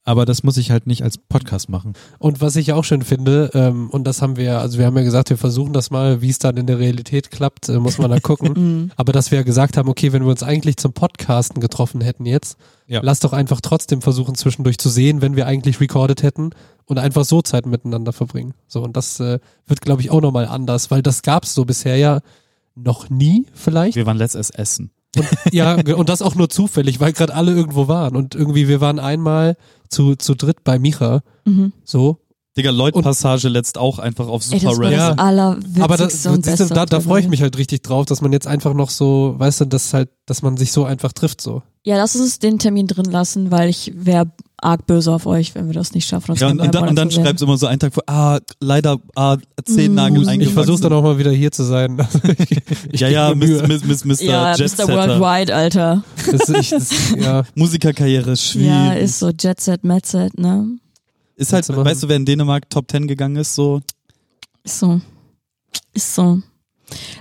aber das muss ich halt nicht als Podcast machen. Und was ich auch schön finde, ähm, und das haben wir, also wir haben ja gesagt, wir versuchen das mal, wie es dann in der Realität klappt, äh, muss man da gucken. Mhm. Aber dass wir ja gesagt haben, okay, wenn wir uns eigentlich zum Podcasten getroffen hätten jetzt, Ja. lass doch einfach trotzdem versuchen, zwischendurch zu sehen, wenn wir eigentlich recorded hätten und einfach so Zeit miteinander verbringen. So, und das äh, wird, glaube ich, auch nochmal anders, weil das gab's so bisher ja noch nie vielleicht. Wir waren letztes Essen. Ja, ge- und das auch nur zufällig, weil gerade alle irgendwo waren. Und irgendwie, wir waren einmal zu, zu dritt bei Micha. So. Digga, Lloyd-Passage letzt auch einfach auf Ey, Super das war Red. Ja. das Allerwitzigste Aber das, und siehst du, Beste da, und da freue ich Tollste. mich halt richtig drauf, dass man jetzt einfach noch so, weißt du, dass halt, dass man sich so einfach trifft so. Ja, lass uns den Termin drin lassen, weil ich wäre arg böse auf euch, wenn wir das nicht schaffen. uns Ja, und, beim und, dann, und dann Monat zu werden. schreibst du immer so einen Tag vor, ah, leider, ah, Mm. Zehennagel eingewachsen. Ich versuche dann auch mal wieder hier zu sein. *laughs* Ja, ja, geb mir Mühe. Mr. Mis, Mis, Mr. Ja, Jet Mr. Setter. Worldwide, Alter. *laughs* Das, ich, das, ja. Musikerkarriere, schwierig. Ja, ist, ist so Jet Set, Mad Set, ne? halt, Kannst du machen. weißt du, wer in Dänemark Top Ten gegangen ist, so, Ist so. Ist so.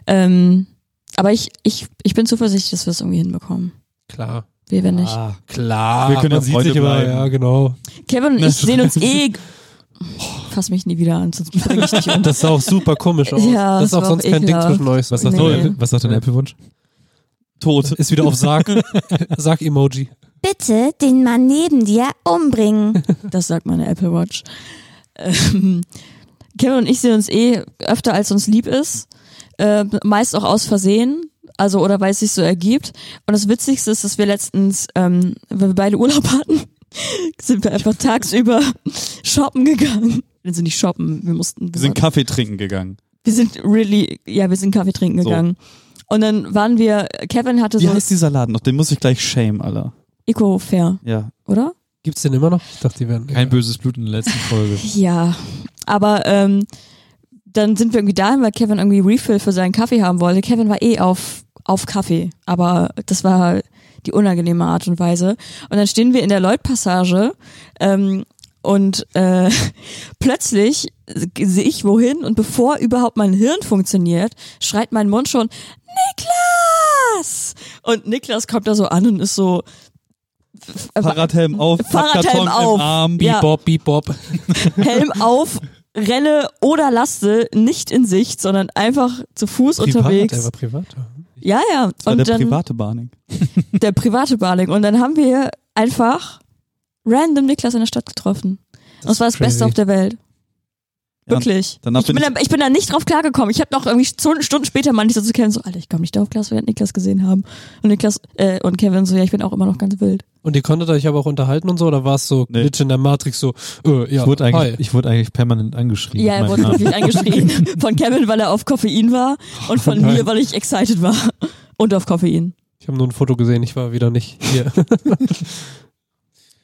Ähm, aber ich, ich, ich bin zuversichtlich, dass wir es irgendwie hinbekommen. Klar. Wir werden nicht. ah, Klar. Wir können ja man sieht Freunde sich immer, bleiben. ja, genau. Kevin *laughs* und ich sehen uns eh. Fass mich nie wieder an, sonst bringe ich dich um. Das sah auch super *laughs* komisch aus. Ja, das ist das auch war sonst auch kein Ding ekelhaft. zwischen euch. Was sagt sagt, Nee. dein- dein, was sagt dein Apple-Wunsch? tot. Ist *laughs* wieder *laughs* auf Sarg. Sarg-Emoji. Bitte den Mann neben dir umbringen. Das sagt meine Apple Watch. Ähm, Kevin und ich sehen uns eh öfter, als uns lieb ist. Ähm, meist auch aus Versehen. Also, oder weil es sich so ergibt. Und das Witzigste ist, dass wir letztens, ähm, weil wir beide Urlaub hatten, *laughs* sind wir einfach tagsüber shoppen gegangen. Wir sind nicht shoppen, wir mussten. genau. Wir sind Kaffee trinken gegangen. wir sind really, ja, wir sind Kaffee trinken So. gegangen. Und dann waren wir, Kevin hatte Wie so heißt dieser Laden noch? Den muss ich gleich shame, Alter. Eco-Fair, Ja. oder? Gibt's den immer noch? Ich dachte, die werden. Kein böses Blut in der letzten Folge. Ja, aber ähm, dann sind wir irgendwie dahin, weil Kevin irgendwie Refill für seinen Kaffee haben wollte. Kevin war eh auf, auf Kaffee, aber das war die unangenehme Art und Weise. Und dann stehen wir in der Lloyd-Passage ähm, und äh, *laughs* plötzlich sehe ich wohin und bevor überhaupt mein Hirn funktioniert, schreit mein Mund schon, Niklas! Und Niklas kommt da so an und ist so... Fahrradhelm auf, Also Fahrradhelm Pappkarton auf. im Arm. Ja. Bebop, bebop. Helm auf, renne oder laste nicht in Sicht, sondern einfach zu Fuß Der unterwegs. war privat. Ja, ja. Das war Und der dann private Barning. der private Barling. Und dann haben wir einfach random Niklas in der Stadt getroffen. Und es war das crazy. Beste auf der Welt. Ja, Wirklich. danach ich, bin bin da, ich bin da nicht drauf klargekommen. Ich habe noch irgendwie Stunden, Stunden später mal nicht so zu Kevin so, Alter, ich komme nicht drauf klar, dass wir Niklas gesehen haben. Und Niklas äh, und Kevin so, ja, ich bin auch immer noch ganz wild. Und ihr konntet euch aber auch unterhalten und so, oder war es so Nee. Glitch in der Matrix so, äh, ja, ich, wurde eigentlich, hi. ich wurde eigentlich permanent angeschrieben. Ja, er Mein wurde Name. wirklich angeschrien. *laughs* Von Kevin, weil er auf Koffein war und von mir, weil ich excited war. Und auf Koffein. Ich habe nur ein Foto gesehen, ich war wieder nicht hier.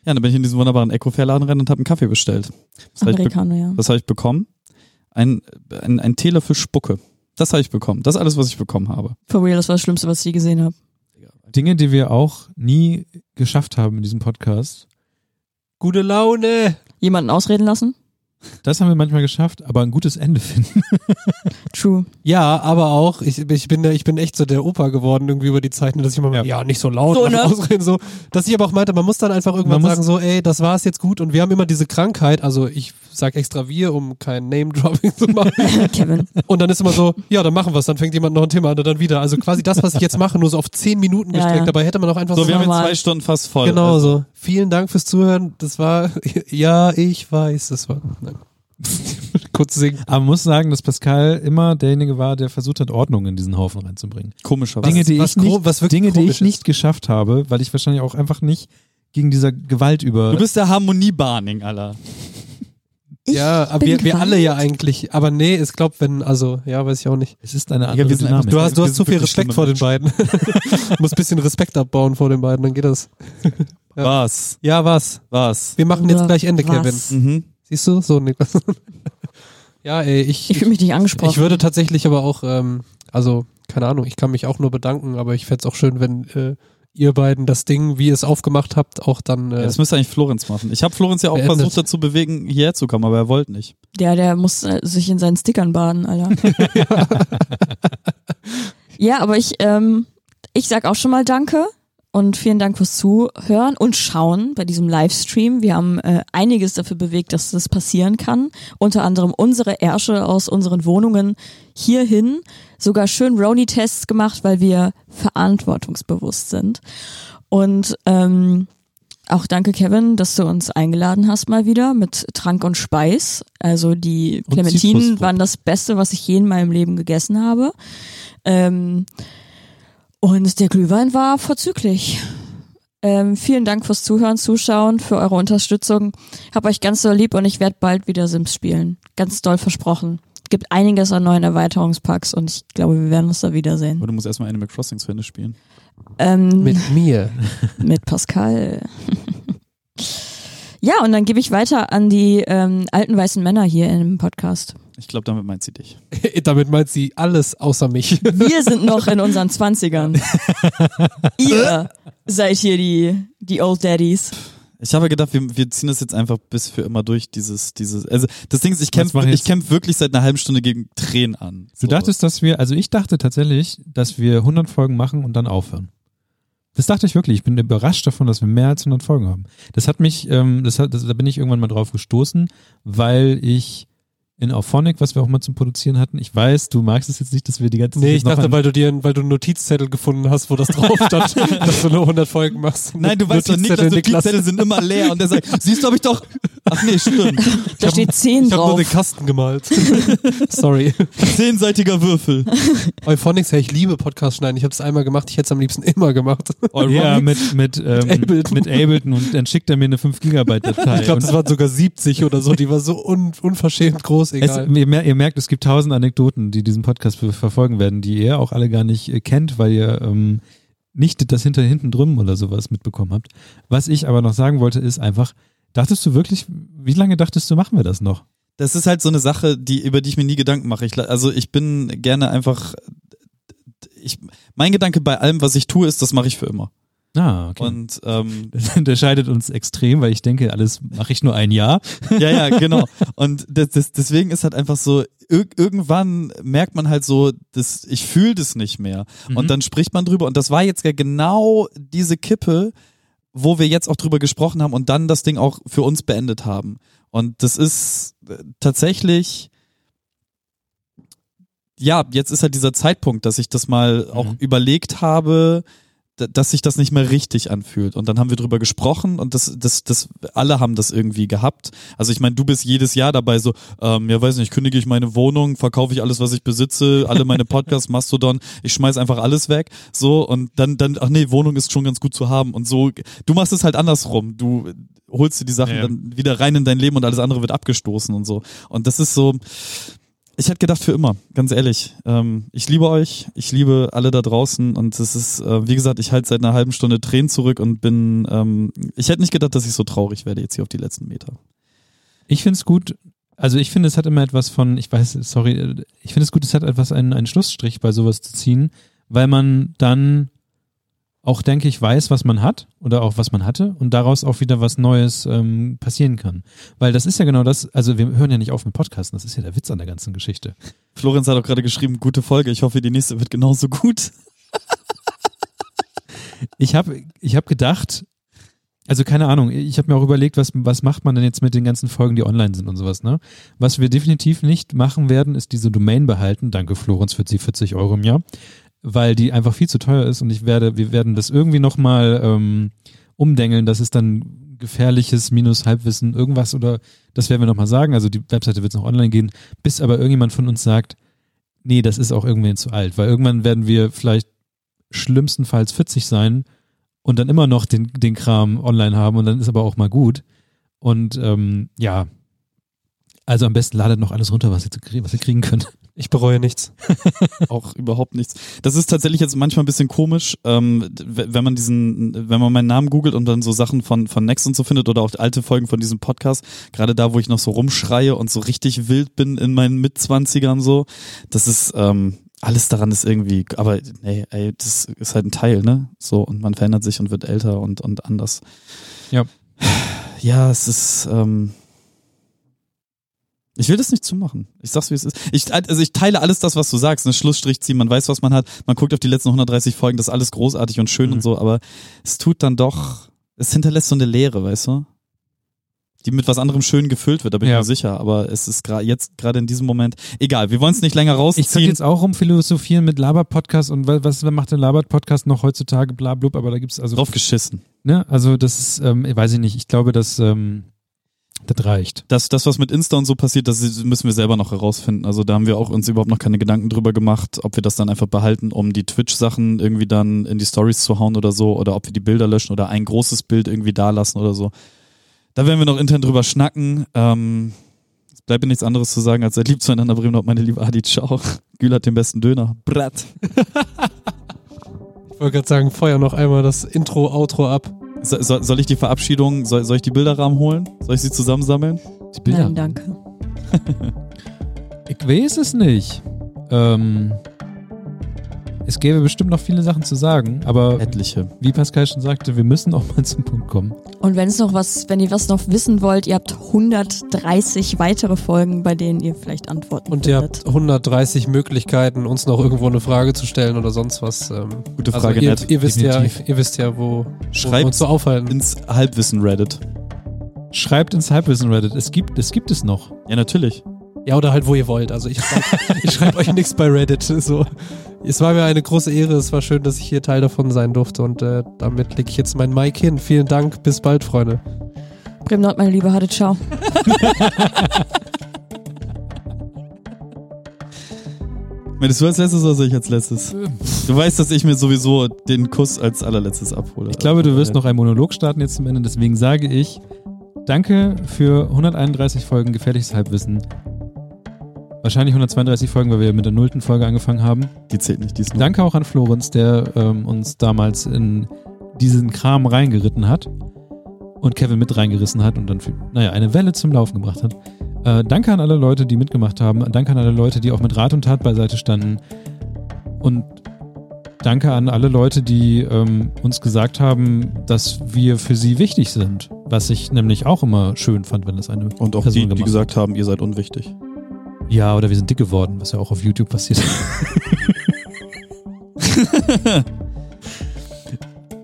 Ja, dann bin ich in diesen wunderbaren Eco-Fair-Laden rein und habe einen Kaffee bestellt. Was habe ich, be Amerikaner, ja. was hab ich bekommen? Ein, ein, ein Teelöffel Spucke. Das habe ich bekommen. Das ist alles, was ich bekommen habe. For real, das war das Schlimmste, was ich je gesehen habe. Dinge, die wir auch nie geschafft haben in diesem Podcast. Gute Laune! Jemanden ausreden lassen? Das haben wir manchmal geschafft, aber ein gutes Ende finden. *laughs* True. *laughs* Ja, aber auch, ich, ich, bin, da- ich bin echt so der Opa geworden irgendwie über die Zeiten, dass ich immer, ja, ja nicht so laut So, ne? ausreden, so. Dass ich aber auch meinte, man muss dann einfach irgendwann Man sagen, muss- so, ey, das war's jetzt gut. Und wir haben immer diese Krankheit, also ich sag extra wir, um kein Name-Dropping zu machen. *laughs* Kevin. Und dann ist immer so, ja, dann machen wir's, dann fängt jemand noch ein Thema an und dann wieder. Also quasi das, was ich jetzt mache, nur so auf zehn Minuten Ja, gestreckt. ja. Dabei hätte man auch einfach So, wir haben jetzt normal. zwei Stunden fast voll. Also Genau Also, so. Vielen Dank fürs Zuhören. Das war, *laughs* ja, ich weiß, das war. Nein. Kurz singen. Aber man muss sagen, dass Pascal immer derjenige war, der versucht hat, Ordnung in diesen Haufen reinzubringen. komischerweise. Dinge, die was ich, nicht, gro- was wirklich Dinge, die komisch ich ist. nicht geschafft habe, weil ich wahrscheinlich auch einfach nicht gegen dieser Gewalt über. Du bist der Harmonie-Barning, Alter. ja, aber bin wir, wir geweint. alle ja eigentlich. Aber nee, ich glaube, wenn, also, ja, weiß ich auch nicht. es ist eine wir andere sind Dynamik. einfach- Du hast, du Wir hast zu sind viel wirklich schlimme Respekt vor den beiden. *laughs* Muss bisschen Respekt abbauen vor den beiden, dann geht das. Ja. Was? Ja, was? Was? Wir machen jetzt gleich Ende, Was? Kevin. Mhm. Siehst du? So, Niklas. *laughs* ja, ey, ich, Ich fühle mich nicht angesprochen. Ich würde tatsächlich aber auch, ähm, also keine Ahnung, ich kann mich auch nur bedanken, aber ich fänd's auch schön, wenn äh, ihr beiden das Ding, wie ihr es aufgemacht habt, auch dann. Ja, Äh, das müsste eigentlich Florenz machen. Ich habe Florenz ja auch Beendet. versucht dazu bewegen, hierher zu kommen, aber er wollte nicht. ja, der muss äh, sich in seinen Stickern baden, Alter. ja, aber ich, ähm, ich sag auch schon mal Danke und vielen Dank fürs Zuhören und Schauen bei diesem Livestream. Wir haben äh, einiges dafür bewegt, dass das passieren kann. Unter anderem unsere Ärsche aus unseren Wohnungen hierhin. Sogar schön Roni-Tests gemacht, weil wir verantwortungsbewusst sind. Und ähm, Auch danke, Kevin, dass du uns eingeladen hast mal wieder mit Trank und Speis. Also die Und Clementinen Zitrusfrucht. waren das Beste, was ich je in meinem Leben gegessen habe. Ähm, Und der Glühwein war vorzüglich. Ähm, vielen Dank fürs Zuhören, Zuschauen, für eure Unterstützung. Hab euch ganz so lieb und ich werde bald wieder Sims spielen. Ganz doll versprochen. Gibt einiges an neuen Erweiterungspacks und ich glaube, wir werden uns da wiedersehen. Aber du musst erstmal Animal Crossing zu Ende spielen. Ähm, mit. *laughs* Mit mir. mit Pascal. *laughs* ja, und dann gebe ich weiter an die ähm, alten weißen Männer hier im Podcast. Ich glaube, damit meint sie dich. Damit meint sie alles außer mich. Wir sind noch in unseren Zwanzigern. Ihr seid hier die, die Old Daddies. Ich habe gedacht, wir, wir ziehen das jetzt einfach bis für immer durch, dieses, dieses. Also das Ding ist, ich Was kämpfe war jetzt? ich kämpf wirklich seit einer halben Stunde gegen Tränen an. Du dachtest, dass wir, also ich dachte tatsächlich, dass wir 100 Folgen machen und dann aufhören. Das dachte ich wirklich. Ich bin überrascht davon, dass wir mehr als 100 Folgen haben. Das hat mich, ähm, das hat, das, da bin ich irgendwann mal drauf gestoßen, weil ich in Auphonic, was wir auch mal zum Produzieren hatten, ich weiß, du magst es jetzt nicht, dass wir die ganze *laughs* Nee, ich noch dachte, an- weil du dir weil du einen Notizzettel gefunden hast, wo das drauf stand, dass du nur 100 Folgen machst. Nein, du weißt doch nicht, dass Niklas. Notizzettel sind immer leer und der *laughs* sagt, siehst du, hab ich doch. Ach nee, stimmt. Da steht 10 Ich habe nur drauf. den Kasten gemalt. Sorry. Zehnseitiger Würfel. Euphonics, hey, ich liebe Podcast schneiden. Ich habe es einmal gemacht, ich hätte es am liebsten immer gemacht. Ja, mit, *laughs* mit, ähm, Ableton. mit Ableton und dann schickt er mir eine 5 Gigabyte Datei. *laughs* Ich glaube, Und das waren sogar 70 oder so. Die war so un unverschämt groß, es, egal. ihr, mer- ihr merkt, es gibt tausend Anekdoten, die diesen Podcast ver- verfolgen werden, die ihr auch alle gar nicht äh, kennt, weil ihr ähm, nicht das hinter hinten drüben oder sowas mitbekommen habt. Was ich aber noch sagen wollte, ist einfach, dachtest du wirklich, wie lange dachtest du, machen wir das noch? Das ist halt so eine Sache, die, über die ich mir nie Gedanken mache. Ich, la- also ich bin gerne einfach. Ich, mein Gedanke bei allem, was ich tue, ist, das mache ich für immer. Ah, okay. Und ähm, *laughs* das unterscheidet uns extrem, weil ich denke, alles mache ich nur ein Jahr. *laughs* ja, ja, genau. Und das, das, deswegen ist halt einfach so, ir irgendwann merkt man halt so, das, ich fühle das nicht mehr. Und dann spricht man drüber. Und das war jetzt ja genau diese Kippe, wo wir jetzt auch drüber gesprochen haben und dann das Ding auch für uns beendet haben. Und das ist äh, tatsächlich, ja, jetzt ist halt dieser Zeitpunkt, dass ich das mal auch überlegt habe, d- dass sich das nicht mehr richtig anfühlt. Und dann haben wir drüber gesprochen und das, das, das, alle haben das irgendwie gehabt. Also ich meine, du bist jedes Jahr dabei so, ähm, ja weiß nicht, kündige ich meine Wohnung, verkaufe ich alles, was ich besitze, alle meine Podcasts, Mastodon, ich schmeiß einfach alles weg. So und dann, dann, ach nee, Wohnung ist schon ganz gut zu haben. Und so, du machst es halt andersrum. Du holst dir die Sachen Ja. dann wieder rein in dein Leben und alles andere wird abgestoßen und so. Und das ist so, ich hätte gedacht für immer, ganz ehrlich. Ähm, ich liebe euch, ich liebe alle da draußen und es ist, äh, wie gesagt, ich halte seit einer halben Stunde Tränen zurück und bin, ähm, ich hätte nicht gedacht, dass ich so traurig werde jetzt hier auf die letzten Meter. Ich finde es gut, also ich finde, es hat immer etwas von, ich weiß, sorry, ich finde es gut, es hat etwas einen, einen Schlussstrich bei sowas zu ziehen, weil man dann auch, denke ich, weiß, was man hat oder auch was man hatte und daraus auch wieder was Neues ähm, passieren kann. Weil das ist ja genau das, also wir hören ja nicht auf mit Podcasten, das ist ja der Witz an der ganzen Geschichte. Florenz hat auch gerade geschrieben, gute Folge, ich hoffe, die nächste wird genauso gut. *laughs* Ich habe ich hab gedacht, also keine Ahnung, ich habe mir auch überlegt, was, was macht man denn jetzt mit den ganzen Folgen, die online sind und sowas, ne? Was wir definitiv nicht machen werden, ist diese Domain behalten. Danke, Florenz, für die 40 Euro im Jahr. Weil die einfach viel zu teuer ist und ich werde, wir werden das irgendwie nochmal ähm, umdengeln. Das ist dann gefährliches minus Halbwissen, irgendwas oder das werden wir nochmal sagen. Also die Webseite wird noch online gehen, bis aber irgendjemand von uns sagt, nee, das ist auch irgendwann zu alt, weil irgendwann werden wir vielleicht schlimmstenfalls 40 sein und dann immer noch den, den Kram online haben und dann ist aber auch mal gut. Und ähm, ja, also am besten ladet noch alles runter, was ihr, zu krie- was ihr kriegen könnt. Ich bereue nichts. auch überhaupt nichts. Das ist tatsächlich jetzt manchmal ein bisschen komisch, ähm, d- w- wenn man diesen, wenn man meinen Namen googelt und dann so Sachen von, von Next und so findet oder auch alte Folgen von diesem Podcast, gerade da, wo ich noch so rumschreie und so richtig wild bin in meinen Mitzwanzigern so, das ist, ähm, alles daran ist irgendwie, aber nee, ey, das ist halt ein Teil, ne? So, und man verändert sich und wird älter und, und anders. Ja. Ja, es ist, ähm, ich will das nicht zumachen. Ich sag's, wie es ist. Ich, also ich teile alles das, was du sagst. Einen Schlussstrich ziehen, man weiß, was man hat. Man guckt auf die letzten 130 Folgen, das ist alles großartig und schön Mhm. und so, aber es tut dann doch, es hinterlässt so eine Leere, weißt du? Die mit was anderem schön gefüllt wird, da bin Ja. ich mir sicher. Aber es ist gerade jetzt, gerade in diesem Moment, egal, wir wollen es nicht länger rausziehen. Ich könnte jetzt auch rumphilosophieren mit Labert-Podcast und wa- was macht der Labert-Podcast noch heutzutage, bla blub, aber da gibt's also, drauf geschissen. ne, also das ist, ähm, weiß ich nicht, ich glaube, dass ähm, Das reicht. das, das, was mit Insta und so passiert, das müssen wir selber noch herausfinden. Also da haben wir auch uns überhaupt noch keine Gedanken drüber gemacht, ob wir das dann einfach behalten, um die Twitch-Sachen irgendwie dann in die Stories zu hauen oder so, oder ob wir die Bilder löschen oder ein großes Bild irgendwie da lassen oder so. Da werden wir noch intern drüber schnacken. Ähm, es bleibt mir nichts anderes zu sagen, als seid lieb zueinander, Bremen und meine liebe Adi, ciao. *laughs* Gül hat den besten Döner. Brat. Ich wollte gerade sagen, feuer noch einmal das Intro, Outro ab. So, so, soll ich die Verabschiedung, soll, soll ich die Bilderrahmen holen? Soll ich sie zusammensammeln? Die Bilder. Nein, danke. Ich weiß es nicht. Ähm, es gäbe bestimmt noch viele Sachen zu sagen, aber Etliche. wie Pascal schon sagte, wir müssen auch mal zum Punkt kommen. Und wenn es noch was, wenn ihr was noch wissen wollt, ihr habt 130 weitere Folgen, bei denen ihr vielleicht Antworten Und ihr findet. habt 130 Möglichkeiten, uns noch irgendwo eine Frage zu stellen oder sonst was. Ähm, Gute also Frage, ihr, Ned. ihr wisst ja, Definitiv. ihr wisst ja, wo, wo wir Schreibt uns so aufhalten. ins Halbwissen-Reddit. Schreibt ins Halbwissen Reddit. Es gibt, es gibt es noch. Ja, natürlich. Ja, oder halt, wo ihr wollt. Also ich *laughs* schreibe ich schreib euch nichts bei Reddit. So. Es war mir eine große Ehre. Es war schön, dass ich hier Teil davon sein durfte. Und äh, damit lege ich jetzt mein Mic hin. Vielen Dank. Bis bald, Freunde. Bremen Nord, meine Liebe, hatte ciao. Möchtest du als letztes oder soll ich als letztes? Du weißt, dass ich mir sowieso den Kuss als allerletztes abhole. Also, Ich glaube, du wirst noch einen Monolog starten jetzt zum Ende, deswegen sage ich Danke für 131 Folgen gefährliches Halbwissen. Wahrscheinlich 132 Folgen, weil wir mit der nullten Folge angefangen haben. Die zählt nicht, die ist nur. Danke auch an Florenz, der ähm, uns damals in diesen Kram reingeritten hat und Kevin mit reingerissen hat und dann, für, naja, eine Welle zum Laufen gebracht hat. Äh, danke an alle Leute, die mitgemacht haben. Danke an alle Leute, die auch mit Rat und Tat beiseite standen. Und danke an alle Leute, die ähm, uns gesagt haben, dass wir für sie wichtig sind. Was ich nämlich auch immer schön fand, wenn das eine Und auch Person die, die gemacht gesagt haben, ihr seid unwichtig. ja, oder wir sind dick geworden, was ja auch auf YouTube *laughs* passiert.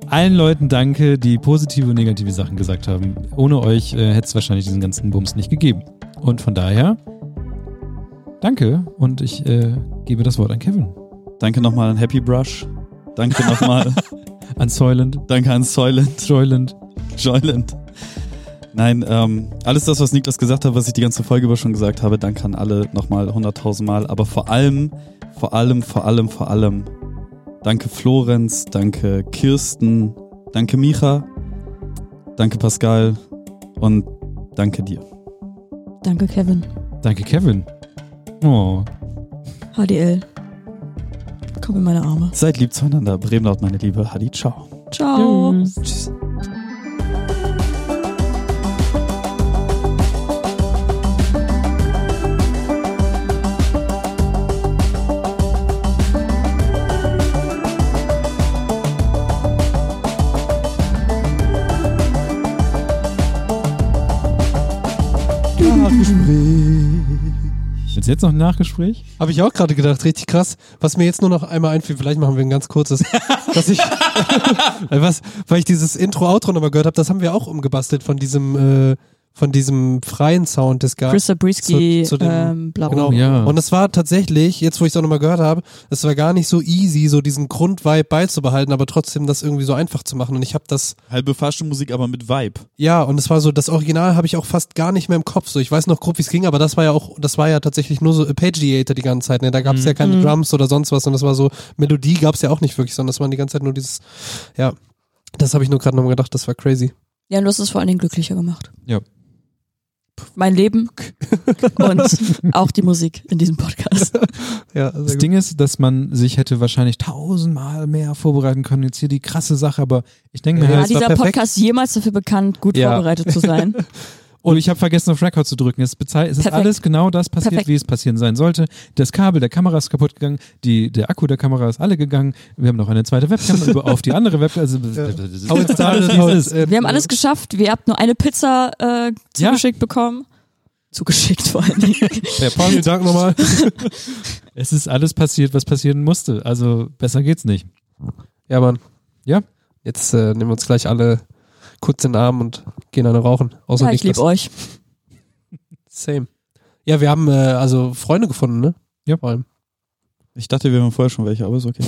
Allen Leuten danke, die positive und negative Sachen gesagt haben. Ohne euch äh, hätte es wahrscheinlich diesen ganzen Bums nicht gegeben. Und von daher, danke und ich äh, gebe das Wort an Kevin. Danke nochmal an Happy Brush. Danke *laughs* nochmal. An Soylent, Danke an Soylent. Joyland. Joylent. Nein, ähm, alles das, was Niklas gesagt hat, was ich die ganze Folge über schon gesagt habe, danke an alle nochmal hunderttausendmal. Aber vor allem, vor allem, vor allem, vor allem. Danke Florenz, danke Kirsten, danke Micha, danke Pascal und danke dir. Danke, Kevin. Danke, Kevin. Oh, HDL. Komm in meine Arme. Seid lieb zueinander. Bremen laut, meine Liebe. Hadi, ciao. Ciao. Tschüss. Tschüss. ist jetzt noch ein Nachgespräch? Habe ich auch gerade gedacht, richtig krass. Was mir jetzt nur noch einmal einfiel, vielleicht machen wir ein ganz kurzes, dass ich, *laughs* weil was, weil ich dieses Intro-Outro nochmal gehört habe, das haben wir auch umgebastelt von diesem, äh, von diesem freien Sound des Gartens. Chris Zabriskie, Zu- zu dem- ähm, bla bla. Genau. ja. Und es war tatsächlich, jetzt wo ich es auch nochmal gehört habe, es war gar nicht so easy, so diesen Grundvibe beizubehalten, aber trotzdem das irgendwie so einfach zu machen. Und ich habe das, Halbe Faschenmusik, aber mit Vibe. ja, und es war so, das Original habe ich auch fast gar nicht mehr im Kopf. So, ich weiß noch grob, wie es ging, aber das war ja auch, das war ja tatsächlich nur so Arpeggiator die ganze Zeit. Ne? Da gab es ja keine Drums oder sonst was und das war so, Melodie gab es ja auch nicht wirklich, sondern das waren die ganze Zeit nur dieses, ja, das habe ich nur gerade nochmal gedacht, das war crazy. Ja, und du hast es vor allen Dingen glücklicher gemacht. Ja. Mein *laughs* Leben und auch die Musik in diesem Podcast. Ja, sehr Das gut. Ding ist, dass man sich hätte wahrscheinlich tausendmal mehr vorbereiten können. Jetzt hier die krasse Sache, aber ich denke mir Ja, War halt, das die- war dieser perfekt. Podcast jemals dafür bekannt, gut Ja. vorbereitet zu sein? und ich habe vergessen, auf Record zu drücken. Es, bezei- es ist Perfekt. alles genau das passiert, Perfekt. wie es passieren sein sollte. Das Kabel der Kamera ist kaputt gegangen, die, der Akku der Kamera ist alle gegangen. Wir haben noch eine zweite Webcam über auf die andere Webcam. Also, *laughs* How it started, how it ended. Wir haben alles geschafft. Wir habt nur eine Pizza äh, Ja. zugeschickt bekommen. Zugeschickt vor allen Dingen. Vielen Dank nochmal. *laughs* es ist alles passiert, was passieren musste. Also besser geht's nicht. Ja, Mann. Ja. Jetzt äh, nehmen wir uns gleich alle kurz in den Arm und gehen eine rauchen. *laughs* Außer ja, ich Niklas. liebe euch. Same. Ja, wir haben äh, also Freunde gefunden, ne? Ja. Vor allem. Ich dachte, wir haben vorher schon welche, aber ist okay.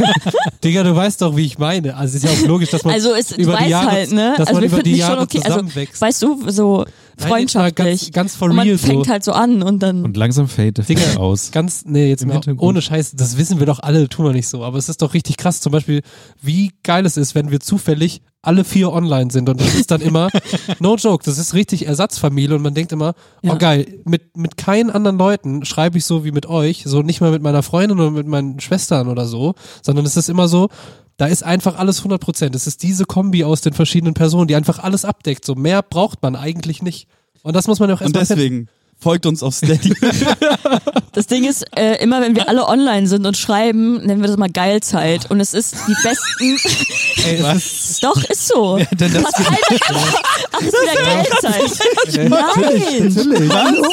*laughs* Digga, du weißt doch, wie ich meine. Also es ist ja auch logisch, dass man Also es, du über die weißt Jahre, halt, ne? dass also man wir über finden die dich schon Jahre okay. Also zusammenwächst. weißt du, so Nein, jetzt mal freundschaftlich. Ganz, ganz for und man real fängt so. halt so an und dann Und langsam fade der Digga, Fisch aus. Ganz, nee, jetzt Im mal Hintergrund. ohne Scheiß, das wissen wir doch alle, tun wir nicht so. Aber es ist doch richtig krass, zum Beispiel, wie geil es ist, wenn wir zufällig alle vier online sind und das ist dann immer, no joke, das ist richtig Ersatzfamilie und man denkt immer, Ja. oh geil, mit, mit keinen anderen Leuten schreibe ich so wie mit euch, so nicht mal mit meiner Freundin oder mit meinen Schwestern oder so, sondern es ist immer so, da ist einfach alles 100 Prozent. Es ist diese Kombi aus den verschiedenen Personen, die einfach alles abdeckt. So mehr braucht man eigentlich nicht. Und das muss man ja auch Und erstmal finden. deswegen folgt uns auf Steady. Das Ding ist, äh, immer wenn wir alle online sind und schreiben, nennen wir das mal Geilzeit. Und es ist die besten. *laughs* Doch, ist so. Ja, denn das Pass ein, ach, ist wieder Geilzeit. *laughs* Nein! Natürlich.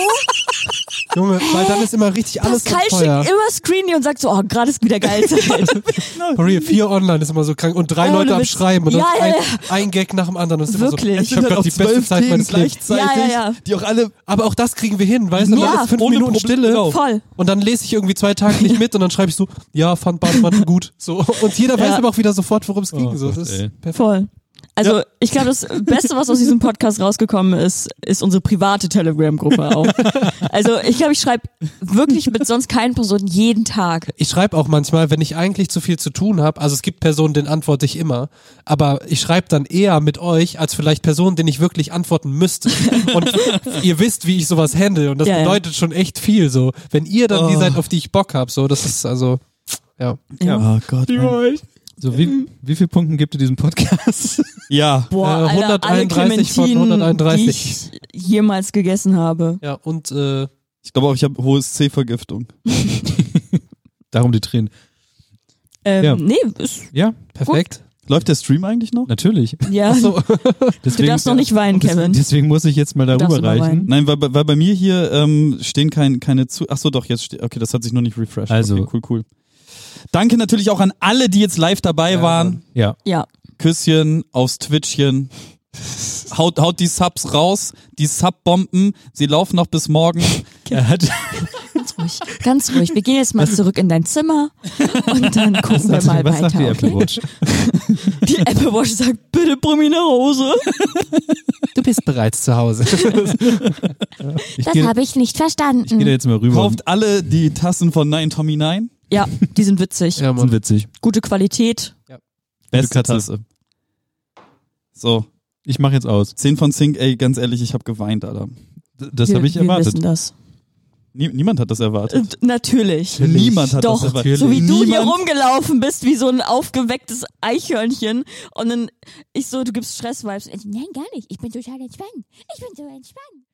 Junge, weil dann ist immer richtig alles so Pascal teuer. schickt immer Screeny und sagt so, oh, gerade ist wieder Geilzeit. For real, vier online ist immer so krank und drei Ja, Leute ohne am Witz. Schreiben und Oh, Ja, dann ja, ein, ja. ein Gag nach dem anderen. Und es ist Wirklich. Immer so, Es ich hab grad die beste Zeit meines Lebens. gleichzeitig, Ja, ja, ja. die auch alle Aber auch das kriegen wir hin, weißt du? Ja. Genau. Dann ist fünf Ohne Minuten Probleme Stille drauf. Voll. und dann lese ich irgendwie zwei *laughs* Tage nicht mit und dann schreibe ich so, ja, fand Badewanne gut. So. Und jeder weiß Ja. aber auch wieder sofort, worum es ging. Oh so. Gott, Das ey. ist perfekt. Voll. Also, ich glaube, das Beste, was aus diesem Podcast rausgekommen ist, ist unsere private Telegram-Gruppe auch. Also, ich glaube, ich schreibe wirklich mit sonst keinen Personen jeden Tag. Ich schreibe auch manchmal, wenn ich eigentlich zu viel zu tun habe, also es gibt Personen, denen antworte ich immer, aber ich schreibe dann eher mit euch, als vielleicht Personen, denen ich wirklich *laughs* antworten müsste. Und ihr wisst, wie ich sowas handle und das Ja, ja. bedeutet schon echt viel so. Wenn ihr dann die Oh. seid, auf die ich Bock hab, so, das ist also, ja. Oh Gott. Mann. So, wie, wie viele Punkte gibt ihr diesem Podcast? *laughs* Ja. Boah, Äh, Alter, alle 131 von Clementinen, 131. die ich jemals gegessen habe. Ja, und äh, Ich glaube auch, ich habe hohes C-Vergiftung. Darum die Tränen. Ähm, Ja. Nee, ist, Ja, perfekt. Läuft der Stream eigentlich noch? natürlich. ja. So, du Deswegen, darfst *laughs* noch nicht weinen, deswegen, Kevin. deswegen muss ich jetzt mal Du darfst darüber immer reichen. weinen. Nein, weil, bei- weil bei mir hier ähm, stehen kein, keine zu. Ach so, doch, jetzt steht. Okay, das hat sich noch nicht refreshed. Also. Okay, cool, cool. Danke natürlich auch an alle, die jetzt live dabei waren. Ja, Ja. Küsschen aufs Twitchchen. Haut, haut die Subs raus, die Sub-Bomben, sie laufen noch bis morgen. *laughs* er hat, Ruhig. Ganz ruhig. Wir gehen jetzt mal zurück in dein Zimmer und dann gucken wir was mal sagt die weiter. Apple Okay? Watch? Die Apple Watch sagt, bitte bring mich nach Hause. du bist bereits zu Hause. Ich Das gehe habe ich nicht geh da verstanden. jetzt mal rüber. Kauft alle die Tassen von 9 Tommy 9. Ja, die sind witzig. ja, Das ist Mann. witzig. Gute Qualität. Beste Katze. Tasse. So, Ich mache jetzt aus. 10 von 10, ey, ganz ehrlich, ich habe geweint, Alter. D- Das Wir- habe ich Wir erwartet. wissen das. Nie, niemand hat das Äh, erwartet. Natürlich. Niemand hat Doch, das erwartet. so wie du hier Niemand- rumgelaufen bist, wie so ein aufgewecktes Eichhörnchen. Und dann ich so, du gibst Stress-Vibes. Äh, Nein, gar nicht. Ich bin total entspannt. Ich bin so entspannt.